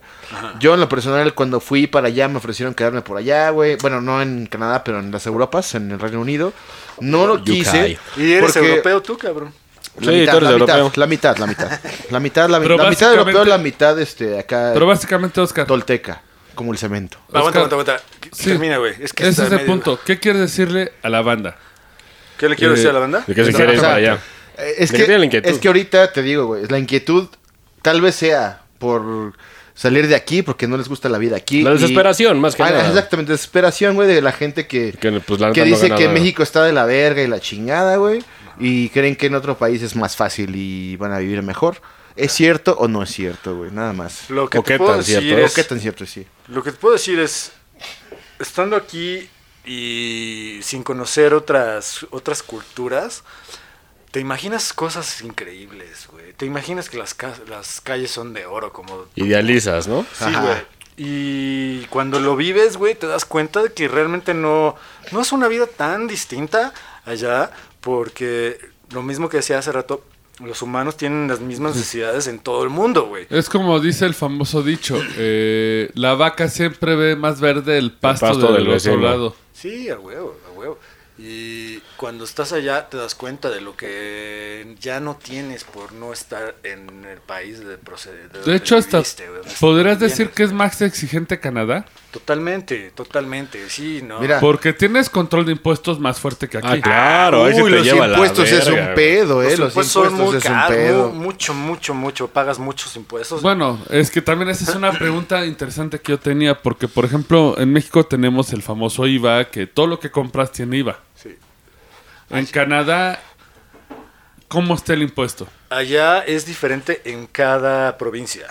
C: Yo en lo personal, cuando fui para allá, me ofrecieron quedarme por allá, güey. Bueno, no en Canadá, pero en las Europas, en el Reino Unido. No lo quise.
F: Y eres
C: porque-
F: europeo tú, cabrón.
C: La
D: Sí,
C: mitad,
D: tú eres
C: la,
D: europeo.
C: mitad, la mitad, la mitad. La mitad, la, mi-
B: Pero
C: la mitad europeo,
B: básicamente-
C: la mitad este, acá
B: Pero básicamente, Oscar,
C: tolteca, como el cemento.
F: Aguanta,
B: Oscar,
F: aguanta, aguanta.
B: sí.
F: Termina, güey. Es que
B: ese
F: está
B: es el
F: medio-
B: punto. ¿Qué quieres decirle a la banda?
F: ¿Qué le quiero
B: Eh,
F: decir a la banda?
D: ¿De qué se
C: No,
D: quiere
C: o
D: ir
C: sea,
D: para allá?
C: Eh, Es
D: De que tiene la
C: que,
D: inquietud.
C: es que ahorita te digo, güey, la inquietud tal vez sea por salir de aquí porque no les gusta la vida aquí.
D: La
C: y-
D: desesperación, más que
C: Ah,
D: nada.
C: Exactamente, desesperación, güey, de la gente que,
D: Que, pues, la neta,
C: que
D: no
C: dice
D: gana
C: que
D: nada.
C: México está de la verga y la chingada, güey, y creen que en otro país es más fácil y van a vivir mejor. ¿Es cierto o no es cierto, güey? Nada más.
F: Lo que
D: ¿O qué
F: te puedo
D: tan cierto?
F: decir
D: ¿O
F: es...
C: ¿Qué tan cierto es sí?
F: Lo que te puedo decir es, estando aquí y sin conocer otras, otras culturas, te imaginas cosas increíbles, güey. Te imaginas que las, ca- las calles son de oro, como...
D: Idealizas, ¿no?
F: Sí,
C: Ajá.
F: güey. Y cuando lo vives, güey, te das cuenta de que realmente no, no es una vida tan distinta allá, porque lo mismo que decía hace rato, los humanos tienen las mismas necesidades en todo el mundo, güey.
B: Es como dice el famoso dicho, eh, la vaca siempre ve más verde el pasto,
D: pasto
B: del,
D: del vecino.
B: otro lado.
F: Sí, a huevo, a huevo. Y cuando estás allá te das cuenta de lo que ya no tienes por no estar en el país de procedencia.
B: De hecho, hasta podrías decir que es más exigente Canadá,
F: Totalmente, totalmente, sí, ¿no?
C: Mira,
B: porque tienes control de impuestos más fuerte que aquí.
D: Ah, claro. ahí sí
C: Uy,
D: te
C: los
D: lleva la
C: impuestos es
D: verga,
C: un
D: güey.
C: pedo,
F: los
C: eh. Los
F: impuestos son muy
C: impuestos es un
F: caros,
C: pedo.
F: mu- mucho, mucho, mucho, pagas muchos impuestos.
B: Bueno, es que también esa es una pregunta interesante que yo tenía, porque por ejemplo en México tenemos el famoso IVA, que todo lo que compras tiene IVA.
F: Sí.
B: En Canadá, ¿cómo está el impuesto?
F: Allá es diferente en cada provincia.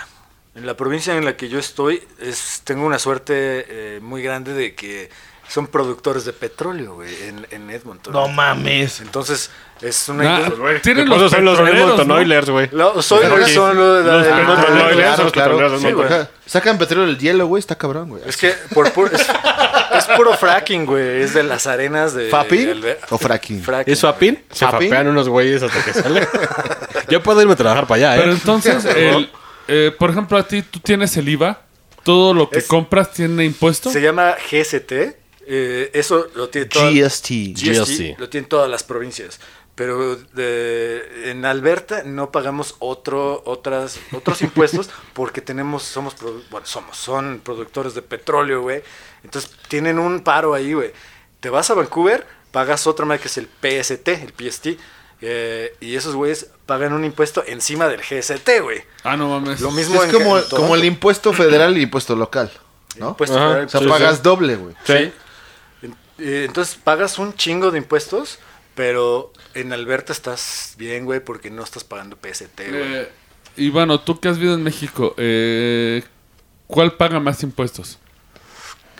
F: En la provincia en la que yo estoy, es, tengo una suerte eh, muy grande de que son productores de petróleo, güey, en, en Edmonton.
C: No mames.
F: Entonces, es una...
B: Nah,
F: indust-
B: Ah, tienen
G: Por
B: los
G: eso son los
B: petroleros,
G: Edmonton
B: ¿no?
G: Oilers, güey.
F: Lo- soy
C: Pero
F: lo que
C: aquí-
F: son los-
G: los
F: la-
G: Edmonton
F: la-
G: Oilers,
F: Ah, claro,
G: los
F: claro.
G: petroleros,
F: Sí,
G: ¿no?
F: güey.
C: Ajá, Sacan petróleo del hielo, güey. Está cabrón, güey.
F: Es que por pu- es, es puro fracking, güey. Es de las arenas de...
C: ¿Fapping
F: de-
C: o fracking?
D: ¿Es Fapin? Se
C: ¿Fapin?
D: fapean unos güeyes hasta que sale. Yo puedo irme a trabajar para allá, ¿eh?
B: Pero entonces, el, eh, por ejemplo, a ti tú tienes el IVA, todo lo que
F: Es-
B: compras tiene impuesto.
F: Se llama GST. eh, eso lo tiene toda-
C: GST.
F: GST,
D: GST.
F: Lo tienen todas las provincias. pero de- en Alberta no pagamos otro, otras, otros impuestos porque tenemos, somos, produ- bueno, somos, son productores de petróleo, güey. Entonces tienen un paro ahí, güey. Te vas a Vancouver, pagas otra madre que es el PST, el PST, eh, y esos güeyes pagan un impuesto encima del GST, güey.
B: Ah, no mames.
F: Lo mismo
C: Es
F: en-
C: como,
F: en Toronto.
C: como el impuesto federal y impuesto local, ¿no?
F: Impuesto
D: Ajá,
F: federal,
C: o sea,
D: sí,
C: pagas
D: sí.
C: doble, güey.
D: Sí.
F: En- eh, Entonces pagas un chingo de impuestos, pero en Alberta estás bien, güey, porque no estás pagando PST, güey.
B: Eh, Ivano, tú que has vivido en México, eh, ¿cuál paga más impuestos?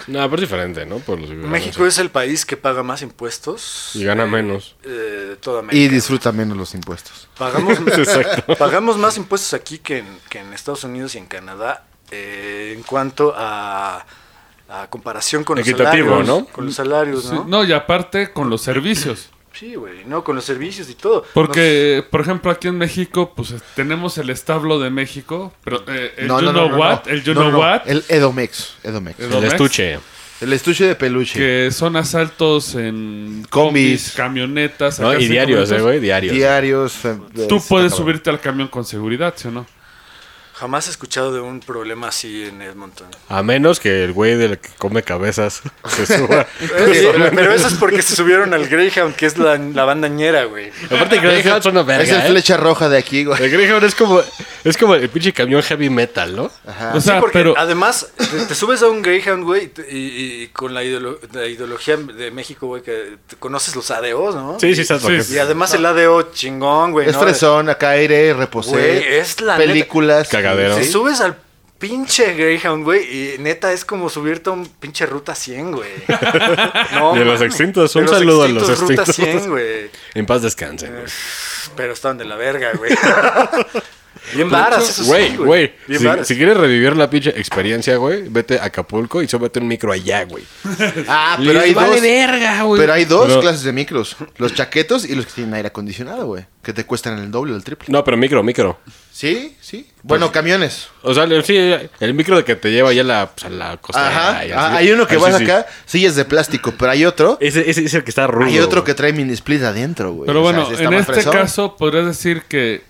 D: No, pero es diferente, ¿no? Por los
F: México es el país que paga más impuestos
D: Y gana menos.
F: eh, de toda América.
C: Y disfruta menos los impuestos.
F: Pagamos,
D: Exacto.
F: pagamos más impuestos aquí que en, que en Estados Unidos y en Canadá eh, en cuanto a, a comparación con
D: Equitativo,
F: los salarios.
D: ¿no?
F: Con los salarios,
B: Sí,
F: Pues, ¿no?
B: no, y aparte con los servicios.
F: Sí, güey, no, con los servicios y todo.
B: Porque, por ejemplo, aquí en México, pues eh, tenemos el establo de México, pero eh, el you know what, el you
C: No,
B: know
C: no,
B: what,
C: El Edomex. Edomex.
B: El-
D: El
B: ¿Domex?
D: estuche.
C: El estuche de peluche.
B: que son asaltos en
C: Combis.
B: camionetas.
D: ¿no?
B: acá
D: Y
B: cinco
D: diarios,
B: minutos.
D: eh, güey, diarios.
C: Diarios. eh, eh,
B: Tú
C: está
B: puedes
C: cabrón.
B: subirte al camión con seguridad, ¿sí o no?
F: Jamás he escuchado de un problema así en Edmonton.
D: A menos que el güey del que come cabezas se suba.
F: Sí, pero eso es porque se subieron al Greyhound, que es la, la bandañera, güey.
D: Aparte, Greyhound son una verga.
C: Es el
D: ¿eh?
C: flecha roja de aquí, güey.
D: El Greyhound es como, es como el pinche camión heavy metal, ¿no?
B: O
F: Sí,
B: sea,
F: porque
B: pero
C: ah,
F: además te, te subes a un Greyhound, güey, y te- y, y con la, ideolo- la ideología de México, güey, que te conoces los ADOs, ¿no?
D: Sí, sí, sabes lo
B: Sí,
D: que
B: sí.
F: Y además el ADO chingón, güey.
C: Es
F: ¿no?
C: fresón, acá aire, reposé.
F: Güey, es la neta.
C: películas.
D: Cagadero.
F: Te
C: ¿sí?
F: subes al pinche Greyhound, güey, y neta es como subirte a un pinche Ruta 100, güey. No,
D: De los
F: mames.
D: extintos, un
F: De
D: saludo a los
F: Ruta
D: extintos.
F: 100, güey.
D: En paz descansen. güey.
F: Pero estaban de la verga, güey. Bien varas, eso sí,
D: Güey, güey.
F: Bien
D: si-
F: varas.
D: Si, quieres revivir la pinche experiencia, güey, vete a Acapulco y súbete un micro allá, güey.
C: Ah, pero hay dos.
D: verga, güey.
C: Pero hay dos
D: Pero-
C: clases de micros. Los chaquetos y los que tienen aire acondicionado, güey. Que te cuestan el doble o el triple.
D: No, pero micro, micro.
C: Sí, sí. Bueno,
D: Pues,
C: camiones.
D: O sea, el- sí, el micro de que te lleva allá a la, pues, a la costa.
C: Ajá.
D: y
C: Ah,
D: así.
C: hay uno que
D: Ah,
C: vas
D: sí, sí.
C: acá, sillas de plástico, pero hay otro.
D: Ese, ese es el que está rudo.
C: Hay otro que
D: güey.
C: trae mini split adentro, güey.
B: Pero
C: O sea,
B: bueno,
C: sí está
B: en
C: más
B: este
C: fresón.
B: caso podrías decir que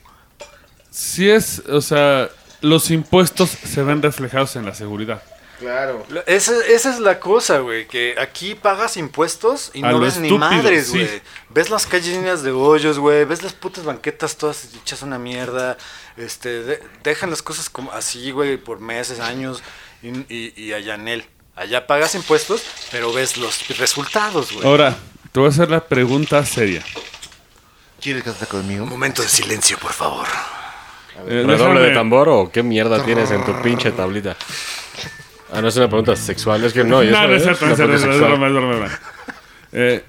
B: si es, o sea, los impuestos se ven reflejados en la seguridad.
C: Claro.
F: Lo- Esa, esa es la cosa, güey, que aquí pagas impuestos y
B: A
F: no
B: lo
F: ves ni
B: estúpido,
F: madres,
B: sí.
F: güey. Ves las calles llenas de hoyos, güey, ves las putas banquetas todas hechas una mierda, este, de- dejan las cosas como así, güey, por meses, años, y, y, y allá en él. Allá pagas impuestos, pero ves los resultados, güey.
B: Ahora, te voy a hacer la pregunta seria.
C: ¿Quieres casarte conmigo?
F: Un momento de silencio, por favor.
B: Eh,
D: ¿Redoble de
B: déjame-
D: tambor o qué mierda tienes en tu pinche tablita? Ah, no es una pregunta sexual, es que no. yo
B: No, no
D: sabía,
B: es cierto, no es cierto,
D: una pregunta
B: es
D: sexual.
B: broma, es broma, es broma. Eh,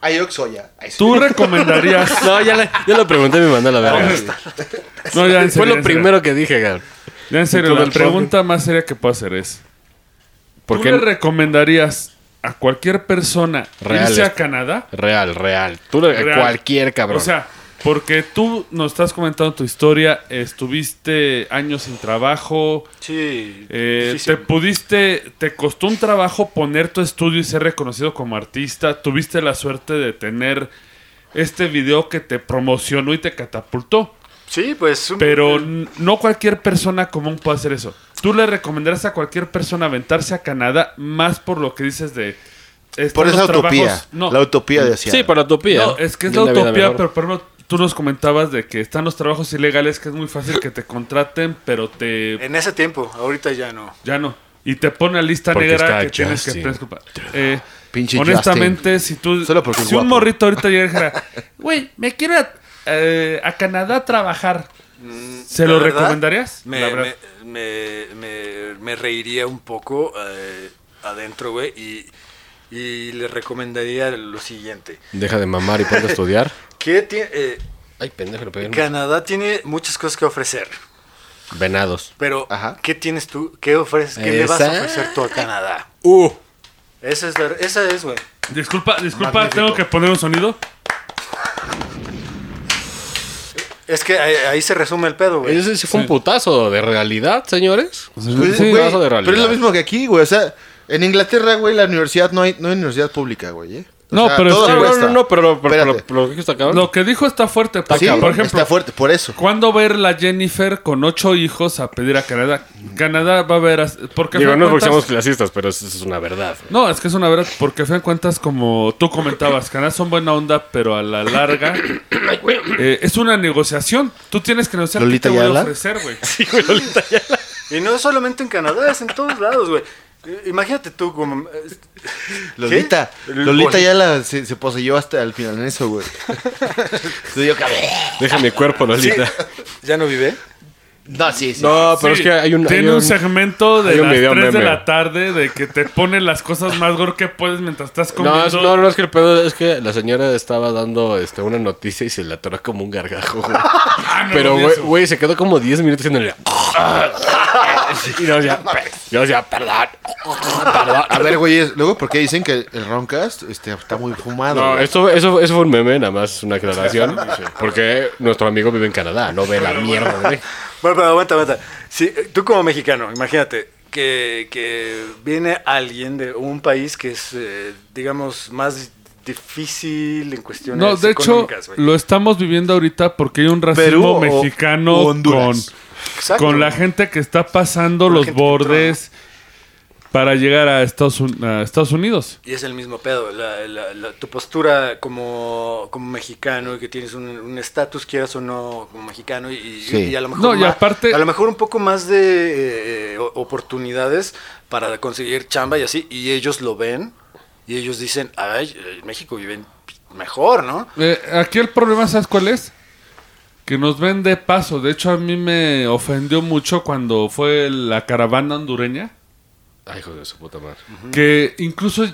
C: Hay Oxxo ya. Ay, sí.
B: ¿Tú recomendarías?
D: No, ya, la- ya lo pregunté y me mandó a la verga.
B: No, ya en serio,
D: Fue
B: en serio.
D: lo primero que dije, Gal.
B: Ya en serio,
D: Todo
B: la
D: el podcast.
B: pregunta más seria que puedo hacer es: ¿Tú
D: Porque
B: le recomendarías a cualquier persona
D: Reales.
B: irse a Canadá?
D: real, real. Tú le-
B: Real.
D: cualquier cabrón.
B: O sea, porque tú nos estás comentando tu historia, estuviste años sin trabajo,
F: Sí.
B: eh,
F: difícil.
B: te pudiste, te costó un trabajo poner tu estudio y ser reconocido como artista, tuviste la suerte de tener este video que te promocionó y te catapultó,
F: Sí, pues... un-
B: pero n- no cualquier persona común puede hacer eso. ¿Tú le recomendarás a cualquier persona aventarse a Canadá más por lo que dices de... están
C: Por esa
B: los trabajos-
C: utopía.
B: no.
C: La utopía de Seattle.
D: sí, para utopía.
B: No, es que es
D: De
B: la
D: una vida
B: utopía,
D: mejor.
B: pero por ejemplo, tú nos comentabas de que están los trabajos ilegales, que es muy fácil que te contraten, pero te.
F: En ese tiempo, ahorita ya no.
B: ya no. Y te pone la lista
D: Porque
B: negra
D: está
B: que tienes que
D: Justin.
B: preocupar. Eh,
C: Pinche
B: honestamente, si tú.
C: Solo porque es
B: si un
C: guapo.
B: morrito ahorita llega y dijera, güey, me quiero ir a, eh, a Canadá a trabajar, ¿se
F: La
B: lo
F: verdad,
B: recomendarías?
F: Me,
B: La verdad.
F: me- me- me- me reiría un poco eh, adentro, güey, y, y le recomendaría lo siguiente.
D: Deja de mamar y ponte a estudiar.
F: Que tie- eh,
D: Ay, pendejo, lo pegué en-
F: Canadá tiene muchas cosas que ofrecer,
D: Venados.
F: pero
C: Ajá.
F: ¿qué tienes tú? ¿Qué, ofreces? ¿Qué le vas a
D: Exacto.
F: ofrecer tú a Canadá?
D: Uh.
F: Esa es, la- esa es, güey.
B: Disculpa, disculpa,
C: Magnífico.
B: tengo que poner un sonido.
F: Es que ahí, ahí se resume el pedo, güey.
D: Ese sí fue un putazo de realidad, señores.
C: Pues,
D: un
C: güey,
D: putazo de realidad.
C: pero es lo mismo que aquí, güey. O sea, en Inglaterra, güey, la universidad no hay, no hay universidad pública, güey. ¿eh?
B: No, pero
C: todo
B: es que-
D: No,
C: cuesta.
D: no, no, pero, pero-
C: Espérate.
D: pero- lo que está cabrón.
B: Lo que dijo está fuerte. Porque,
C: Sí,
B: por ejemplo,
C: está fuerte, por eso.
B: ¿Cuándo ver la Jennifer con ocho hijos a pedir a Canadá? Canadá va a ver... as- Porque a
D: Digo,
B: fin
D: no
B: de
D: es porque seamos
B: cuentas-
D: clasistas, pero eso es una verdad.
B: No, es que es una verdad, porque a fin de cuentas, como tú comentabas, Canadá son buena onda, pero a la larga eh, es una negociación. Tú tienes que negociar qué
C: ¿Lolita
B: te voy a
C: Ayala?
B: ofrecer, güey.
F: Y no solamente en Canadá, es en todos lados, güey. Eh, Imagínate tú como... eh,
C: Lolita,
F: ¿Qué?
C: Lolita
F: Poli-
C: ya la- se, se poseyó hasta el final en eso, güey. Entonces yo, cabrón.
D: Deja mi cuerpo, Lolita.
F: ¿Ya no vive?
C: No, sí, sí.
D: No, pero
B: Sí,
D: es que hay un. hay
B: Tiene un segmento de
D: hay un
B: las
D: video
B: 3 de
D: meme.
B: la tarde de que te pone las cosas más gore que puedes mientras estás
D: No,
B: comiendo.
D: es- no, no, es que el pedo es que la señora estaba dando este, una noticia y se la atoró como un gargajo, güey.
B: Ah, no,
D: Pero,
B: no,
D: güey,
B: eso.
D: güey, se quedó como 10 minutos haciéndole. y yo decía, "Pe- yo decía, perdón, perdón.
C: A ver, güey, es- luego, ¿por qué dicen que el Roncast este, está muy fumado?
D: No,
C: güey?
D: esto, eso, eso fue un meme, nada más una aclaración. Porque nuestro amigo vive en Canadá, no ve la mierda de México.
F: Bueno, pero aguanta, aguanta. Si, eh, tú como mexicano, imagínate que, que viene alguien de un país que es, eh, digamos, más difícil en cuestiones
B: No, de hecho,
F: económicas, güey.
B: lo estamos viviendo ahorita porque hay un
C: Perú
B: racismo
C: o-
B: mexicano
C: o Honduras.
B: con...
F: Exacto.
B: con la gente que está pasando
F: Con la
B: los
F: gente que
B: bordes para llegar a Estados, Un- a Estados Unidos.
F: Y es el mismo pedo. la- la- la- tu postura como, como mexicano y que tienes un un estatus, quieras o no, como mexicano, y, y-
C: Sí.
F: y a lo mejor.
B: No, y
F: ma-
B: aparte-
F: A lo mejor un poco más de eh, o- oportunidades para conseguir chamba y así, y ellos lo ven y ellos dicen, ay, en México viven mejor, ¿no?
B: Eh, aquí el problema, ¿sabes cuál es? Que nos ven de paso. De hecho, a mí me ofendió mucho cuando fue la caravana hondureña.
D: Ay, hijo de su puta madre.
B: Que incluso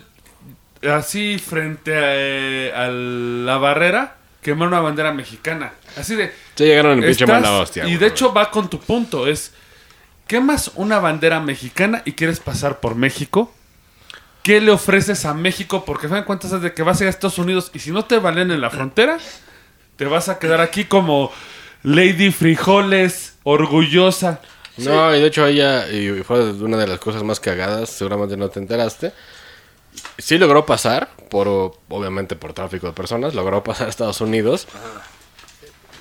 B: así frente a, eh, a la barrera quemaron una bandera mexicana. Así de...
D: Se llegaron en pinche
B: estás-
D: mala hostia.
B: y de
D: güey.
B: hecho va con tu punto. Es, quemas una bandera mexicana y quieres pasar por México. ¿Qué le ofreces a México? Porque me cuentas es de que vas a ir a Estados Unidos y si no te valen en la frontera, te vas a quedar aquí como Lady Frijoles, orgullosa.
D: No, y de hecho ella, y fue una de las cosas más cagadas, seguramente no te enteraste. Sí logró pasar, por obviamente por tráfico de personas, logró pasar a Estados Unidos.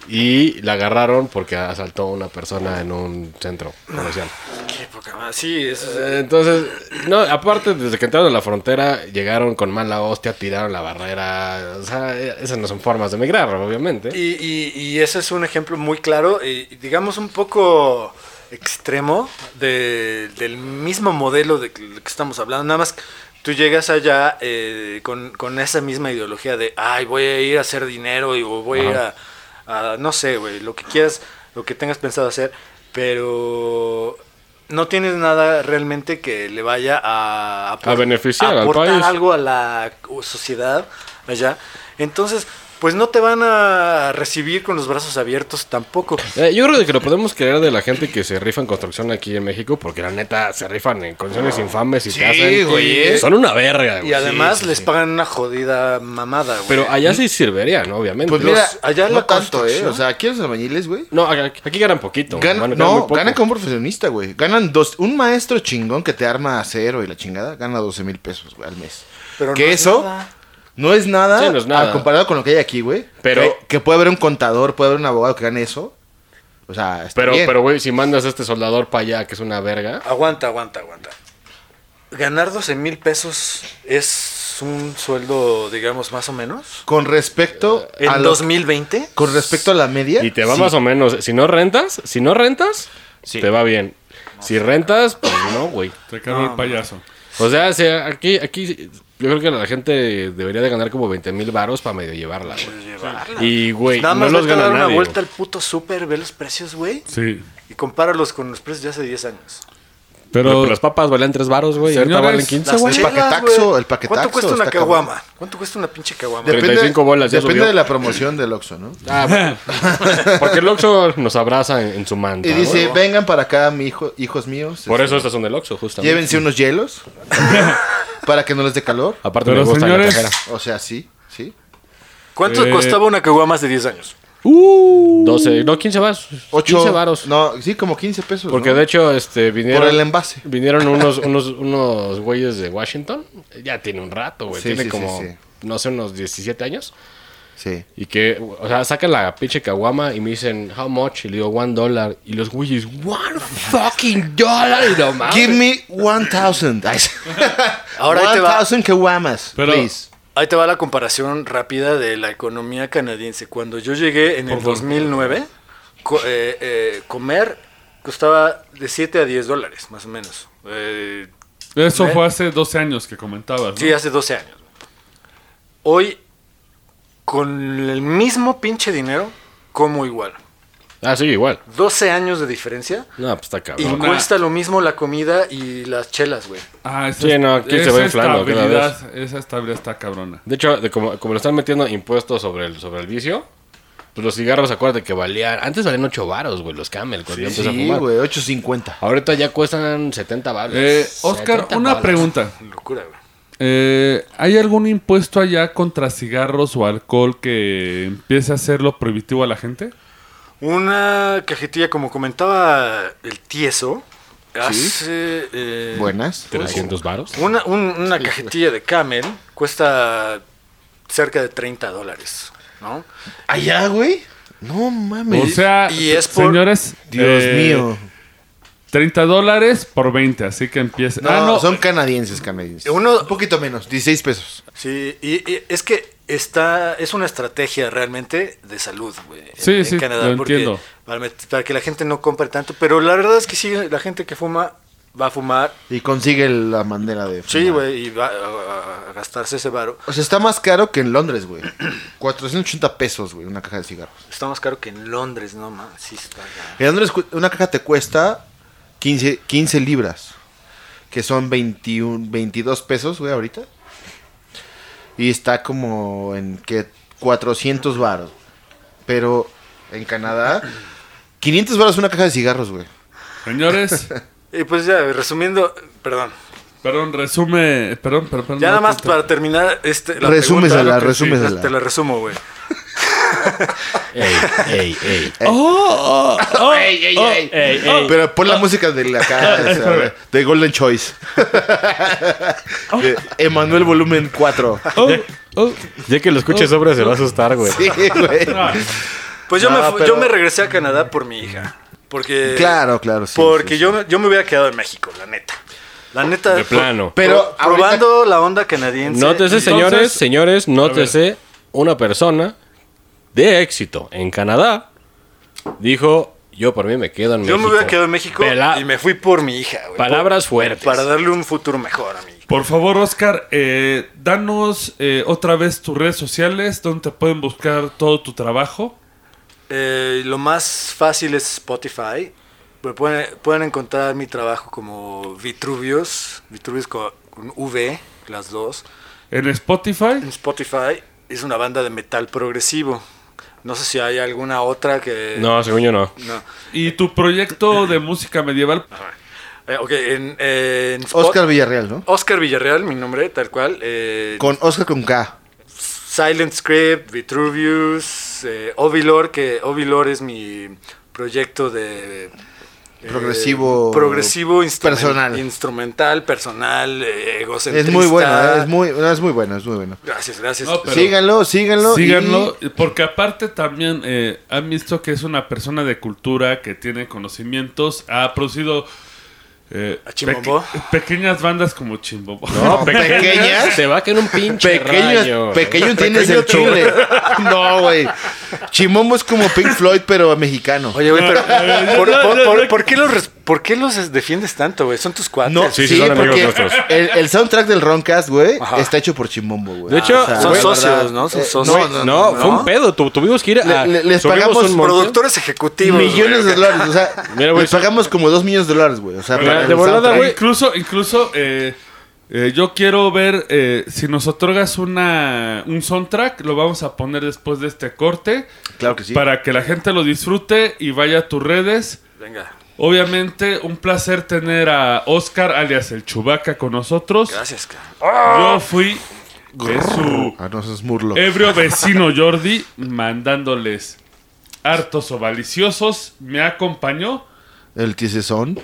D: Y la agarraron porque asaltó a una persona en un centro comercial.
F: Qué poca madre. Sí, eso es-
D: Eh, Entonces, no, aparte, desde que entraron a la frontera, llegaron con mala hostia, tiraron la barrera. O sea, eh, esas no son formas de emigrar, obviamente.
F: Y, y- y ese es un ejemplo muy claro y y digamos un poco extremo de- del mismo modelo de que lo que estamos hablando. Nada más tú llegas allá eh, con, con esa misma ideología de, ay, voy a ir a hacer dinero y o voy a ir a, a, no sé, güey, lo que quieras, lo que tengas pensado hacer, pero no tienes nada realmente que le vaya a, apor-
D: A beneficiar al
F: aportar
D: país.
F: algo a la sociedad allá. Entonces, pues no te van a recibir con los brazos abiertos tampoco.
D: Eh, yo creo que lo podemos creer de la gente que se rifa en construcción aquí en México, porque la neta se rifan en condiciones infames y te hacen.
C: güey, ¿eh?
D: Son una verga, güey.
F: Y además
D: Sí, sí,
F: les
D: sí.
F: pagan una jodida mamada, güey.
D: Pero allá sí servirían, obviamente.
C: Pues
F: Los-
C: mira,
F: allá
C: allá
F: la
C: no tanto, ¿eh?
F: construcción.
C: O sea, aquí los albañiles, güey.
D: No, aquí aquí ganan poquito.
C: Ganan-
D: van a ganar muy
C: no,
D: poco.
C: ganan como profesionista, güey. Ganan dos. Un maestro chingón que te arma acero y la chingada gana 12 mil pesos, güey, al mes.
F: Pero
C: que
F: no es
C: eso
F: nada.
C: no es nada,
D: Sí, no es nada.
C: a- comparado con lo que hay aquí, güey.
D: Pero-
C: Que, que puede haber un contador, puede haber un abogado que gane eso. O sea, está
D: Pero,
C: bien.
D: pero, güey, si mandas a este soldador para allá, que es una verga.
F: Aguanta, aguanta, aguanta. Ganar 12 mil pesos es un sueldo, digamos, más o menos.
C: Con respecto a
F: Eh, En
C: lo-
F: 2020.
C: con respecto a la media.
D: Y te va
C: sí.
D: más o menos. Si no rentas, si no rentas,
C: Sí.
D: te va bien. Si rentas, pues no, güey.
B: Te cagó el payaso.
D: O sea, si aquí, aquí yo creo que la gente debería de ganar como 20 mil varos para medio llevarla, güey. Y, güey,
F: Nada
D: no
F: más
D: los
F: vete a
D: gana
F: dar
D: nadie.
F: una
D: güey.
F: vuelta al puto súper, ve los precios, güey.
B: Sí.
F: Y compáralos con los precios de hace 10 años.
D: Pero,
B: Pero,
D: las papas valían 3 varos, güey. y Ahorita
B: Señores,
D: valen 15,
F: Las
D: güey.
C: El
F: chelas,
C: paquetaxo,
F: güey.
C: el paquetaxo
F: ¿Cuánto cuesta una
C: está cabrón.
F: caguama? ¿Cuánto cuesta una pinche caguama?
C: Depende,
D: 35 bolas, ya
C: depende
D: subió.
C: de la promoción del Oxxo, ¿no?
D: Ah, bueno. porque el Oxxo nos abraza en, en su manta.
C: Y dice,
D: güey.
C: vengan para acá, mi hijo, hijos míos.
D: Por
C: este,
D: eso estas son del Oxxo, justamente.
C: Llévense unos hielos para que no les dé calor.
D: Aparte
B: Pero,
D: me gusta
B: señores,
D: la cajera.
C: O sea, sí, sí.
F: ¿Cuánto
B: Eh,
F: costaba una caguama hace 10 años?
D: 12, no, 15 varos.
C: 8,
D: 15 varos.
C: No, sí, como 15 pesos.
D: Porque
C: ¿no?
D: de hecho, este, vinieron.
C: Por el envase.
D: Vinieron unos, unos, unos güeyes de Washington. Ya tiene un rato, güey.
C: Sí, sí,
D: tiene
C: sí,
D: como
C: sí.
D: no sé, unos 17 años.
C: Sí.
D: Y que, o sea, sacan la pinche caguama y me dicen, how much? Y le digo, one dollar. Y los güeyes, one fucking dollar. Y no mames.
C: Give me 1000. Ay, sí.
F: Ahora ahí te va.
C: 1000 caguamas,
B: Pero-
C: please.
F: Ahí te va la comparación rápida de la economía canadiense. Cuando yo llegué en el 2009, co- eh, eh, comer costaba de 7 a 10 dólares, más o menos. Eh,
B: Eso
F: ¿Eh?
B: fue hace 12 años que comentabas. ¿no?
F: sí, hace 12 años. Hoy, con el mismo pinche dinero, como igual.
D: Ah, sí, igual.
F: 12 años de diferencia
D: No, pues está
F: y
D: cabrón.
B: Una-
F: cuesta lo mismo la comida y las chelas, güey.
B: Ah, esa,
D: Sí, no, aquí se
B: esa
D: va inflando cada vez.
B: estabilidad, esa estabilidad está cabrona.
D: De hecho, de como, como le están metiendo impuestos sobre el, sobre el vicio, pues los cigarros, acuérdate que valían. Antes valían 8 varos, güey, los camel, cuando yo empecé a
C: Sí,
D: fumar.
C: güey, 850.
D: Ahorita ya cuestan 70 baros.
B: Eh, Oscar,
D: 70
B: una
D: baros.
B: pregunta.
F: Locura, güey.
B: Eh, ¿Hay algún impuesto allá contra cigarros o alcohol que empiece a hacerlo prohibitivo a la gente?
F: Una cajetilla, como comentaba el tieso, hace... eh,
C: Buenas.
D: 300 varos.
F: Una, un- una cajetilla de Camel cuesta cerca de 30 dólares, ¿no?
C: Allá, Ah, güey. No
B: O
C: mames.
B: sea,
F: y es por-
B: señores,
C: Dios
B: eh,
C: mío.
B: 30 dólares por 20, así que empieza.
C: No,
B: ah, no,
C: son canadienses, canadienses.
F: Uno-
C: Un poquito menos, 16 pesos.
F: Sí, y, y es que está, es una estrategia realmente de salud, güey. en-
B: Sí,
F: en
B: sí, lo entiendo.
F: Para, met- para que la gente no compre tanto, pero la verdad es que sí, la gente que fuma va a fumar,
C: Y consigue la bandera de.
F: sí,
C: fumar.
F: güey, y va a, a- a gastarse ese varo.
C: O sea, está más caro que en Londres, güey. 480 pesos, güey, una caja de cigarros.
F: Está más caro que en Londres, no mames, sí está. ya.
C: En Londres cu- una caja te cuesta 15, 15 libras, que son 21, 22 pesos, güey, ahorita. Y está como en que 400 varos. Pero en Canadá, 500 varos una caja de cigarros, güey.
B: señores,
F: Y pues ya, resumiendo, perdón,
B: perdón, resume, perdón, perdón. perdón,
F: Ya nada
B: no,
F: más
B: te-
F: para terminar este,
C: Resúmesela,
F: pregunta, creo que
C: resúmesela.
F: Te la resumo, güey.
D: Ey, ey, ey.
B: Oh,
C: Pero pon la música de la caja, o sea, de Golden Choice. De Emanuel Volumen 4.
B: Oh, oh.
G: Ya que lo escuche sobre se va a asustar, güey.
C: Sí, güey.
F: Pues yo,
C: No,
F: me, fu-
C: pero-
F: yo me regresé a Canadá por mi hija. Porque,
C: Claro, claro, sí,
F: porque
C: sí,
F: yo, me- yo me hubiera quedado en México, la neta. La neta.
D: De plano.
C: Pero
F: Pero probando la onda canadiense.
D: Nótese,
F: y-
D: señores, señores, nótese una persona de éxito en Canadá dijo, yo por mí me quedo en México.
F: Yo me hubiera quedado en México
D: Pela-
F: y me fui por mi hija, güey.
D: Palabras
F: Por-
D: fuertes.
F: Para darle un futuro mejor a mi hija.
B: Por favor, Oscar, eh, danos eh, otra vez tus redes sociales donde te pueden buscar todo tu trabajo.
F: Eh, lo más fácil es Spotify. Pero Pueden, pueden encontrar mi trabajo como Vitruvios. Vitruvios con, con V, las dos.
B: En Spotify.
F: En Spotify es una banda de metal progresivo. No sé si hay alguna otra que...
D: No, según yo no.
F: No.
B: Y tu proyecto de música medieval.
F: Eh, ok, en, eh, en Spot-
C: Oscar Villarreal, ¿no?
F: Oscar Villarreal, mi nombre, tal cual. eh,
C: Con Oscar con K.
F: Silent Script, Vitruvius, eh, Ovilor, que Ovilor es mi proyecto de... eh,
C: Progresivo-
F: progresivo instrumen-
C: personal.
F: instrumental personal eh, egocentrista
C: Es muy bueno, ¿eh? es muy, no, es muy bueno, es muy bueno.
F: gracias gracias
B: No, pero-
C: síganlo, síganlo. y-
B: Síganlo, porque aparte también eh, han visto que es una persona de cultura que tiene conocimientos, ha producido eh,
F: ¿A Chimbombo?
B: peque- pequeñas bandas como Chimbombo.
C: No, pequeñas.
D: Te va a quedar un pinche rayo.
C: Pequeño, pequeño tienes el chile. No, güey. Chimombo es como Pink Floyd, pero mexicano.
F: Oye, güey, pero ¿por, por- por- por qué los, res- ¿por qué los defiendes tanto, güey? Son tus cuates.
C: no,
F: sí.
C: sí,
G: sí, son amigos
C: porque
G: nuestros.
C: El, el soundtrack del Roncast, güey,
F: Ajá.
C: está hecho por Chimombo, güey.
D: De hecho,
F: son
C: la
F: socios,
C: verdad,
F: ¿no? Son
C: eh,
F: socios.
C: no, no,
D: No,
F: no, no,
D: fue
F: no.
D: un pedo. tu- tuvimos que ir a...
C: Le- le- les
D: subimos
C: pagamos
D: un monte.
F: productores ejecutivos.
C: millones de
F: güey.
C: dólares. O sea,
D: Mira, güey,
C: les pagamos como dos millones de dólares, güey. O sea,
D: Mira,
C: para
D: de
C: el
D: volada,
C: soundtrack.
D: güey.
B: Incluso, incluso eh, eh, yo quiero ver eh, si nos otorgas una un soundtrack, lo vamos a poner después de este corte
C: Claro que sí.
B: para que la gente lo disfrute y vaya a tus redes.
F: Venga,
B: Obviamente, un placer tener a Oscar alias el Chubaca con nosotros.
F: gracias, cara.
B: Yo fui de su
C: Ah, no, eso es Murlo.
B: ebrio vecino Jordi mandándoles hartos o maliciosos. Me acompañó
C: El Tizezón.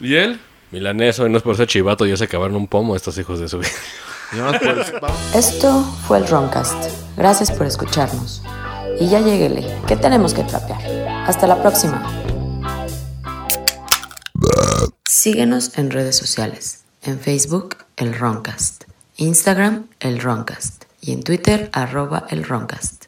B: y él
D: Milaneso, y no es por ser chivato, ya se acabaron un pomo estos hijos de su vida.
C: Y nada más por eso, vamos.
A: Esto fue el Roncast. Gracias por escucharnos. Y ya lleguele, ¿qué tenemos que trapear? Hasta la próxima. Síguenos en redes sociales. En Facebook, El Roncast. Instagram, El Roncast. Y en Twitter, arroba El Roncast.